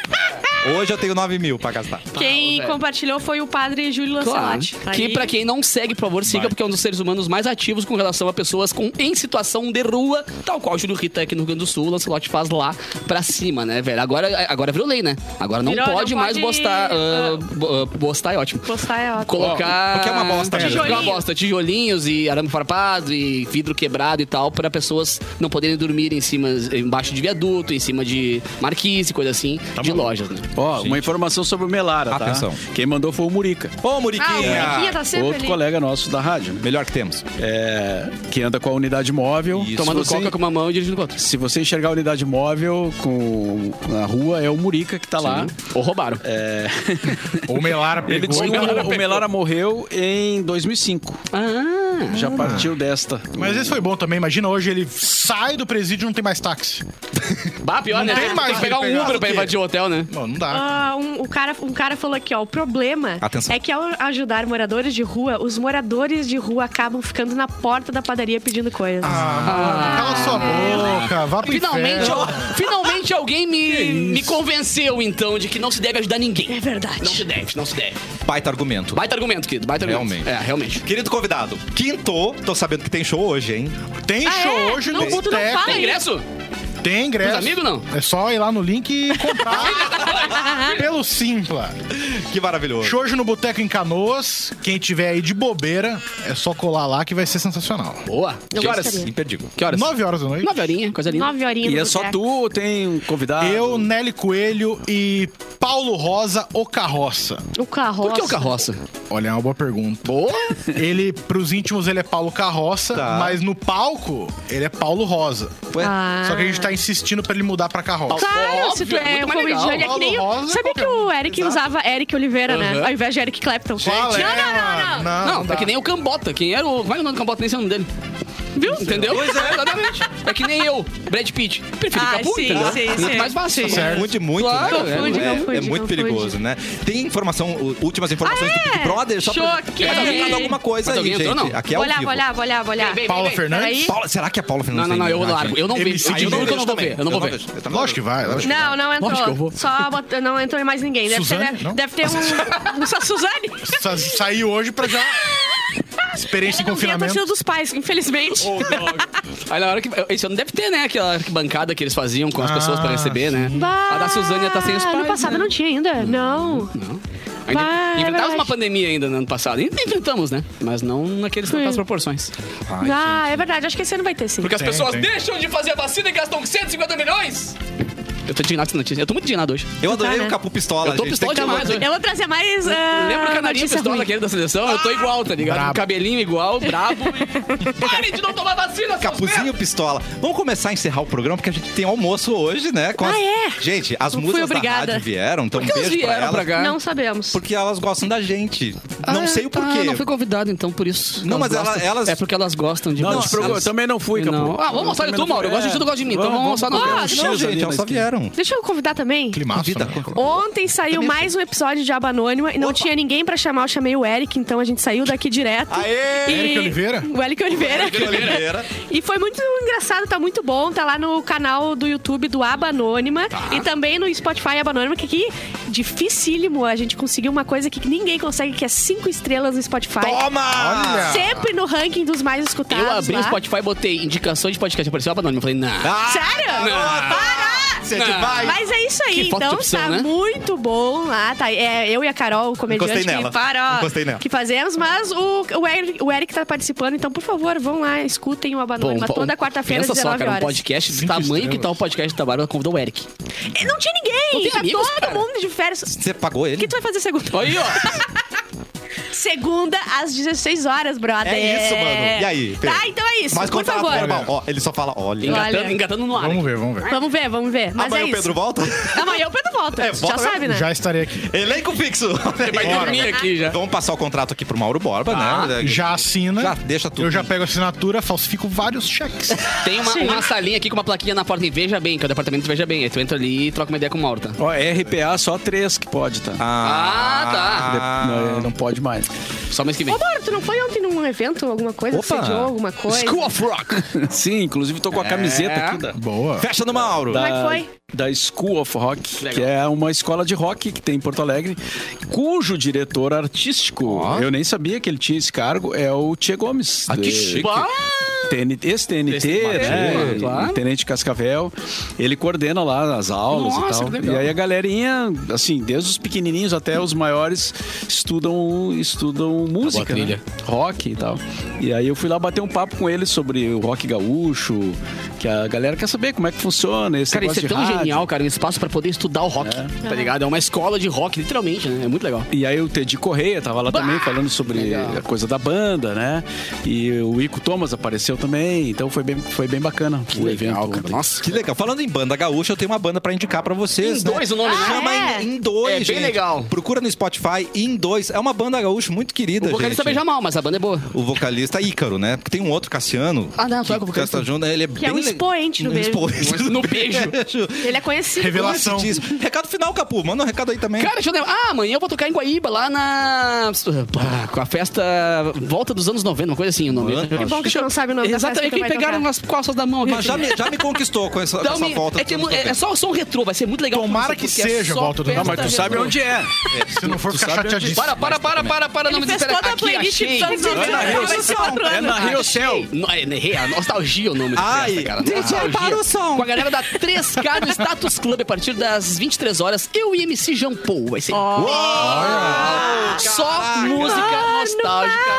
Speaker 1: Hoje eu tenho 9 mil pra gastar.
Speaker 3: Quem
Speaker 2: Ah, velho.
Speaker 3: compartilhou foi o padre Júlio
Speaker 2: Claro.
Speaker 3: Lancelotti.
Speaker 2: Que
Speaker 3: Aí-
Speaker 2: pra quem não segue, por favor, siga, porque é um dos seres humanos mais ativos com relação a pessoas com, em situação de rua, tal qual o Júlio Rita aqui no Rio Grande do Sul, o Lancelot faz lá pra cima, né, velho? Agora, agora virou lei, né? Agora não
Speaker 3: Virou, não
Speaker 2: pode mais
Speaker 3: pode-
Speaker 2: postar. ah, bo- ah, postar é ótimo.
Speaker 3: Postar é ótimo.
Speaker 2: Colocar.
Speaker 1: Porque é uma bosta mesmo.
Speaker 2: Tijolinho.
Speaker 3: Tijolinho.
Speaker 2: Uma bosta, tijolinhos e arame farpado e vidro quebrado e tal, pra pessoas
Speaker 1: Tá
Speaker 2: não poderem dormir em cima, embaixo de viaduto, em cima de marquise, coisa assim, de lojas, né?
Speaker 4: Ó, uma informação sobre o Melara, tá?
Speaker 1: Atenção.
Speaker 4: Quem mandou foi o Murica.
Speaker 1: Ô,
Speaker 3: Ah, o
Speaker 1: Muriquinha!
Speaker 3: Muriquinha tá sempre
Speaker 4: Outro
Speaker 3: ali.
Speaker 4: colega nosso da rádio, né?
Speaker 1: Melhor que temos.
Speaker 4: É, que anda com a unidade móvel.
Speaker 1: Isso.
Speaker 2: Tomando
Speaker 4: Se você-
Speaker 2: coca com uma mão e dirigindo com a outra.
Speaker 4: Se você enxergar a unidade móvel com, na rua, é o Murica que tá lá.
Speaker 2: Ou roubaram.
Speaker 4: É,
Speaker 2: [LAUGHS]
Speaker 5: O Melara
Speaker 4: ele
Speaker 5: pegou.
Speaker 4: disse que o,
Speaker 2: pegou.
Speaker 4: o Melara morreu em 2005.
Speaker 2: Ah,
Speaker 4: Já partiu desta.
Speaker 5: Mas isso foi bom também. Imagina hoje ele sai do presídio e não tem mais táxi.
Speaker 2: bah, pior, né?
Speaker 5: tem
Speaker 2: Tem,
Speaker 5: mais
Speaker 2: que
Speaker 5: que
Speaker 2: pegar um
Speaker 5: pegar
Speaker 2: Uber
Speaker 5: do
Speaker 2: pra
Speaker 5: que-
Speaker 2: invadir o hotel, né?
Speaker 5: Não, não dá.
Speaker 3: Ah, um, o cara, um cara falou aqui, ó. O problema
Speaker 1: Atenção.
Speaker 3: é que ao ajudar moradores de rua, os moradores de rua acabam ficando na porta da padaria pedindo coisas.
Speaker 5: Ah.
Speaker 3: Ah.
Speaker 5: Cala sua boca, vá pro
Speaker 2: Finalmente,
Speaker 5: inferno.
Speaker 2: al- finalmente alguém me, me convenceu, então, de que não se deve ajudar ninguém.
Speaker 3: É verdade.
Speaker 2: Não se deve, não se deve.
Speaker 1: Baita argumento.
Speaker 2: Baita argumento, querido. Baita argumento.
Speaker 1: Realmente.
Speaker 2: É, realmente.
Speaker 1: Querido convidado, quinto, tô sabendo que tem show hoje, hein?
Speaker 5: Tem
Speaker 3: Ah,
Speaker 5: show
Speaker 3: é?
Speaker 5: hoje
Speaker 3: Não,
Speaker 5: no
Speaker 3: tu não fala.
Speaker 5: boteco.
Speaker 2: Tem ingresso?
Speaker 5: Tem ingresso.
Speaker 2: Pros amigos, não?
Speaker 5: É só ir lá no link e
Speaker 3: [LAUGHS]
Speaker 5: comprar pelo Simpla.
Speaker 1: Que maravilhoso.
Speaker 5: Show hoje no Boteco em Canoas. Quem tiver aí de bobeira, é só colar lá que vai ser sensacional.
Speaker 2: Boa.
Speaker 1: Que horas?
Speaker 3: gostaria.
Speaker 1: Imperdível.
Speaker 2: Que horas?
Speaker 5: 9 horas da noite.
Speaker 2: Nove horinha, coisa linda.
Speaker 3: Nove horinhas
Speaker 4: E
Speaker 3: no
Speaker 4: é só
Speaker 3: boteco.
Speaker 4: tu ou tem um convidado?
Speaker 5: Eu, Nelly Coelho e Paulo Rosa, o Carroça.
Speaker 3: O carroça.
Speaker 2: Por que o carroça?
Speaker 5: Olha, é uma boa pergunta.
Speaker 2: Boa.
Speaker 5: Ele, pros íntimos, ele é Paulo Carroça,
Speaker 1: Tá.
Speaker 5: mas no palco, ele é Paulo Rosa.
Speaker 1: Ué,
Speaker 3: Ah.
Speaker 5: Só que a gente tá insistindo pra ele mudar pra Carroça.
Speaker 3: Claro,
Speaker 2: Óbvio,
Speaker 3: se tu
Speaker 2: é
Speaker 3: é
Speaker 2: muito
Speaker 3: um
Speaker 2: mais
Speaker 5: legal.
Speaker 3: comediante, é que nem.
Speaker 5: Paulo Rosa é
Speaker 3: Sabia que
Speaker 5: qualquer
Speaker 3: o
Speaker 5: um.
Speaker 3: Eric usava Eric Oliveira,
Speaker 2: Aham.
Speaker 3: né? Ao invés de Eric Clapton.
Speaker 5: Qual é,
Speaker 3: não, não, não, não.
Speaker 5: mano?
Speaker 2: Não,
Speaker 5: dá.
Speaker 2: é que nem o Cambota. Quem era o. Como é que é o nome do Cambota? Nem sei o nome dele. Viu? Entendeu? Exatamente. É que nem eu, Brad Pitt. Prefiro
Speaker 3: Ah,
Speaker 2: Capu,
Speaker 3: sim,
Speaker 2: entendeu?
Speaker 3: sim,
Speaker 2: né? Muito
Speaker 3: sim.
Speaker 2: mais fácil.
Speaker 5: Sim. Certo.
Speaker 1: Confunde Tá muito,
Speaker 2: Claro,
Speaker 1: né?
Speaker 3: confunde,
Speaker 1: é,
Speaker 3: confunde,
Speaker 1: é muito
Speaker 3: confunde.
Speaker 1: perigoso, né? Tem informação, u- últimas informações
Speaker 3: Ah,
Speaker 1: do Big
Speaker 3: é?
Speaker 1: Brother, só pra
Speaker 3: Choquei.
Speaker 1: Mas alguém mandou alguma coisa
Speaker 2: Mas
Speaker 1: aí,
Speaker 2: alguém
Speaker 1: gente.
Speaker 2: entrou, não?
Speaker 1: Aqui é ao
Speaker 3: Vou olhar,
Speaker 1: vivo.
Speaker 3: vou olhar, vou olhar, vou olhar.
Speaker 2: Vem, vem,
Speaker 5: Paula
Speaker 2: vem,
Speaker 5: Fernandes?
Speaker 3: peraí.
Speaker 1: Paula, será que é a Paula
Speaker 2: Não,
Speaker 1: Fernandes?
Speaker 2: não, não, eu
Speaker 1: tem idade,
Speaker 2: largo.
Speaker 1: hein?
Speaker 2: Eu não vejo.
Speaker 5: MC
Speaker 2: Eu não,
Speaker 5: Dineiros
Speaker 2: eu não vou ver. Eu não vou ver.
Speaker 1: vejo. Eu também não
Speaker 5: Lógico que
Speaker 1: vejo.
Speaker 5: vai, lógico que
Speaker 3: Não, não entrou.
Speaker 2: Lógico que eu vou.
Speaker 3: Só bot- não entrou mais ninguém. Deve,
Speaker 5: Suzane?
Speaker 3: ter, né?
Speaker 5: Não?
Speaker 3: deve, deve ter um. Só Suzane?
Speaker 5: Sa- Saiu hoje pra
Speaker 3: [LAUGHS]
Speaker 5: já. Experiência em
Speaker 3: Ela não via a
Speaker 5: confinamento.
Speaker 3: torcida dos pais, infelizmente.
Speaker 2: Aí na hora que. Esse ano deve ter, né? Aquela arquibancada que eles faziam com as pessoas pra receber, né?
Speaker 3: Bah,
Speaker 2: A da Suzane tá sem os pais.
Speaker 3: Ano passado
Speaker 2: né?
Speaker 3: não tinha ainda. Não.
Speaker 2: Ainda,
Speaker 3: Bah, é
Speaker 2: enfrentamos
Speaker 3: verdade.
Speaker 2: uma pandemia ainda no ano passado. Ainda enfrentamos, né? Mas não naqueles, naquelas proporções.
Speaker 3: ah, é verdade. Acho que esse ano vai ter sim.
Speaker 2: Porque as
Speaker 5: Tem,
Speaker 2: pessoas
Speaker 5: tem.
Speaker 2: deixam de fazer a vacina e gastam 150 milhões? Eu tô indignado com essa notícia. Eu tô muito indignado hoje.
Speaker 1: Eu adorei
Speaker 3: Tá, né?
Speaker 1: o Capu Pistola,
Speaker 2: Eu tô
Speaker 1: gente.
Speaker 2: pistola
Speaker 1: Tem que-
Speaker 2: demais hoje.
Speaker 3: Eu vou trazer mais. ah,
Speaker 2: Lembra o canarinho
Speaker 3: notícia
Speaker 2: pistola
Speaker 3: ruim.
Speaker 2: aquele da seleção? Eu tô igual, tá ligado?
Speaker 5: Brabo.
Speaker 2: Cabelinho igual, brabo.
Speaker 1: [LAUGHS]
Speaker 2: e- Parem de não tomar vacina, seus merda!
Speaker 1: Capuzinho Pistola. Vamos começar a encerrar o programa, porque a gente tem almoço hoje, né? com as-
Speaker 3: Ah, é?
Speaker 1: Gente, as
Speaker 3: Não fui
Speaker 1: músicas da
Speaker 3: obrigada.
Speaker 1: rádio vieram, então
Speaker 2: Por que elas
Speaker 1: beijo pra
Speaker 2: vieram
Speaker 1: elas.
Speaker 2: pra cá? Ah,
Speaker 3: Não sabemos.
Speaker 1: Porque elas gostam da gente. não sei o porquê.
Speaker 2: tá, não fui convidado, então, por isso.
Speaker 1: Não,
Speaker 2: Elas
Speaker 1: mas ela-
Speaker 2: gostam-
Speaker 1: elas-
Speaker 2: É porque elas gostam de
Speaker 4: Não, não
Speaker 2: nós.
Speaker 4: se preocupa, eu
Speaker 2: Elas-
Speaker 4: também não fui, Capu.
Speaker 2: Não. Ah, vamos mostrar de tu, Mauro. Eu gosto de tu, eu gosto de mim. Então vamos mostrar no
Speaker 4: É. vamos,
Speaker 2: Ah,
Speaker 4: vamos,
Speaker 1: Não,
Speaker 4: vamos,
Speaker 1: gente,
Speaker 4: ali na
Speaker 1: elas só
Speaker 4: esquerda.
Speaker 1: vieram.
Speaker 3: Deixa eu convidar também.
Speaker 5: Climaço,
Speaker 1: Vida.
Speaker 5: né?
Speaker 3: Ontem saiu mais um episódio de Aba Anônima e não tinha ninguém pra chamar, eu chamei o Eric, então a gente saiu daqui direto.
Speaker 2: Ah,
Speaker 1: Aê!
Speaker 3: E-
Speaker 5: Eric Oliveira?
Speaker 3: O Eric Oliveira.
Speaker 1: Oliveira.
Speaker 3: E foi muito engraçado, tá muito bom. Tá lá no canal do YouTube do Aba Anônima
Speaker 2: Tá.
Speaker 3: e também no Spotify Aba Anônima, que aqui, dificílimo a gente conseguiu uma coisa que ninguém consegue, que é cinco estrelas no Spotify.
Speaker 1: Toma!
Speaker 5: Olha!
Speaker 3: Sempre no ranking dos mais escutados.
Speaker 2: Eu abri
Speaker 3: lá.
Speaker 2: o Spotify e botei indicação de podcast. Apareceu a banana. Eu falei, não.
Speaker 1: Ah,
Speaker 3: Sério?
Speaker 1: garota! Você
Speaker 2: Não.
Speaker 1: vai!
Speaker 3: Mas é isso
Speaker 2: Que
Speaker 3: aí,
Speaker 2: falta de
Speaker 3: então
Speaker 2: opção,
Speaker 3: tá
Speaker 2: né?
Speaker 3: muito bom lá. Tá, é, eu e a Carol, o comediante
Speaker 1: Encostei
Speaker 3: que,
Speaker 1: nela.
Speaker 3: parou,
Speaker 1: Encostei nela.
Speaker 3: que fazemos, mas o, o, Eric, o Eric tá participando, então, por favor, vão lá, escutem o Abanônima
Speaker 2: um-
Speaker 3: toda quarta-feira, às
Speaker 2: Pensa
Speaker 3: 19
Speaker 2: só, cara, um
Speaker 3: horas.
Speaker 2: podcast do
Speaker 5: Cinco
Speaker 2: tamanho que
Speaker 5: estrelas.
Speaker 2: tá o podcast do Tabarão, ela convidou o Eric.
Speaker 3: E Não tinha
Speaker 2: Não
Speaker 3: ninguém,
Speaker 2: tem
Speaker 3: tá
Speaker 2: amigos,
Speaker 3: todo
Speaker 2: cara.
Speaker 3: mundo de férias.
Speaker 1: Você pagou
Speaker 3: O
Speaker 1: ele?
Speaker 3: que tu vai fazer segunda?
Speaker 2: Olha aí, ó.
Speaker 3: Segunda às 16 horas, brother.
Speaker 1: É isso, mano. E aí? Pedro?
Speaker 3: Tá, então é isso,
Speaker 1: Mas
Speaker 3: por
Speaker 1: contrato
Speaker 3: favor.
Speaker 1: verbal. Ó, ele só fala, olha.
Speaker 3: Olha.
Speaker 2: Engatando, engatando no ar.
Speaker 5: Vamos ver, vamos ver.
Speaker 3: Vamos ver, vamos ver. Mas
Speaker 1: Amanhã
Speaker 3: é
Speaker 1: o
Speaker 3: isso.
Speaker 1: Pedro volta? [LAUGHS]
Speaker 3: Amanhã o Pedro volta.
Speaker 1: É,
Speaker 3: Já
Speaker 1: volta
Speaker 3: sabe, né?
Speaker 5: Já estarei aqui.
Speaker 1: Elenco fixo!
Speaker 2: Vai dormir aqui já.
Speaker 1: Vamos passar o contrato aqui pro Mauro Borba,
Speaker 2: Ah,
Speaker 1: né?
Speaker 5: Já assina.
Speaker 1: Já deixa tudo.
Speaker 5: Eu já pego a assinatura, falsifico vários cheques.
Speaker 2: Tem uma, uma salinha aqui com uma plaquinha na porta em Veja Bem, que é o departamento do Veja Bem. Aí tu entra ali e troca uma ideia com o Mauro, tá?
Speaker 4: Ó, RPA só três que pode, tá?
Speaker 2: Ah,
Speaker 4: Não, não pode mais.
Speaker 2: Só mês que vem.
Speaker 3: Ô, Mauro, tu não foi ontem num evento, alguma coisa?
Speaker 1: é. Opa.
Speaker 3: Sediou alguma coisa?
Speaker 4: School of Rock. [LAUGHS] Sim, inclusive tô com a camiseta aqui da,
Speaker 5: Boa.
Speaker 1: Fecha no Mauro!
Speaker 2: Tá.
Speaker 3: Como é que
Speaker 4: da-
Speaker 3: foi?
Speaker 4: Da School of Rock,
Speaker 2: Legal.
Speaker 4: que é uma escola de rock que tem em Porto Alegre, cujo diretor artístico, eu nem sabia que ele tinha esse cargo, é o Tia Gomes.
Speaker 1: Ah, que
Speaker 4: É,
Speaker 1: chique.
Speaker 2: Bah!
Speaker 4: TNT, esse TNT, né?
Speaker 2: é, claro.
Speaker 4: O Tenente Cascavel, ele coordena lá as aulas
Speaker 2: Nossa, que
Speaker 4: e tal.
Speaker 2: legal.
Speaker 4: E aí a galerinha, assim, desde os pequenininhos até os maiores, estudam, estudam música, né?
Speaker 2: Tá trilha.
Speaker 4: rock e tal. E aí eu fui lá bater um papo com eles sobre o rock gaúcho, que a galera quer saber como é que funciona esse
Speaker 2: Cara, isso
Speaker 4: negócio
Speaker 2: é
Speaker 4: de
Speaker 2: tão
Speaker 4: rádio.
Speaker 2: genial, cara. Um espaço pra poder estudar o rock, tá ligado? É uma escola de rock, literalmente, né? É muito legal.
Speaker 4: E aí o Teddy Correia tava lá também falando sobre
Speaker 2: Legal.
Speaker 4: a coisa da banda, né? E o Ico Thomas apareceu também, então foi bem, foi bem bacana o evento. ontem.
Speaker 2: Nossa,
Speaker 1: Que legal. Falando em banda gaúcha, eu tenho uma banda pra indicar pra vocês.
Speaker 2: Em
Speaker 1: né?
Speaker 2: dois o nome, né?
Speaker 1: Chama
Speaker 3: Ah, é?
Speaker 1: em, em dois,
Speaker 2: É bem
Speaker 1: gente.
Speaker 2: legal.
Speaker 1: Procura no Spotify em dois. É uma banda gaúcha muito querida,
Speaker 2: o vocalista
Speaker 1: gente. né?
Speaker 2: beija mal, mas a banda é boa.
Speaker 1: O vocalista Ícaro, né? Porque tem um outro Cassiano.
Speaker 2: Ah, não, só
Speaker 1: que
Speaker 2: é o vocalista.
Speaker 1: canta junto. Ele é bem
Speaker 3: é um
Speaker 1: le-
Speaker 3: expoente no
Speaker 1: um
Speaker 3: beijo.
Speaker 1: expoente
Speaker 2: No beijo.
Speaker 1: [LAUGHS]
Speaker 3: Ele é conhecido.
Speaker 5: Revelação.
Speaker 1: Expoentíssimo. Recado final, Capu. Manda um recado aí também.
Speaker 2: Cara, deixa eu lembrar. Ah, amanhã eu vou tocar em Guaíba, lá na. Pá, Com a festa Volta dos Anos 90, uma coisa assim, o nome.
Speaker 1: Mano,
Speaker 3: Que bom que tu
Speaker 2: Deixa eu-
Speaker 3: não sabe o nome da festa
Speaker 2: Exatamente,
Speaker 3: que
Speaker 2: me
Speaker 3: vai
Speaker 2: pegaram
Speaker 3: tocar.
Speaker 2: nas costas da mão aqui.
Speaker 1: Mas já me, já me conquistou com essa,
Speaker 2: Dá
Speaker 1: com
Speaker 2: um-
Speaker 1: essa volta.
Speaker 2: é, que é mu- é- é só o som retrô, vai ser muito legal.
Speaker 5: Tomara
Speaker 2: porque
Speaker 5: que
Speaker 2: é
Speaker 5: seja
Speaker 2: só
Speaker 5: a volta do-
Speaker 2: festa
Speaker 4: Ah, mas tu sabe
Speaker 2: retrô.
Speaker 4: onde é.
Speaker 5: Se não for
Speaker 4: Tu
Speaker 5: ficar
Speaker 4: sabe onde-
Speaker 5: chateadíssimo.
Speaker 2: Para, para, para,
Speaker 1: é?
Speaker 2: para, para, não me
Speaker 3: Ele fez
Speaker 2: desespera.
Speaker 3: toda a
Speaker 2: Aqui,
Speaker 3: playlist
Speaker 2: achei.
Speaker 3: dos anos 90.
Speaker 4: Não é na Rio
Speaker 3: Ele vai ser
Speaker 4: Céu.
Speaker 3: quatro
Speaker 4: É
Speaker 3: anos.
Speaker 4: na Rio Cel.
Speaker 2: No- é, errei, a nostalgia o nome da
Speaker 1: Ai,
Speaker 2: festa, cara.
Speaker 1: DJ,
Speaker 2: Nostalgia.
Speaker 1: para o som.
Speaker 2: Com a galera da 3K do Status Club a partir das 23 horas. Eu e MC Jean Paul. Vai ser só música
Speaker 3: Ah,
Speaker 2: nostálgica.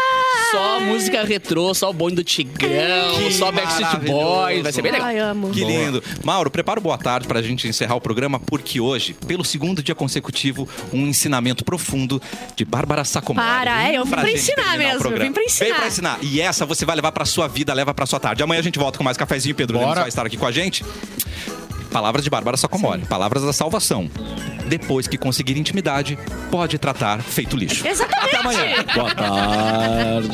Speaker 2: Só música retrô, só o bonde do Tigrão,
Speaker 1: Que
Speaker 2: só Backstreet
Speaker 1: maravilhoso.
Speaker 2: Boys. Vai ser bem legal.
Speaker 3: Ai, amo.
Speaker 1: Que lindo. Mauro, prepara o boa tarde pra gente encerrar o programa, porque hoje, pelo segundo dia consecutivo, um ensinamento profundo de Bárbara Sacomori.
Speaker 3: Para, é, eu vim pra
Speaker 1: gente
Speaker 3: ensinar
Speaker 1: terminar o
Speaker 3: mesmo, eu
Speaker 1: programa.
Speaker 3: vim pra ensinar.
Speaker 1: Vem pra ensinar. E essa você vai levar pra sua vida, leva pra sua tarde. Amanhã a gente volta com mais cafezinho. Pedro
Speaker 5: Bora.
Speaker 1: Lemos vai estar aqui com a gente. Palavras de Bárbara Sacomori, palavras da salvação. Depois que conseguir intimidade, pode tratar feito lixo.
Speaker 3: Exatamente.
Speaker 1: Até amanhã.
Speaker 4: Boa tarde.